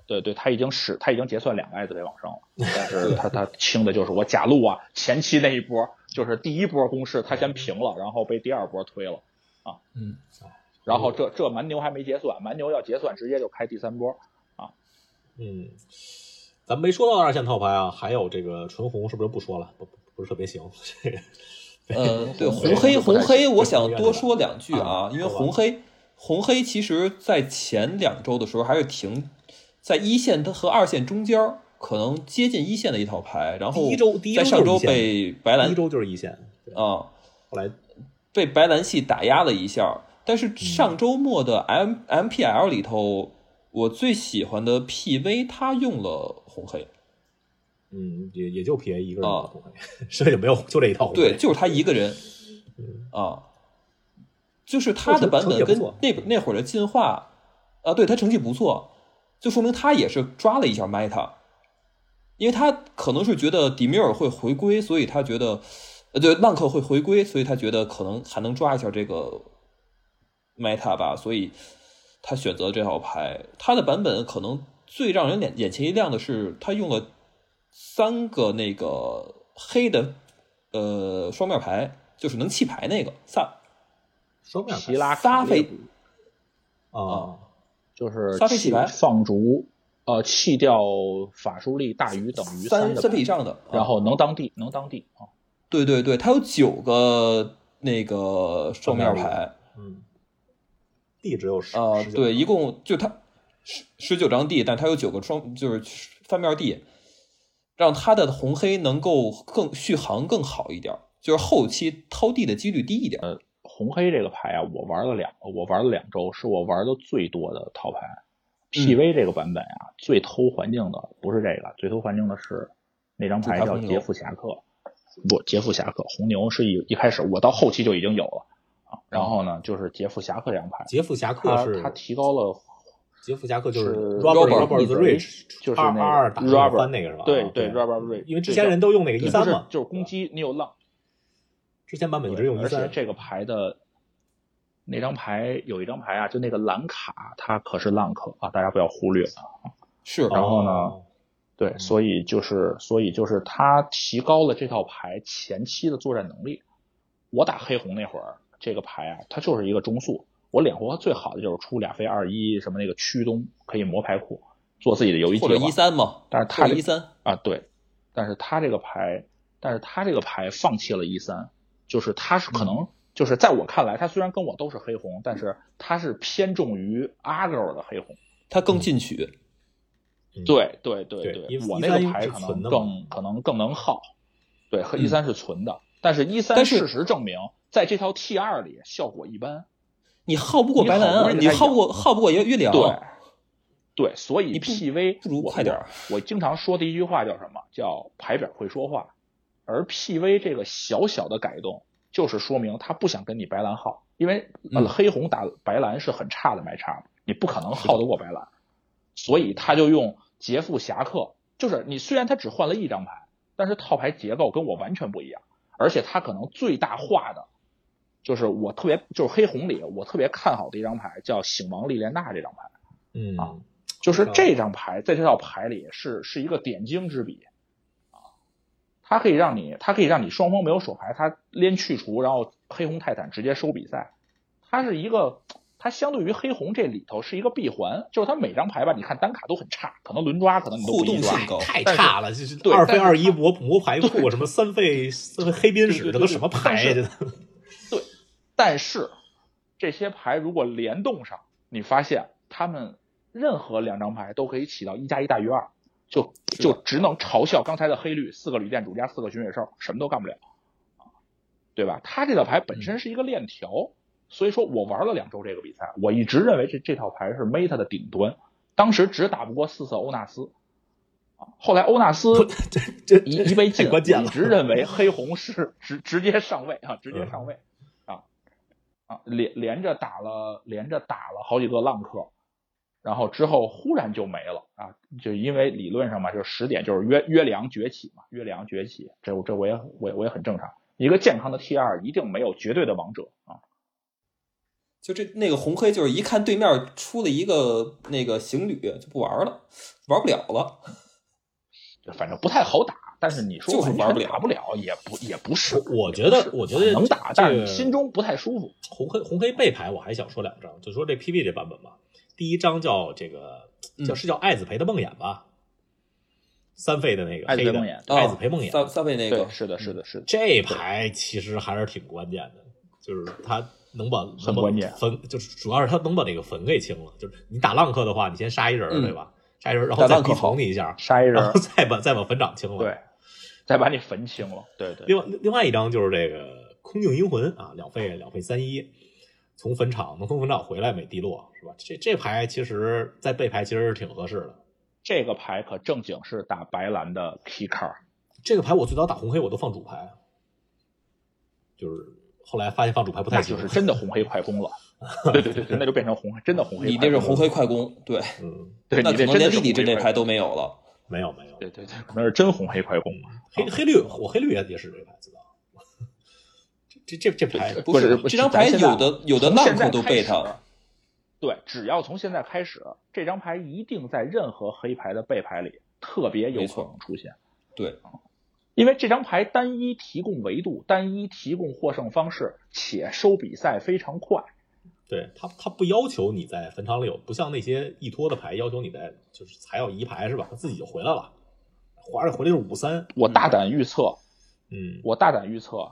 Speaker 3: 对对，他已经使他已经结算两个艾滋被往 生了，但是他他清的就是我假路啊，前期那一波就是第一波攻势他先平了，然后被第二波推了啊，
Speaker 4: 嗯，
Speaker 3: 然后这这蛮牛还没结算，蛮牛要结算直接就开第三波，
Speaker 2: 嗯，咱们没说到二线套牌啊，还有这个纯红是不是就不说了？不不不是特别行。这个
Speaker 4: 呃，对
Speaker 3: 红
Speaker 4: 红黑
Speaker 3: 黑不太
Speaker 4: 红黑，
Speaker 3: 行
Speaker 4: 我想多说两句啊，
Speaker 2: 嗯
Speaker 4: 因为
Speaker 2: 好吧
Speaker 4: 红黑红黑其实在前两周的时候还是停在一线和二线中间儿，可能接近一线的一套牌，然后
Speaker 2: 第一周第一周
Speaker 4: 在上
Speaker 2: 就是一
Speaker 4: 周
Speaker 2: 线
Speaker 4: 被白
Speaker 2: 第一
Speaker 4: 蓝
Speaker 2: 周就是一线，对
Speaker 4: 啊
Speaker 2: 后来
Speaker 4: 被白蓝系打压了一下，但
Speaker 2: 嗯
Speaker 4: 是上周末的 M M P L 里头，我最喜欢的 P V 他用了红黑，
Speaker 2: 嗯也也就 P A 一个人
Speaker 4: 啊
Speaker 2: 红黑，剩下就没有就这一套红
Speaker 4: 对，
Speaker 2: 黑。嗯
Speaker 4: 就是他一个人，啊，就是他的版本
Speaker 2: 成成绩也
Speaker 4: 跟
Speaker 2: 不错
Speaker 4: 那那会儿的进化，啊，对他成绩不错，就说明他也是抓了一下 Meta，因为他可能是觉得迪米尔会回归，所以他觉得，呃，对，浪客会回归，所以他觉得可能还能抓一下这个 Meta 吧，所以他选择这套牌。他的版本可能最让人眼眼前一亮的是，他用了三个那个黑的呃双面牌，就是能弃牌那个萨
Speaker 2: 双面
Speaker 3: 皮拉
Speaker 4: 撒
Speaker 3: 卡
Speaker 4: 菲
Speaker 3: 列
Speaker 4: 啊
Speaker 3: 古
Speaker 2: 啊，
Speaker 3: 就是
Speaker 4: 撒菲
Speaker 3: 弃
Speaker 4: 起来
Speaker 3: 放逐，呃，弃掉法术力大于等于
Speaker 4: 三
Speaker 3: 的
Speaker 4: 三
Speaker 3: 牌
Speaker 4: P 以上的，啊
Speaker 3: 然后能当地能当地啊，
Speaker 4: 对对对，他有九个那个双面
Speaker 2: 双面
Speaker 4: 牌
Speaker 2: 嗯，D 只有十
Speaker 4: 啊、
Speaker 2: 19
Speaker 4: 对，一共就他十十九张地，但他有九个双就是翻面地，让他的红黑能够更续航更好一点儿，就是后期掏地的几率低一点儿。
Speaker 3: 红黑这个牌啊，我玩了两，我玩了两周，是我玩的最多的套牌。PV
Speaker 4: 嗯
Speaker 3: 这个版本啊，最偷环境的不是这个，最偷环境的是那张牌
Speaker 4: 紫霞
Speaker 3: 叫
Speaker 4: 红牛
Speaker 3: 劫富侠客，不，劫富侠客红牛是一一开始我到后期就已经有了啊。然后呢，就是劫富侠客这张牌，
Speaker 2: 杰夫侠客
Speaker 3: 它
Speaker 2: 是
Speaker 3: 它提高了
Speaker 2: 杰夫侠客就是
Speaker 3: 是
Speaker 2: Robert
Speaker 4: Robert
Speaker 2: Robert the Rich，
Speaker 3: 就是
Speaker 2: 二
Speaker 3: 那个
Speaker 2: 二二打
Speaker 3: Robert，
Speaker 2: 翻那个是吧？
Speaker 3: 对
Speaker 2: 啊
Speaker 3: 对
Speaker 2: 对
Speaker 3: Robert Ray，
Speaker 2: 因为之前人都用那个
Speaker 3: 对
Speaker 2: 一三
Speaker 3: 就是
Speaker 2: 嘛，
Speaker 3: 就是攻击你有浪，
Speaker 2: 之前版本一直
Speaker 3: 对
Speaker 2: 用一
Speaker 3: 而且
Speaker 2: 三，
Speaker 3: 这个牌的那张牌有一张牌啊，就那个蓝卡，它可是浪客啊，大家不要忽略啊。
Speaker 4: 是，
Speaker 2: 哦
Speaker 3: 然后呢对，所以就是所以就是它提高了这套牌前期的作战能力。我打黑红那会儿，这个牌啊，它就是一个中速。我两活最好的就是出俩飞二一什么那个驱东，可以磨牌库，做自己的游戏
Speaker 4: 或
Speaker 3: 计
Speaker 4: 者
Speaker 3: 划。
Speaker 4: 一三嘛，
Speaker 3: 但是他
Speaker 4: 一三
Speaker 3: 啊，对，但是他这个牌，但是他这个牌放弃了一三，就是他是可
Speaker 2: 嗯
Speaker 3: 能、就是在我看来，他虽然跟我都是黑红，但是他是偏重于阿 g o 的黑红。
Speaker 2: 嗯
Speaker 4: 他更进取，
Speaker 3: 对对对
Speaker 2: 对因为13
Speaker 3: 我那个牌
Speaker 2: 是
Speaker 3: 可
Speaker 2: 存
Speaker 3: 能
Speaker 2: 的嗯
Speaker 3: 更可能更能耗，对，和一三是存的，但是一三
Speaker 4: 但是
Speaker 3: 事实证明，在这套 T 二里效果一般。
Speaker 4: 你耗不过白蓝啊，
Speaker 3: 你
Speaker 4: 你
Speaker 3: 耗
Speaker 4: 耗
Speaker 3: 不
Speaker 4: 不
Speaker 3: 过
Speaker 4: 过耗不过月月
Speaker 2: 哦
Speaker 4: 亮啊，
Speaker 3: 对，对，所以
Speaker 4: 你不
Speaker 3: PV
Speaker 4: 不如
Speaker 3: 我
Speaker 4: 快点儿
Speaker 3: 我。我经常说的一句话叫什么？叫牌匾会说话。而 PV 这个小小的改动，就是说明他不想跟你白蓝耗，因为、呃
Speaker 4: 嗯
Speaker 3: 黑红打白蓝是很差的match up，你不可能耗得过白蓝，所以他就用劫富侠客，就是你虽然他只换了一张牌，但是套牌结构跟我完全不一样，而且他可能最大化的。就是我特别，就是黑红里我特别看好的一张牌叫醒王莉莲娜这张牌，
Speaker 2: 嗯
Speaker 3: 啊就是这张牌在这套牌里是是一个点睛之笔啊，它可以让你，它可以让你双方没有手牌，它连去除，然后黑红泰坦直接收比赛。它是一个，它相对于黑红这里头是一个闭环，就是它每张牌吧，你看单卡都很差，可能轮抓可能你都不
Speaker 4: 互动
Speaker 3: 一抓
Speaker 4: 性高
Speaker 2: 太
Speaker 3: 但是
Speaker 2: 差了，就是
Speaker 3: 对
Speaker 2: 二费
Speaker 3: 但是
Speaker 2: 二一磨磨牌库，什么三 费三费黑滨
Speaker 3: 对
Speaker 2: 使，
Speaker 3: 对
Speaker 2: 这
Speaker 3: 对
Speaker 2: 都什么
Speaker 3: 对
Speaker 2: 牌呀？
Speaker 3: 但
Speaker 2: 这
Speaker 3: 是
Speaker 2: 都
Speaker 3: 对，但是这些牌如果联动上，你发现他们任何两张牌都可以起到一加一大于二，就就只能嘲笑刚才的黑绿四个旅店主加四个巡水兽，什么都干不了。对吧？他这套牌
Speaker 2: 嗯
Speaker 3: 本身是一个链条，所以说我玩了两周这个比赛，我一直认为这这套牌是 Meta 的顶端，当时只打不过四色欧纳斯。啊后来欧纳斯
Speaker 2: 这这
Speaker 3: 一一被
Speaker 2: 太
Speaker 3: 禁，
Speaker 2: 关键
Speaker 3: 我
Speaker 2: 了
Speaker 3: 一直认为黑红是直直接上位啊，直接上位啊啊，连连着打了连着打了好几个浪客，然后之后忽然就没了啊，就因为理论上嘛，就是十点就是约约良崛起嘛，约良崛起，这我这我也我也我也很正常。一个健康的 T 二一定没有绝对的王者啊，
Speaker 4: 就这那个红黑，就是一看对面出了一个那个行旅，就不玩了，玩不了了。
Speaker 3: 就反正不太好打。但是你说
Speaker 4: 就是
Speaker 3: 完
Speaker 4: 玩不
Speaker 3: 全
Speaker 4: 了
Speaker 3: 打不了，也不也不是。
Speaker 2: 我觉得
Speaker 3: 也不是
Speaker 2: 我觉得
Speaker 3: 能打，
Speaker 2: 这
Speaker 3: 但是
Speaker 2: 个
Speaker 3: 心中不太舒服。
Speaker 2: 红黑红黑背牌，我还想说两张，就说这 PB 这版本吧。第一张叫这个叫
Speaker 4: 嗯
Speaker 2: 是叫爱子培的梦魇吧，三费的那个
Speaker 3: 爱子
Speaker 2: 黑
Speaker 3: 培
Speaker 2: 的
Speaker 3: 梦魇
Speaker 4: 啊
Speaker 3: 哦
Speaker 2: 爱子培梦魇，
Speaker 4: 撒撒贝那
Speaker 3: 对
Speaker 4: 个，嗯
Speaker 3: 是的，是的，是的。
Speaker 2: 这牌其实还是挺关键的，就是他能把
Speaker 3: 很关键
Speaker 2: 坟，就是主要是他能把那个坟给清了。就是你打浪客的话，你先杀一人儿，
Speaker 4: 嗯
Speaker 2: 对吧？杀一人儿，然
Speaker 4: 打
Speaker 2: 后再
Speaker 4: 浪客
Speaker 2: 逼缝你一下，
Speaker 3: 杀一人
Speaker 2: 然，后再把再把坟长清了。
Speaker 3: 对，，再把你坟清了。对对，
Speaker 2: 另外另外一张就是这个空境阴魂啊，两费两费三一，从坟场能从坟场回来没滴落是吧？这这牌其实，在背牌其实是挺合适的。
Speaker 3: 这个牌可正经是打白蓝的 key card，
Speaker 2: 这个牌我最早打红黑我都放主牌，就是后来发现放主牌不
Speaker 3: 那
Speaker 2: 太行，
Speaker 3: 就是真的红黑快 攻了。对对对对，那就变成红黑，真的红黑快攻。
Speaker 4: 你这是红黑快攻，对，
Speaker 2: 嗯，
Speaker 3: 对，
Speaker 4: 那
Speaker 3: 你这
Speaker 4: 可能
Speaker 3: 真
Speaker 4: 连
Speaker 3: 的是红
Speaker 4: 莉莉
Speaker 3: 黑
Speaker 4: 这类
Speaker 3: 快
Speaker 4: 牌
Speaker 3: 攻
Speaker 4: 都没有了。
Speaker 2: 没有没有，
Speaker 3: 对对对，可能是真红黑快攻啊。
Speaker 2: 黑黑绿我黑绿也也是这牌子的， 这这这这牌
Speaker 3: 对
Speaker 4: 不是
Speaker 3: 不是
Speaker 4: 这张牌
Speaker 3: 咱现在
Speaker 4: 有的有的
Speaker 3: 从
Speaker 4: 浪
Speaker 3: 现在
Speaker 4: 客都
Speaker 3: 开
Speaker 4: 背
Speaker 3: 始
Speaker 4: 它，
Speaker 3: 对，只要从现在开始，这张牌一定在任何黑牌的背牌里特别有
Speaker 4: 没
Speaker 3: 可
Speaker 4: 错
Speaker 3: 能出现。啊
Speaker 4: 对，
Speaker 3: 因为这张牌单一提供维度，单一提供获胜方式，且收比赛非常快。
Speaker 2: 对他他不要求你在坟场里有，不像那些一拖的牌要求你在就是才要移牌是吧？他自己就回来了，划着回来就是五三，
Speaker 3: 我大胆预测，
Speaker 2: 嗯，
Speaker 3: 我大胆预测，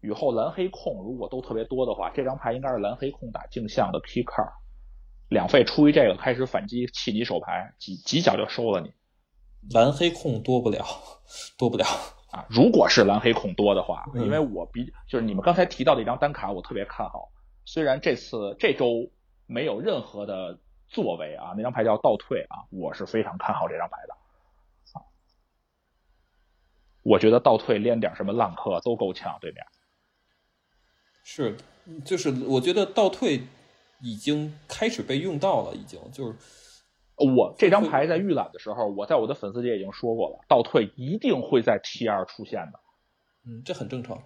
Speaker 3: 雨后蓝黑控如果都特别多的话，这张牌应该是蓝黑控打镜像的 key card，两费出一这个开始反击，弃你手牌，几几脚就收了你
Speaker 4: 蓝黑控多不了，多 不了。
Speaker 3: 啊！如果是蓝黑控多的话，
Speaker 4: 嗯
Speaker 3: 因为我比就是你们刚才提到的一张单卡，我特别看好，虽然这次这周没有任何的作为啊，那张牌叫倒退啊，我是非常看好这张牌的。啊我觉得倒退练点什么浪客都够呛，对面。
Speaker 4: 是，就是我觉得倒退已经开始被用到了，已经就是
Speaker 3: 我这张牌在预览的时候，我在我的粉丝界已经说过了，倒退一定会在 T 二出现的
Speaker 4: 嗯，这很正常。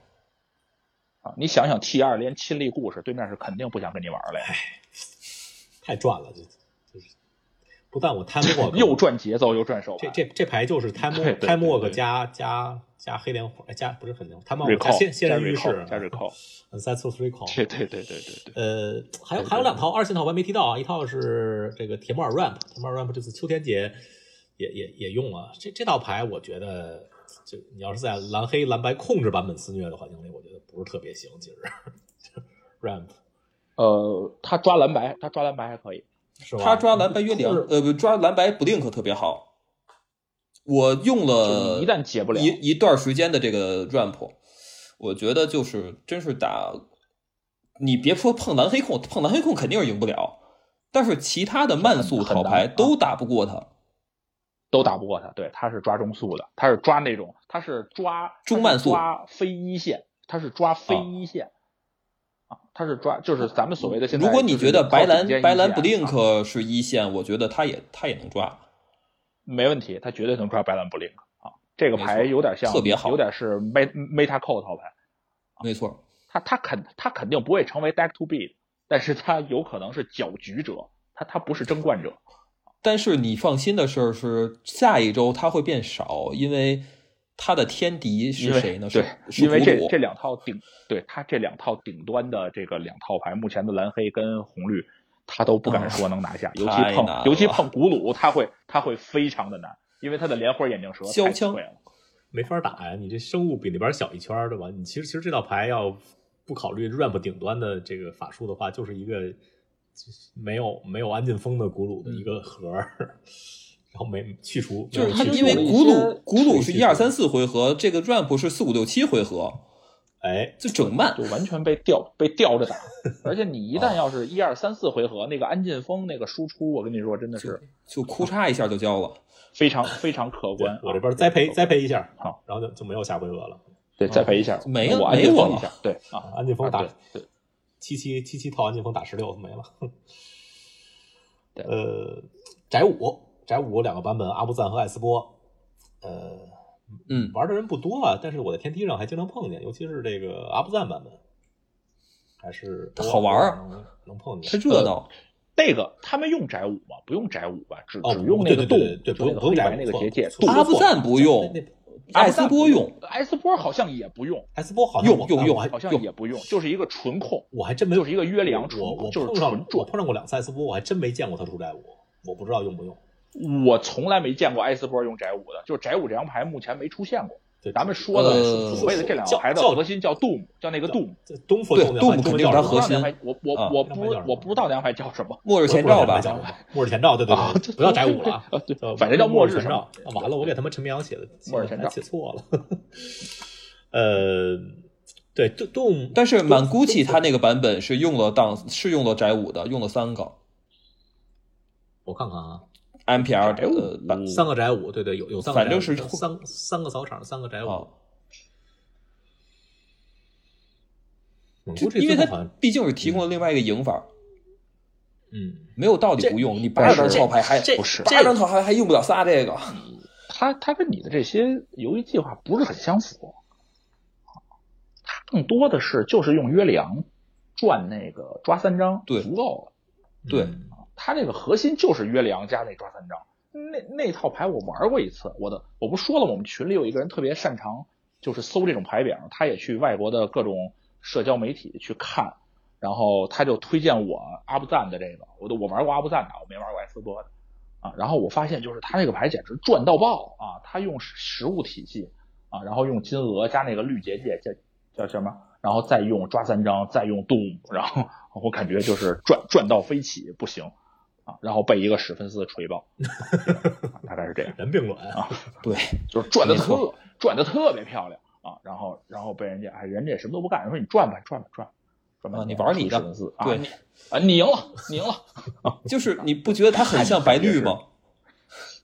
Speaker 3: 啊！你想想 T 二连亲历故事，对面是肯定不想跟你玩了
Speaker 2: 哎
Speaker 3: 呀，
Speaker 2: 太赚了，这就是不但我 time walk
Speaker 3: 又赚节奏又赚手
Speaker 2: 这
Speaker 3: 牌，
Speaker 2: 这这牌就是 time
Speaker 3: 对对
Speaker 2: walk
Speaker 3: 对
Speaker 2: time walk
Speaker 3: 对
Speaker 2: 加加加黑莲花加不是黑莲花 time walk 加
Speaker 3: recall
Speaker 2: 现
Speaker 3: 加
Speaker 2: 现任浴
Speaker 3: recall
Speaker 2: 室
Speaker 3: 加 recall，
Speaker 2: 嗯三次 recall
Speaker 3: 对对对对对对，
Speaker 2: 呃，还有
Speaker 3: 对
Speaker 2: 还有
Speaker 3: 对
Speaker 2: 两套二线套牌没提到啊，一套是这个铁木尔 ramp，铁木尔 ramp 这次秋天节也也也用了。这这套牌我觉得，就你要是在蓝黑蓝白控制版本肆虐的环境里，我觉得不是特别行。其实 ramp
Speaker 3: 呃，他抓蓝白，他抓蓝白还可以，
Speaker 2: 是吧？
Speaker 4: 他抓蓝白约良
Speaker 2: 控，制
Speaker 4: 呃，不抓蓝白 blink 特别好。我用
Speaker 3: 就是
Speaker 4: 了
Speaker 3: 你一旦解不了
Speaker 4: 一，一段时间的这个 ramp，我觉得就是真是打，你别说碰蓝黑控，碰蓝黑控肯定是赢不了，但是其他的慢速
Speaker 3: 很很
Speaker 4: 套
Speaker 3: 难
Speaker 4: 牌
Speaker 3: 啊
Speaker 4: 都打不过他。
Speaker 3: 都打不过他，对，他是抓中速的，他是抓那种，他是抓
Speaker 4: 中慢速
Speaker 3: 他是抓非一线，他是抓非一线。啊，他是抓，就是咱们所谓的现在。
Speaker 4: 如果你觉得白蓝白蓝
Speaker 3: 定
Speaker 4: blink 是一线，我觉得他也他也能抓。
Speaker 3: 没问题，他绝对能抓白蓝布林克啊。这个牌
Speaker 4: 没错
Speaker 3: 有点像，
Speaker 4: 特别好
Speaker 3: 有点是 Meta Meta Code 套牌。
Speaker 4: 没错，
Speaker 3: 他他肯他肯定不会成为 Deck to B，但是他有可能是搅局者，他他不是争冠者。
Speaker 4: 但是你放心的事儿是，下一周它会变少，因为它的天敌
Speaker 3: 因
Speaker 4: 是
Speaker 3: 为
Speaker 4: 谁呢？
Speaker 3: 对
Speaker 4: 是，是
Speaker 3: 因为
Speaker 4: 古
Speaker 3: 这
Speaker 4: 鲁
Speaker 3: 这两套顶，对他这两套顶端的这个两套牌，目前的蓝黑跟红绿，他都不敢说能拿下， 尤其
Speaker 4: 啊太难
Speaker 3: 碰
Speaker 4: 了
Speaker 3: 尤其碰古鲁，他会他会非常的难，因为他的莲花眼镜蛇
Speaker 4: 交
Speaker 3: 太
Speaker 4: 枪
Speaker 3: 脆了。
Speaker 2: 没法打呀，你这生物比那边小一圈儿，对吧？你其实其实这套牌要不考虑 ramp 顶端的这个法术的话，就是一个就是没有没有安进风的古鲁的一个盒儿，然后没去除，
Speaker 4: 就是
Speaker 2: 没有
Speaker 4: 它，
Speaker 2: 去除
Speaker 4: 因为
Speaker 2: 的一
Speaker 4: 古
Speaker 2: 些
Speaker 4: 鲁古鲁
Speaker 2: 去
Speaker 4: 是
Speaker 2: 除
Speaker 4: 一二三四回合，这个 ramp 是四五六七回合，
Speaker 2: 哎，
Speaker 4: 就整慢
Speaker 3: 就完全被吊被吊 着打。而且你一
Speaker 4: 啊
Speaker 3: 旦要是一二三四回合，那个安进风那个输出，我跟你说真的是
Speaker 4: 就哭嚓一下就交了。
Speaker 3: 非常非常可观。
Speaker 4: 啊
Speaker 2: 我这边栽培栽培一下，
Speaker 3: 好，
Speaker 2: 然后就就没有下回合了。
Speaker 3: 对，再赔一下，
Speaker 4: 没了
Speaker 3: 我安
Speaker 4: 没
Speaker 3: 静
Speaker 4: 我
Speaker 3: 风
Speaker 4: 了
Speaker 3: 一下，对啊，
Speaker 2: 安进风打
Speaker 3: 啊对对
Speaker 2: 七七七七套安进风打十六没了。
Speaker 3: 对
Speaker 2: 呃，宅五宅五两个版本，阿布赞和艾斯波，呃，
Speaker 4: 嗯，
Speaker 2: 玩的人不多啊，但是我在天梯上还经常碰见，尤其是这个阿布赞版本，还是
Speaker 4: 它好玩啊
Speaker 2: 能，能碰
Speaker 4: 它
Speaker 2: 见。呃
Speaker 4: 热闹，
Speaker 3: 那个他们用宅舞吗？不用宅舞吧，只
Speaker 2: 哦
Speaker 3: 只用那个
Speaker 2: 对
Speaker 3: 动
Speaker 2: 对对，对，不
Speaker 3: 就那
Speaker 2: 用
Speaker 3: 个
Speaker 2: 不用
Speaker 3: 黑
Speaker 2: 宅
Speaker 3: 白那个
Speaker 2: 错
Speaker 3: 结界，
Speaker 2: 错
Speaker 3: 动
Speaker 4: 阿布赞不用
Speaker 2: 那那
Speaker 3: 阿
Speaker 4: 艾
Speaker 3: 布
Speaker 4: 斯
Speaker 3: 赞
Speaker 4: 波用，
Speaker 3: 艾斯波好像也不用，
Speaker 2: 艾斯波好像
Speaker 4: 用
Speaker 2: 我
Speaker 4: 用用
Speaker 2: 我还
Speaker 3: 好像
Speaker 4: 用
Speaker 3: 也不用，就是一个纯控，
Speaker 2: 我还真没
Speaker 3: 就是一个约良纯
Speaker 2: 我我
Speaker 3: 就是
Speaker 2: 碰上
Speaker 3: 纯
Speaker 2: 我
Speaker 3: 种
Speaker 2: 碰上过两次艾斯波，我还真没见过他出宅舞，我不知道用不用。
Speaker 3: 我从来没见过艾斯波用宅舞的，就是宅舞这张牌目前没出现过。
Speaker 2: 对，
Speaker 3: 咱们说的
Speaker 4: 呃
Speaker 3: 所所谓的这两
Speaker 2: 叫
Speaker 3: 个牌的
Speaker 2: 叫
Speaker 3: 核心叫 Doom，叫那个 Doom。
Speaker 2: 这东佛
Speaker 4: 对
Speaker 2: 动的
Speaker 4: 杜
Speaker 2: 话中
Speaker 4: 姆肯
Speaker 2: 文
Speaker 4: 定
Speaker 2: 叫
Speaker 4: 是他
Speaker 2: 什么
Speaker 4: 核
Speaker 3: 我不知道那牌我
Speaker 4: 心啊
Speaker 3: 我我
Speaker 2: 那牌叫什么
Speaker 3: 不我不知道那张牌叫什么。
Speaker 4: 末日前兆吧？
Speaker 2: 叫什么末日前兆，对对
Speaker 3: 啊
Speaker 2: 对，不叫宅舞了啊，
Speaker 3: 对
Speaker 4: 呃
Speaker 2: 叫
Speaker 3: 反正叫
Speaker 2: 末
Speaker 3: 末
Speaker 2: 日
Speaker 3: 日
Speaker 2: 前
Speaker 3: 前
Speaker 2: 兆
Speaker 3: 兆。
Speaker 2: 啊完了，我给他们陈明阳写的
Speaker 3: 末日前兆
Speaker 2: 写错了。呃，对，动动，
Speaker 4: 但是满 Gucci 它那个版本是用了当是用了宅舞的，用了三个
Speaker 2: 我看看啊，
Speaker 4: MPR
Speaker 3: 宅舞
Speaker 4: 的版啊
Speaker 2: 三个宅舞，对对，有有三个宅舞，
Speaker 4: 反正是
Speaker 2: 三三个扫场，三个宅
Speaker 4: 啊
Speaker 2: 舞。，蒙
Speaker 4: 就
Speaker 2: 古这
Speaker 4: 因为
Speaker 2: 最后
Speaker 4: 它
Speaker 2: 好像
Speaker 4: 毕竟是提供了另外一个赢法，
Speaker 2: 嗯，
Speaker 4: 没有道理
Speaker 2: 这
Speaker 4: 不用。你八张
Speaker 3: 这
Speaker 4: 套牌还
Speaker 2: 这
Speaker 3: 哎不是
Speaker 4: 八
Speaker 2: 这
Speaker 4: 张套牌还用不了仨这个，
Speaker 3: 它它跟你的这些游戏计划不是很相符，它更多的是就是用约里昂赚那个抓三张
Speaker 4: 对
Speaker 3: 足够了。
Speaker 4: 对
Speaker 2: 嗯
Speaker 3: 它这个核心就是约里昂加那抓三张，那那套牌我玩过一次，我的我不说了吗，我们群里有一个人特别擅长就是搜这种牌表，他也去外国的各种社交媒体去看，然后他就推荐我阿布赞的这个，我都我玩过阿布赞的，我没玩过艾斯波的啊。然后我发现就是他那个牌简直赚到爆啊！他用实物体系啊，然后用金额加那个绿结界叫叫什么，然后再用抓三张，再用动物，然后我感觉就是赚赚到飞起，不行啊！然后被一个史芬斯锤 爆，啊大概是这样。
Speaker 2: 人并卵啊，
Speaker 4: 对，
Speaker 3: 就是转的
Speaker 4: 没错
Speaker 3: 特转的特别漂亮啊，然后然后被人家哎，人家也什么都不干，说你转吧转吧转吧，转吧
Speaker 4: 啊你玩你的
Speaker 3: 史文斯啊
Speaker 4: 对
Speaker 3: 你啊你赢了你赢了，
Speaker 4: 就是你不觉得它很像白绿吗？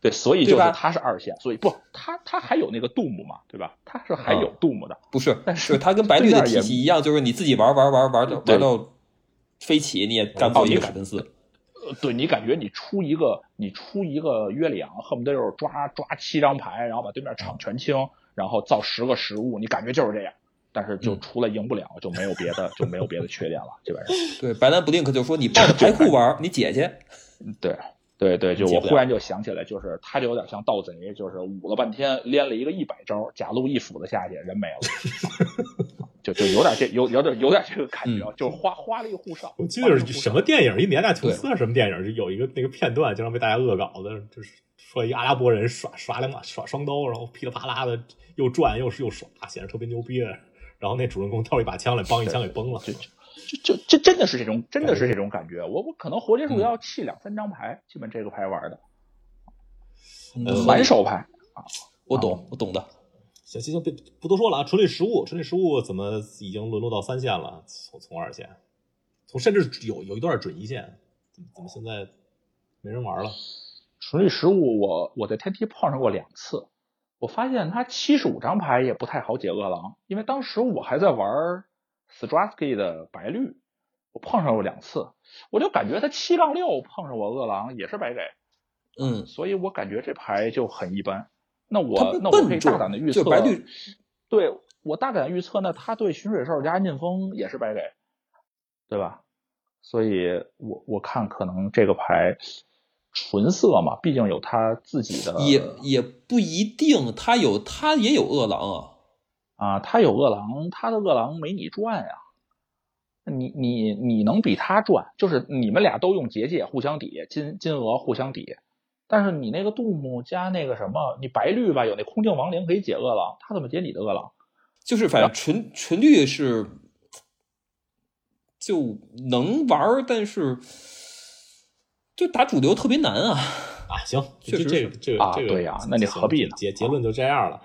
Speaker 3: 对，所以
Speaker 4: 对
Speaker 3: 就
Speaker 4: 吧
Speaker 3: 是他是二线，所以不他他还有那个杜姆嘛，对吧？他是还有
Speaker 4: 啊
Speaker 3: 杜姆的，
Speaker 4: 不是，
Speaker 3: 但
Speaker 4: 就是是它跟白绿的
Speaker 3: 对面
Speaker 4: 体
Speaker 3: 也
Speaker 4: 系一样，就是你自己玩玩玩玩到
Speaker 3: 对
Speaker 4: 玩到飞起，你也干不
Speaker 3: 哦
Speaker 4: 了一个
Speaker 3: 你
Speaker 4: 史芬斯。
Speaker 3: 呃对你感觉你出一个你出一个约里昂，恨不得就是抓抓七张牌，然后把对面场全清，然后造十个食物，你感觉就是这样。但是
Speaker 4: 嗯
Speaker 3: 就除了赢不了，就没有别的，就没有别的缺点了，基本 上。
Speaker 4: 对，白蓝 blink 就说你抱着牌库玩，你姐姐
Speaker 3: 对对对，就
Speaker 4: 解
Speaker 3: 我
Speaker 4: 不
Speaker 3: 忽
Speaker 4: 了
Speaker 3: 然就想起来，就是他就有点像盗贼，就是舞了半天，连了一个一百招，假路一斧子下去，人没了， 就就有点这有有点有点这个感
Speaker 4: 嗯
Speaker 3: 觉，啊就是花花里胡哨。
Speaker 2: 我记得是什么电影，一年代琼
Speaker 4: 对
Speaker 2: 斯还是什么电影，就有一个那个片段，经常被大家恶搞的，就是说一阿拉伯人耍耍两把耍双刀，然后噼里啪啦的又转又又耍，显得特别牛逼的。然后那主人公掏一把枪来，帮一枪给崩了。
Speaker 3: 对对就就这真的是这种，真的是这种感觉。我我可能活结束要弃两三张牌，基本这个牌玩的
Speaker 2: 呃
Speaker 4: 嗯
Speaker 3: 反手牌，
Speaker 4: 我懂，我懂的。
Speaker 2: 行行行，别不多说了啊！纯粹食物，纯粹食物怎么已经沦落到三线了？从从二线，从甚至有有一段是准一线，怎么怎么现在没人玩了？
Speaker 3: 纯利食物我我在天梯碰上过两次，我发现他七十五张牌也不太好解饿狼，因为当时我还在玩 Strasky 的白绿，我碰上过两次，我就感觉他七杠六碰上我饿狼也是白给，
Speaker 4: 嗯，
Speaker 3: 所以我感觉这牌就很一般。那
Speaker 4: 它
Speaker 3: 我
Speaker 4: 笨
Speaker 3: 那我可
Speaker 4: 笨
Speaker 3: 以
Speaker 4: 重
Speaker 3: 大胆的预测，
Speaker 4: 就白绿
Speaker 3: 对我大胆预测，那他对巡水兽加安进风也是白给，对吧？所以我我看可能这个牌纯色嘛，毕竟有他自己的
Speaker 4: 也也不一定，他有他也有饿狼啊。
Speaker 3: 啊，他有饿狼，他的饿狼没你赚呀、你你你能比他赚，就是你们俩都用结界互相抵，金金额互相抵。但是你那个杜牧加那个什么，你白绿吧有那空镜亡灵可以解饿狼，他怎么解你的饿狼？
Speaker 4: 就是反正纯纯绿是就能玩儿，但是就打主流特别难啊。
Speaker 2: 啊，行，
Speaker 4: 确
Speaker 2: 这
Speaker 4: 实
Speaker 2: 这个这个
Speaker 3: 啊
Speaker 2: 这个，
Speaker 3: 对呀那你何必呢
Speaker 2: 结结论就这样了。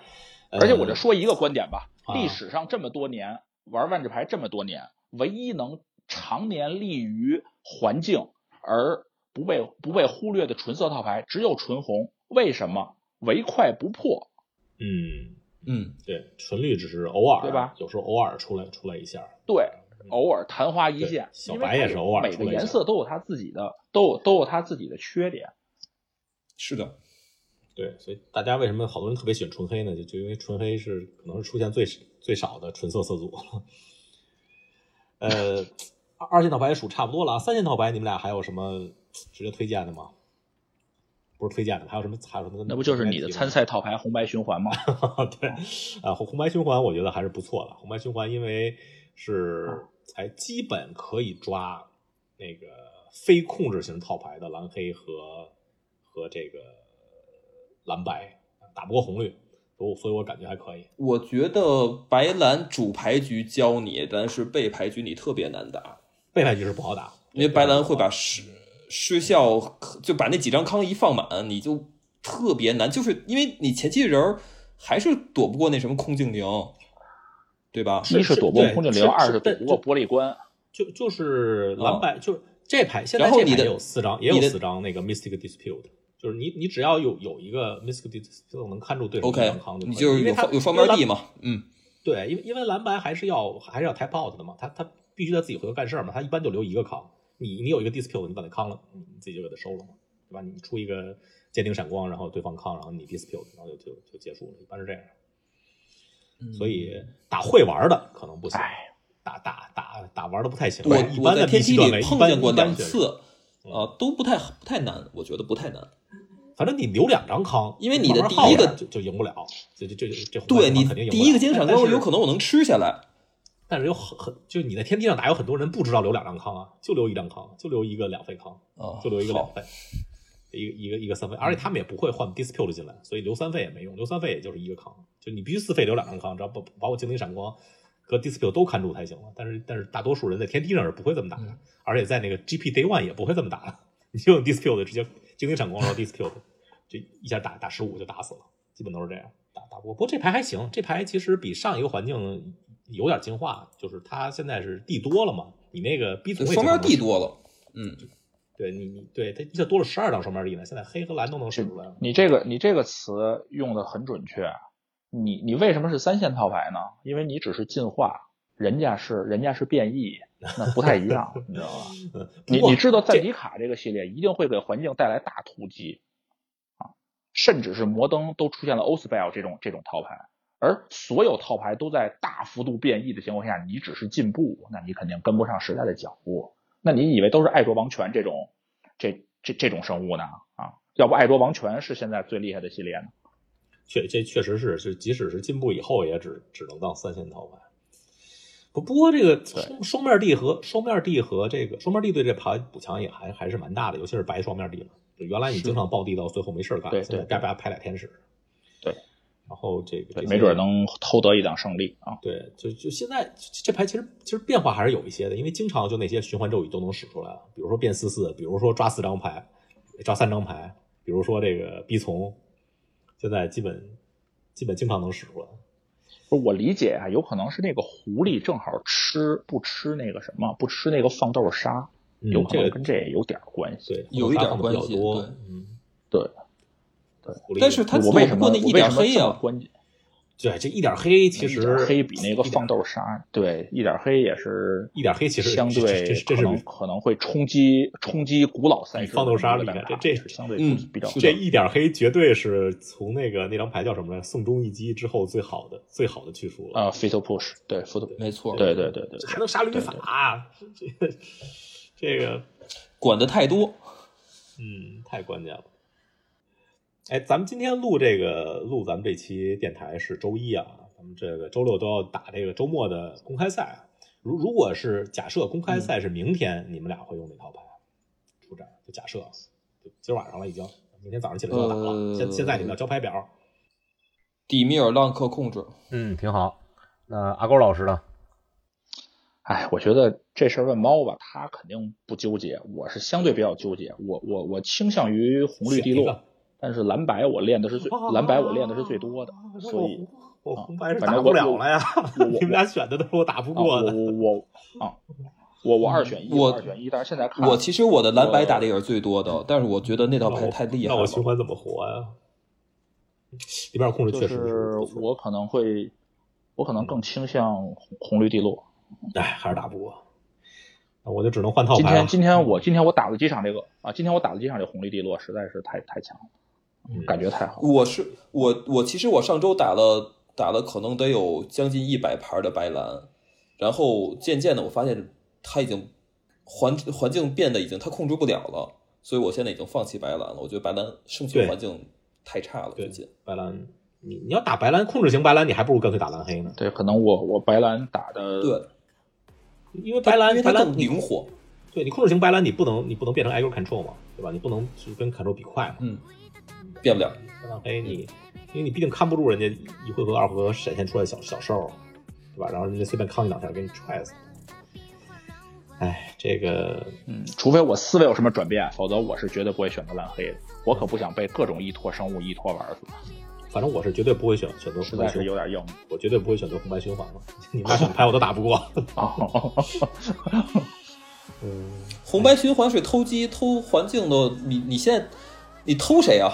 Speaker 2: 呃
Speaker 3: 而且我这说一个观点吧，
Speaker 2: 啊
Speaker 3: 历史上这么多年，玩万智牌这么多年，唯一能常年立于环境而不被不被忽略的纯色套牌，只有纯红。为什么？唯快不破。
Speaker 2: 嗯，
Speaker 4: 嗯，
Speaker 2: 对，纯绿只是偶尔，
Speaker 3: 对吧？
Speaker 2: 有时候偶尔出来出来一下，
Speaker 3: 对，偶尔昙花一现
Speaker 2: 嗯对。小
Speaker 3: 因为
Speaker 2: 白也是
Speaker 3: 它有
Speaker 2: 偶尔
Speaker 3: 每
Speaker 2: 出
Speaker 3: 个
Speaker 2: 来一
Speaker 3: 颜
Speaker 2: 下
Speaker 3: 色都有它自己的，都有都有它自己的缺点。
Speaker 4: 是的，
Speaker 2: 对，所以大家为什么好多人特别喜欢纯黑呢？就就因为纯黑是可能是出现最最少的纯色色组了。呃，二二线套牌也数差不多了啊，三线套牌你们俩还有什么值得推荐的吗？不是推荐的，还有什么还有什么？
Speaker 3: 那不就是你的参赛套牌红白循环吗？
Speaker 2: 对，啊，红红白循环我觉得还是不错的。红白循环因为是才基本可以抓那个非控制型套牌的蓝黑和和这个蓝白，打不过红绿，所以所以我感觉还可以。
Speaker 4: 我觉得白蓝主牌局教你，但是背牌局你特别难打，
Speaker 2: 背牌局是不好打，
Speaker 4: 因为白蓝会把失失效就把那几张康一放满，你就特别难，就是因为你前期的人儿还是躲不过那什么空镜灵，对吧？
Speaker 3: 一是躲 不过
Speaker 2: 对
Speaker 3: 空镜
Speaker 2: 是
Speaker 3: 灵，二
Speaker 2: 是
Speaker 3: 是躲
Speaker 2: 但
Speaker 3: 不过玻璃关。
Speaker 2: 就就是蓝白、就这牌，现在
Speaker 4: 然后
Speaker 2: 这
Speaker 4: 你
Speaker 2: 牌
Speaker 4: 的
Speaker 2: 也有四张，也有
Speaker 4: 你的
Speaker 2: 四张那个 Mystic Dispute。就是你，你只要有有一个 Mystic Dispute 能看住对手的
Speaker 4: OK，
Speaker 2: 阳康就可以
Speaker 4: 你就是
Speaker 2: 因为
Speaker 4: 有
Speaker 2: 它
Speaker 4: 方有双
Speaker 2: 因为
Speaker 4: 边
Speaker 2: 蓝
Speaker 4: 地嘛，嗯，
Speaker 2: 对，因为因为蓝白还是要还是要 tap out 的嘛，他他必须他自己回头干事儿嘛，他一般就留一个康，你你有一个 dispute，你把他康了，你自己就给他收了嘛，对吧？你出一个坚定闪光，然后对方康，然后你 dispute，然后就就就结束了，一般是这样。
Speaker 4: 嗯
Speaker 2: 所以打会玩的可能不行，打打打打玩的不太行。
Speaker 4: 我
Speaker 2: 一
Speaker 4: 哎我
Speaker 2: 般
Speaker 4: 在
Speaker 2: 的
Speaker 4: 天
Speaker 2: 密
Speaker 4: 梯
Speaker 2: 西段
Speaker 4: 里
Speaker 2: 位
Speaker 4: 碰
Speaker 2: 一般
Speaker 4: 见过
Speaker 2: 一般嗯
Speaker 4: 两
Speaker 2: 选
Speaker 4: 次，啊、都不太不太难，我觉得不太难。
Speaker 2: 反正你留两张康，
Speaker 4: 因为你
Speaker 2: 慢
Speaker 4: 的
Speaker 2: 慢
Speaker 4: 第
Speaker 2: 耗
Speaker 4: 一个
Speaker 2: 点儿就就赢不了，这这这这红白
Speaker 4: 对
Speaker 2: 可
Speaker 4: 你
Speaker 2: 能肯定赢
Speaker 4: 第
Speaker 2: 不
Speaker 4: 一
Speaker 2: 了
Speaker 4: 个金闪
Speaker 2: 但
Speaker 4: 光
Speaker 2: 是
Speaker 4: 有可能我能吃下来，
Speaker 2: 但是有很很，就你在天梯上打，有很多人不知道留两张康啊，就留一张康，就留一个两费康，
Speaker 4: 哦
Speaker 2: 就留一个两
Speaker 4: 好，
Speaker 2: 费，一个一个一个三费，而且他们也不会换 dispute 进来，所以留三费也没用，留三费也就是一个康，就你必须四费留两张康，只要把把我精灵闪光和 dispute 都看住才行了。但是但是大多数人在天梯上是不会这么打
Speaker 4: 嗯
Speaker 2: 的，而且在那个 GP day one 也不会这么打的，你就用 dispute 直接精灵闪光然后 dispute，就一下打打十五就打死了。基本都是这样打打不过。不过这牌还行，这牌其实比上一个环境有点进化，就是它现在是地多了嘛，你那个逼
Speaker 4: 对
Speaker 2: 从位
Speaker 4: 双边地
Speaker 2: 地，
Speaker 4: 多了，嗯，
Speaker 2: 对你你对它一下多了十二张双边地呢，现在黑和蓝都能使出来了。
Speaker 3: 你这个你这个词用的很准确。你你为什么是三线套牌呢？因为你只是进化，人家是人家是变异，那不太一样，你知道吧？
Speaker 2: 嗯，不
Speaker 3: 你
Speaker 2: 过
Speaker 3: 你知道赞
Speaker 2: 这
Speaker 3: 迪卡这个系列一定会给环境带来大突击啊，甚至是摩登都出现了 Ospel 这种这种套牌，而所有套牌都在大幅度变异的情况下，你只是进步，那你肯定跟不上时代的脚步。那你以为都是爱卓王权这种这这这种生物呢？啊，要不爱卓王权是现在最厉害的系列呢？
Speaker 2: 确这确实是，就即使是进步以后，也只只能当三线套牌。不不过这个双双面地和双面地和这个双面地对这牌补强也还还是蛮大的，尤其是白双面地嘛。就原来你
Speaker 3: 是
Speaker 2: 经常爆地到最后没事儿干，
Speaker 3: 对
Speaker 2: 现在
Speaker 3: 对
Speaker 2: 该吧拍俩天使，
Speaker 3: 对，
Speaker 2: 然后这个这
Speaker 3: 对，
Speaker 2: 些
Speaker 3: 没准能偷得一档胜利啊！
Speaker 2: 对，就就现在这这牌其实其实变化还是有一些的，因为经常就那些循环咒语都能使出来了，比如说变四四，比如说抓四张牌，抓三张牌，比如说这个逼从，现在基本基本经常能使出来。
Speaker 3: 不是我理解啊，有可能是那个狐狸正好吃不吃那个什么，不吃那个放豆沙，
Speaker 2: 嗯
Speaker 3: 有可
Speaker 2: 这
Speaker 3: 能
Speaker 2: 个
Speaker 3: 跟这也有点关系。
Speaker 2: 对，
Speaker 4: 有一点关
Speaker 2: 比
Speaker 4: 系
Speaker 2: 较多
Speaker 4: 对，
Speaker 2: 嗯，
Speaker 3: 对
Speaker 2: 对，
Speaker 4: 但是他
Speaker 3: 我
Speaker 4: 躲
Speaker 3: 为
Speaker 4: 不
Speaker 3: 什么
Speaker 4: 过那一点黑呀、
Speaker 3: 啊？关键
Speaker 2: 对这一点黑其
Speaker 3: 一点
Speaker 2: 实
Speaker 3: 黑比那个放豆沙，对，一点黑也是
Speaker 2: 一点黑其实
Speaker 3: 相对
Speaker 2: 这是这
Speaker 3: 可
Speaker 2: 是
Speaker 3: 能可能会冲击冲击古老赛事
Speaker 2: 放豆沙
Speaker 3: 的一个
Speaker 2: 厉害
Speaker 3: 打法
Speaker 2: 这这
Speaker 3: 是相对
Speaker 4: 嗯
Speaker 3: 比较
Speaker 4: 是的
Speaker 2: 这一点黑绝对是从那个那张牌叫什么来，宋中一击之后最好的最好的去除了。
Speaker 3: 呃 f a t a push 对 f a t
Speaker 4: 没错，
Speaker 3: 对对对对
Speaker 2: 还能杀律法，这个这个，
Speaker 4: 管的太多，
Speaker 2: 嗯，太关键了。哎，咱们今天录这个录咱们这期电台是周一啊，咱们这个周六都要打这个周末的公开赛啊。如如果是假设公开赛是明天，你们俩会用哪套牌啊出战？就假设，啊就今儿晚上了已经，明天早上起来就要打了。
Speaker 4: 呃
Speaker 2: 现、现在你们要交牌表，
Speaker 4: 底米尔浪克控制，
Speaker 5: 嗯，挺好。那阿勾老师呢？
Speaker 3: 哎，我觉得这事儿问猫吧，他肯定不纠结，我是相对比较纠结，我我我倾向于红绿
Speaker 2: 选
Speaker 3: 地
Speaker 2: 一
Speaker 3: 落
Speaker 2: 个，啊
Speaker 3: 但是蓝白我练的是最蓝白我练的是最多的，所以
Speaker 2: 哦我红白是
Speaker 3: 反正
Speaker 2: 打
Speaker 3: 我
Speaker 2: 不了了呀
Speaker 3: 我我，
Speaker 2: 你们俩选的都是我打不
Speaker 3: 啊
Speaker 2: 过的。
Speaker 3: 我我我啊，我我二选一，
Speaker 4: 我
Speaker 3: 二选一，但是现在看
Speaker 4: 我其实我的蓝白
Speaker 3: 我
Speaker 4: 打的也是最多的，但是我觉得那
Speaker 2: 那
Speaker 4: 套牌太厉害
Speaker 2: 那我
Speaker 4: 了。
Speaker 2: 循环怎么活呀？里边控制确
Speaker 3: 就
Speaker 2: 实是
Speaker 3: 是
Speaker 2: 不错，
Speaker 3: 我可能会，我可能更倾向红红绿地落。
Speaker 2: 哎，还是打不过，那我就只能换套
Speaker 3: 今
Speaker 2: 牌啊了。
Speaker 3: 天今天我今天我打了几场这个啊，今天我打了几场这红绿地落，实在是太太强
Speaker 2: 嗯
Speaker 3: 了，感觉太好了。
Speaker 4: 我是我我其实我上周打了打了可能得有将近一百盘的白蓝，然后渐渐的我发现它已经环环境变得已经它控制不了了，所以我现在已经放弃白蓝了。我觉得白蓝胜
Speaker 2: 对
Speaker 4: 选环境太差了，
Speaker 2: 对
Speaker 4: 最近
Speaker 2: 白蓝，你你要打白蓝控制型白蓝，你还不如干脆打蓝黑呢，
Speaker 3: 对，可能我我白蓝打的
Speaker 4: 对
Speaker 2: 因为白蓝
Speaker 4: 因为
Speaker 2: 白
Speaker 4: 它
Speaker 2: 蓝
Speaker 4: 更
Speaker 2: 你
Speaker 4: 灵活，
Speaker 2: 对你控制型白蓝，你不能你不能变成 aggro control 嘛，对吧？你不能是跟 control 比快嘛。
Speaker 4: 嗯，变不了。
Speaker 2: 蓝黑你，因为你毕竟看不住人家一回合二回合闪现出来的小小兽，对吧？然后人家随便扛你两下给你踹死。哎，这个
Speaker 3: 嗯，除非我思维有什么转变，否则我是绝对不会选择蓝黑的。我可不想被各种依托生物依托玩死，
Speaker 2: 反正我是绝对不会选选择
Speaker 3: 实
Speaker 2: 红
Speaker 3: 在
Speaker 2: 白
Speaker 3: 是
Speaker 2: 循
Speaker 3: 有
Speaker 2: 环，
Speaker 3: 点硬
Speaker 2: 我绝对不会选择红白循环了。 你妈选牌我都打不过。
Speaker 3: 啊。
Speaker 2: 嗯，
Speaker 4: 红白循环是偷鸡偷环境的，你你现在你偷谁啊？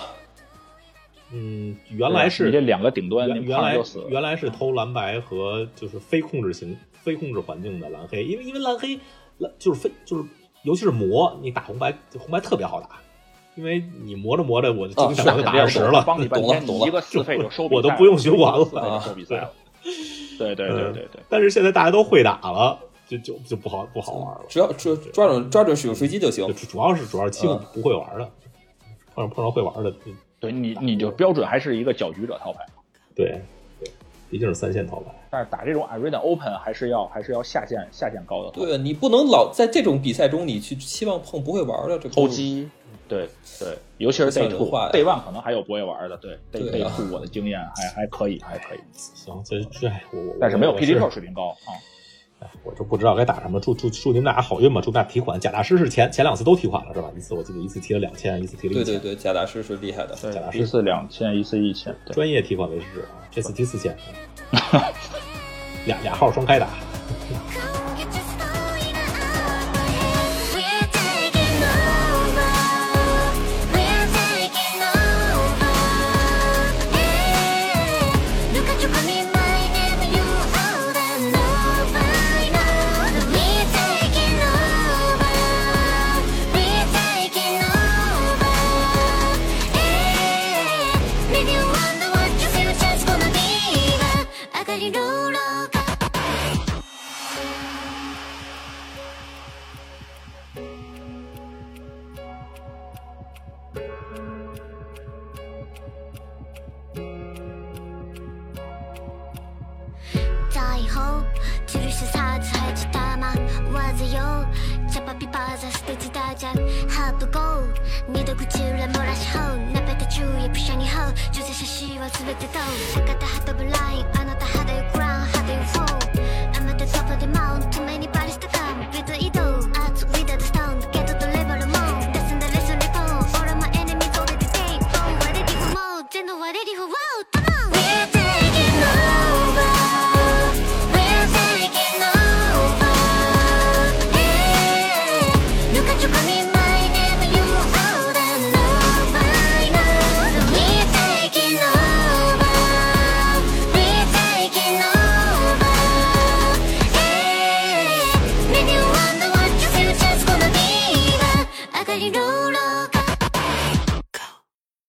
Speaker 2: 嗯，原来是
Speaker 3: 啊你这两个顶端，
Speaker 2: 原
Speaker 3: 你
Speaker 2: 原
Speaker 3: 胖
Speaker 2: 来
Speaker 3: 就死了
Speaker 2: 原来是偷蓝白和就是非控制型、非控制环境的蓝黑，因为因为蓝黑蓝就是非就是尤其是磨，你打红白红白特别好打，因为你磨着磨着我就
Speaker 4: 啊
Speaker 2: 基本上就
Speaker 3: 哦那肯
Speaker 2: 打
Speaker 3: 定
Speaker 2: 二十了，
Speaker 3: 帮你半天，
Speaker 4: 懂了懂
Speaker 3: 你
Speaker 4: 了
Speaker 3: 一个四费就收比赛了，
Speaker 2: 我都不用循环了嗯
Speaker 3: 四费就收比赛 了。对对对对对，
Speaker 2: 但是现在大家都会打了，就就就不好不好玩了。
Speaker 4: 只要抓抓准抓准使用随机就行
Speaker 3: 嗯
Speaker 2: 就。主主要是主要是欺负不会玩的，碰上碰上会玩的，嗯就
Speaker 3: 对你你就标准还是一个搅局者套牌，
Speaker 2: 对对，毕竟是三线套牌。
Speaker 3: 但是打这种 Arena Open 还是要还是要下限下限高的套牌，
Speaker 4: 对你不能老在这种比赛中，你去期望碰不会玩的这个
Speaker 3: 偷鸡。对对，尤其是
Speaker 4: 算
Speaker 3: Day
Speaker 4: 人
Speaker 3: Two
Speaker 4: 话呀
Speaker 3: Day One 可能还有不会玩的，对 Day
Speaker 4: 对
Speaker 3: Day
Speaker 4: 啊
Speaker 3: Two 我的经验还还可以还可以，
Speaker 2: 行，这这哎我我
Speaker 3: 但是没有
Speaker 2: 我
Speaker 3: P D Q 水平高啊。
Speaker 2: 哎我就不知道该打什么，祝祝祝你们俩好运吧，祝你们俩提款。贾大师是前前两次都提款了是吧？一次我记得一次提了两千，一次提了
Speaker 4: 对
Speaker 2: 一
Speaker 4: 对
Speaker 2: 千，
Speaker 4: 对，假大师是厉害的。
Speaker 2: 贾大
Speaker 3: 一
Speaker 2: 师
Speaker 3: 次两千，一次一千，对。
Speaker 2: 专业提款为师啊，这次提 四千，俩俩号双开打。
Speaker 6: It's just falling apart. We're taking over. We're taking over. Yeah. Look at you coming, my name. You are the love I know. We're taking over. We're taking over. Yeah. Maybe you wonder what your future's gonna be. 上がりローラーが大砲吊るしサーズハイチタマわぜよチャパピパーザステチダジャンハープゴー二度口裏漏らしホーナペタチューエプシャニホー女性写真は全てどう高田ハトブラインあなた肌よクラウン肌よフォーあなたトップでマウント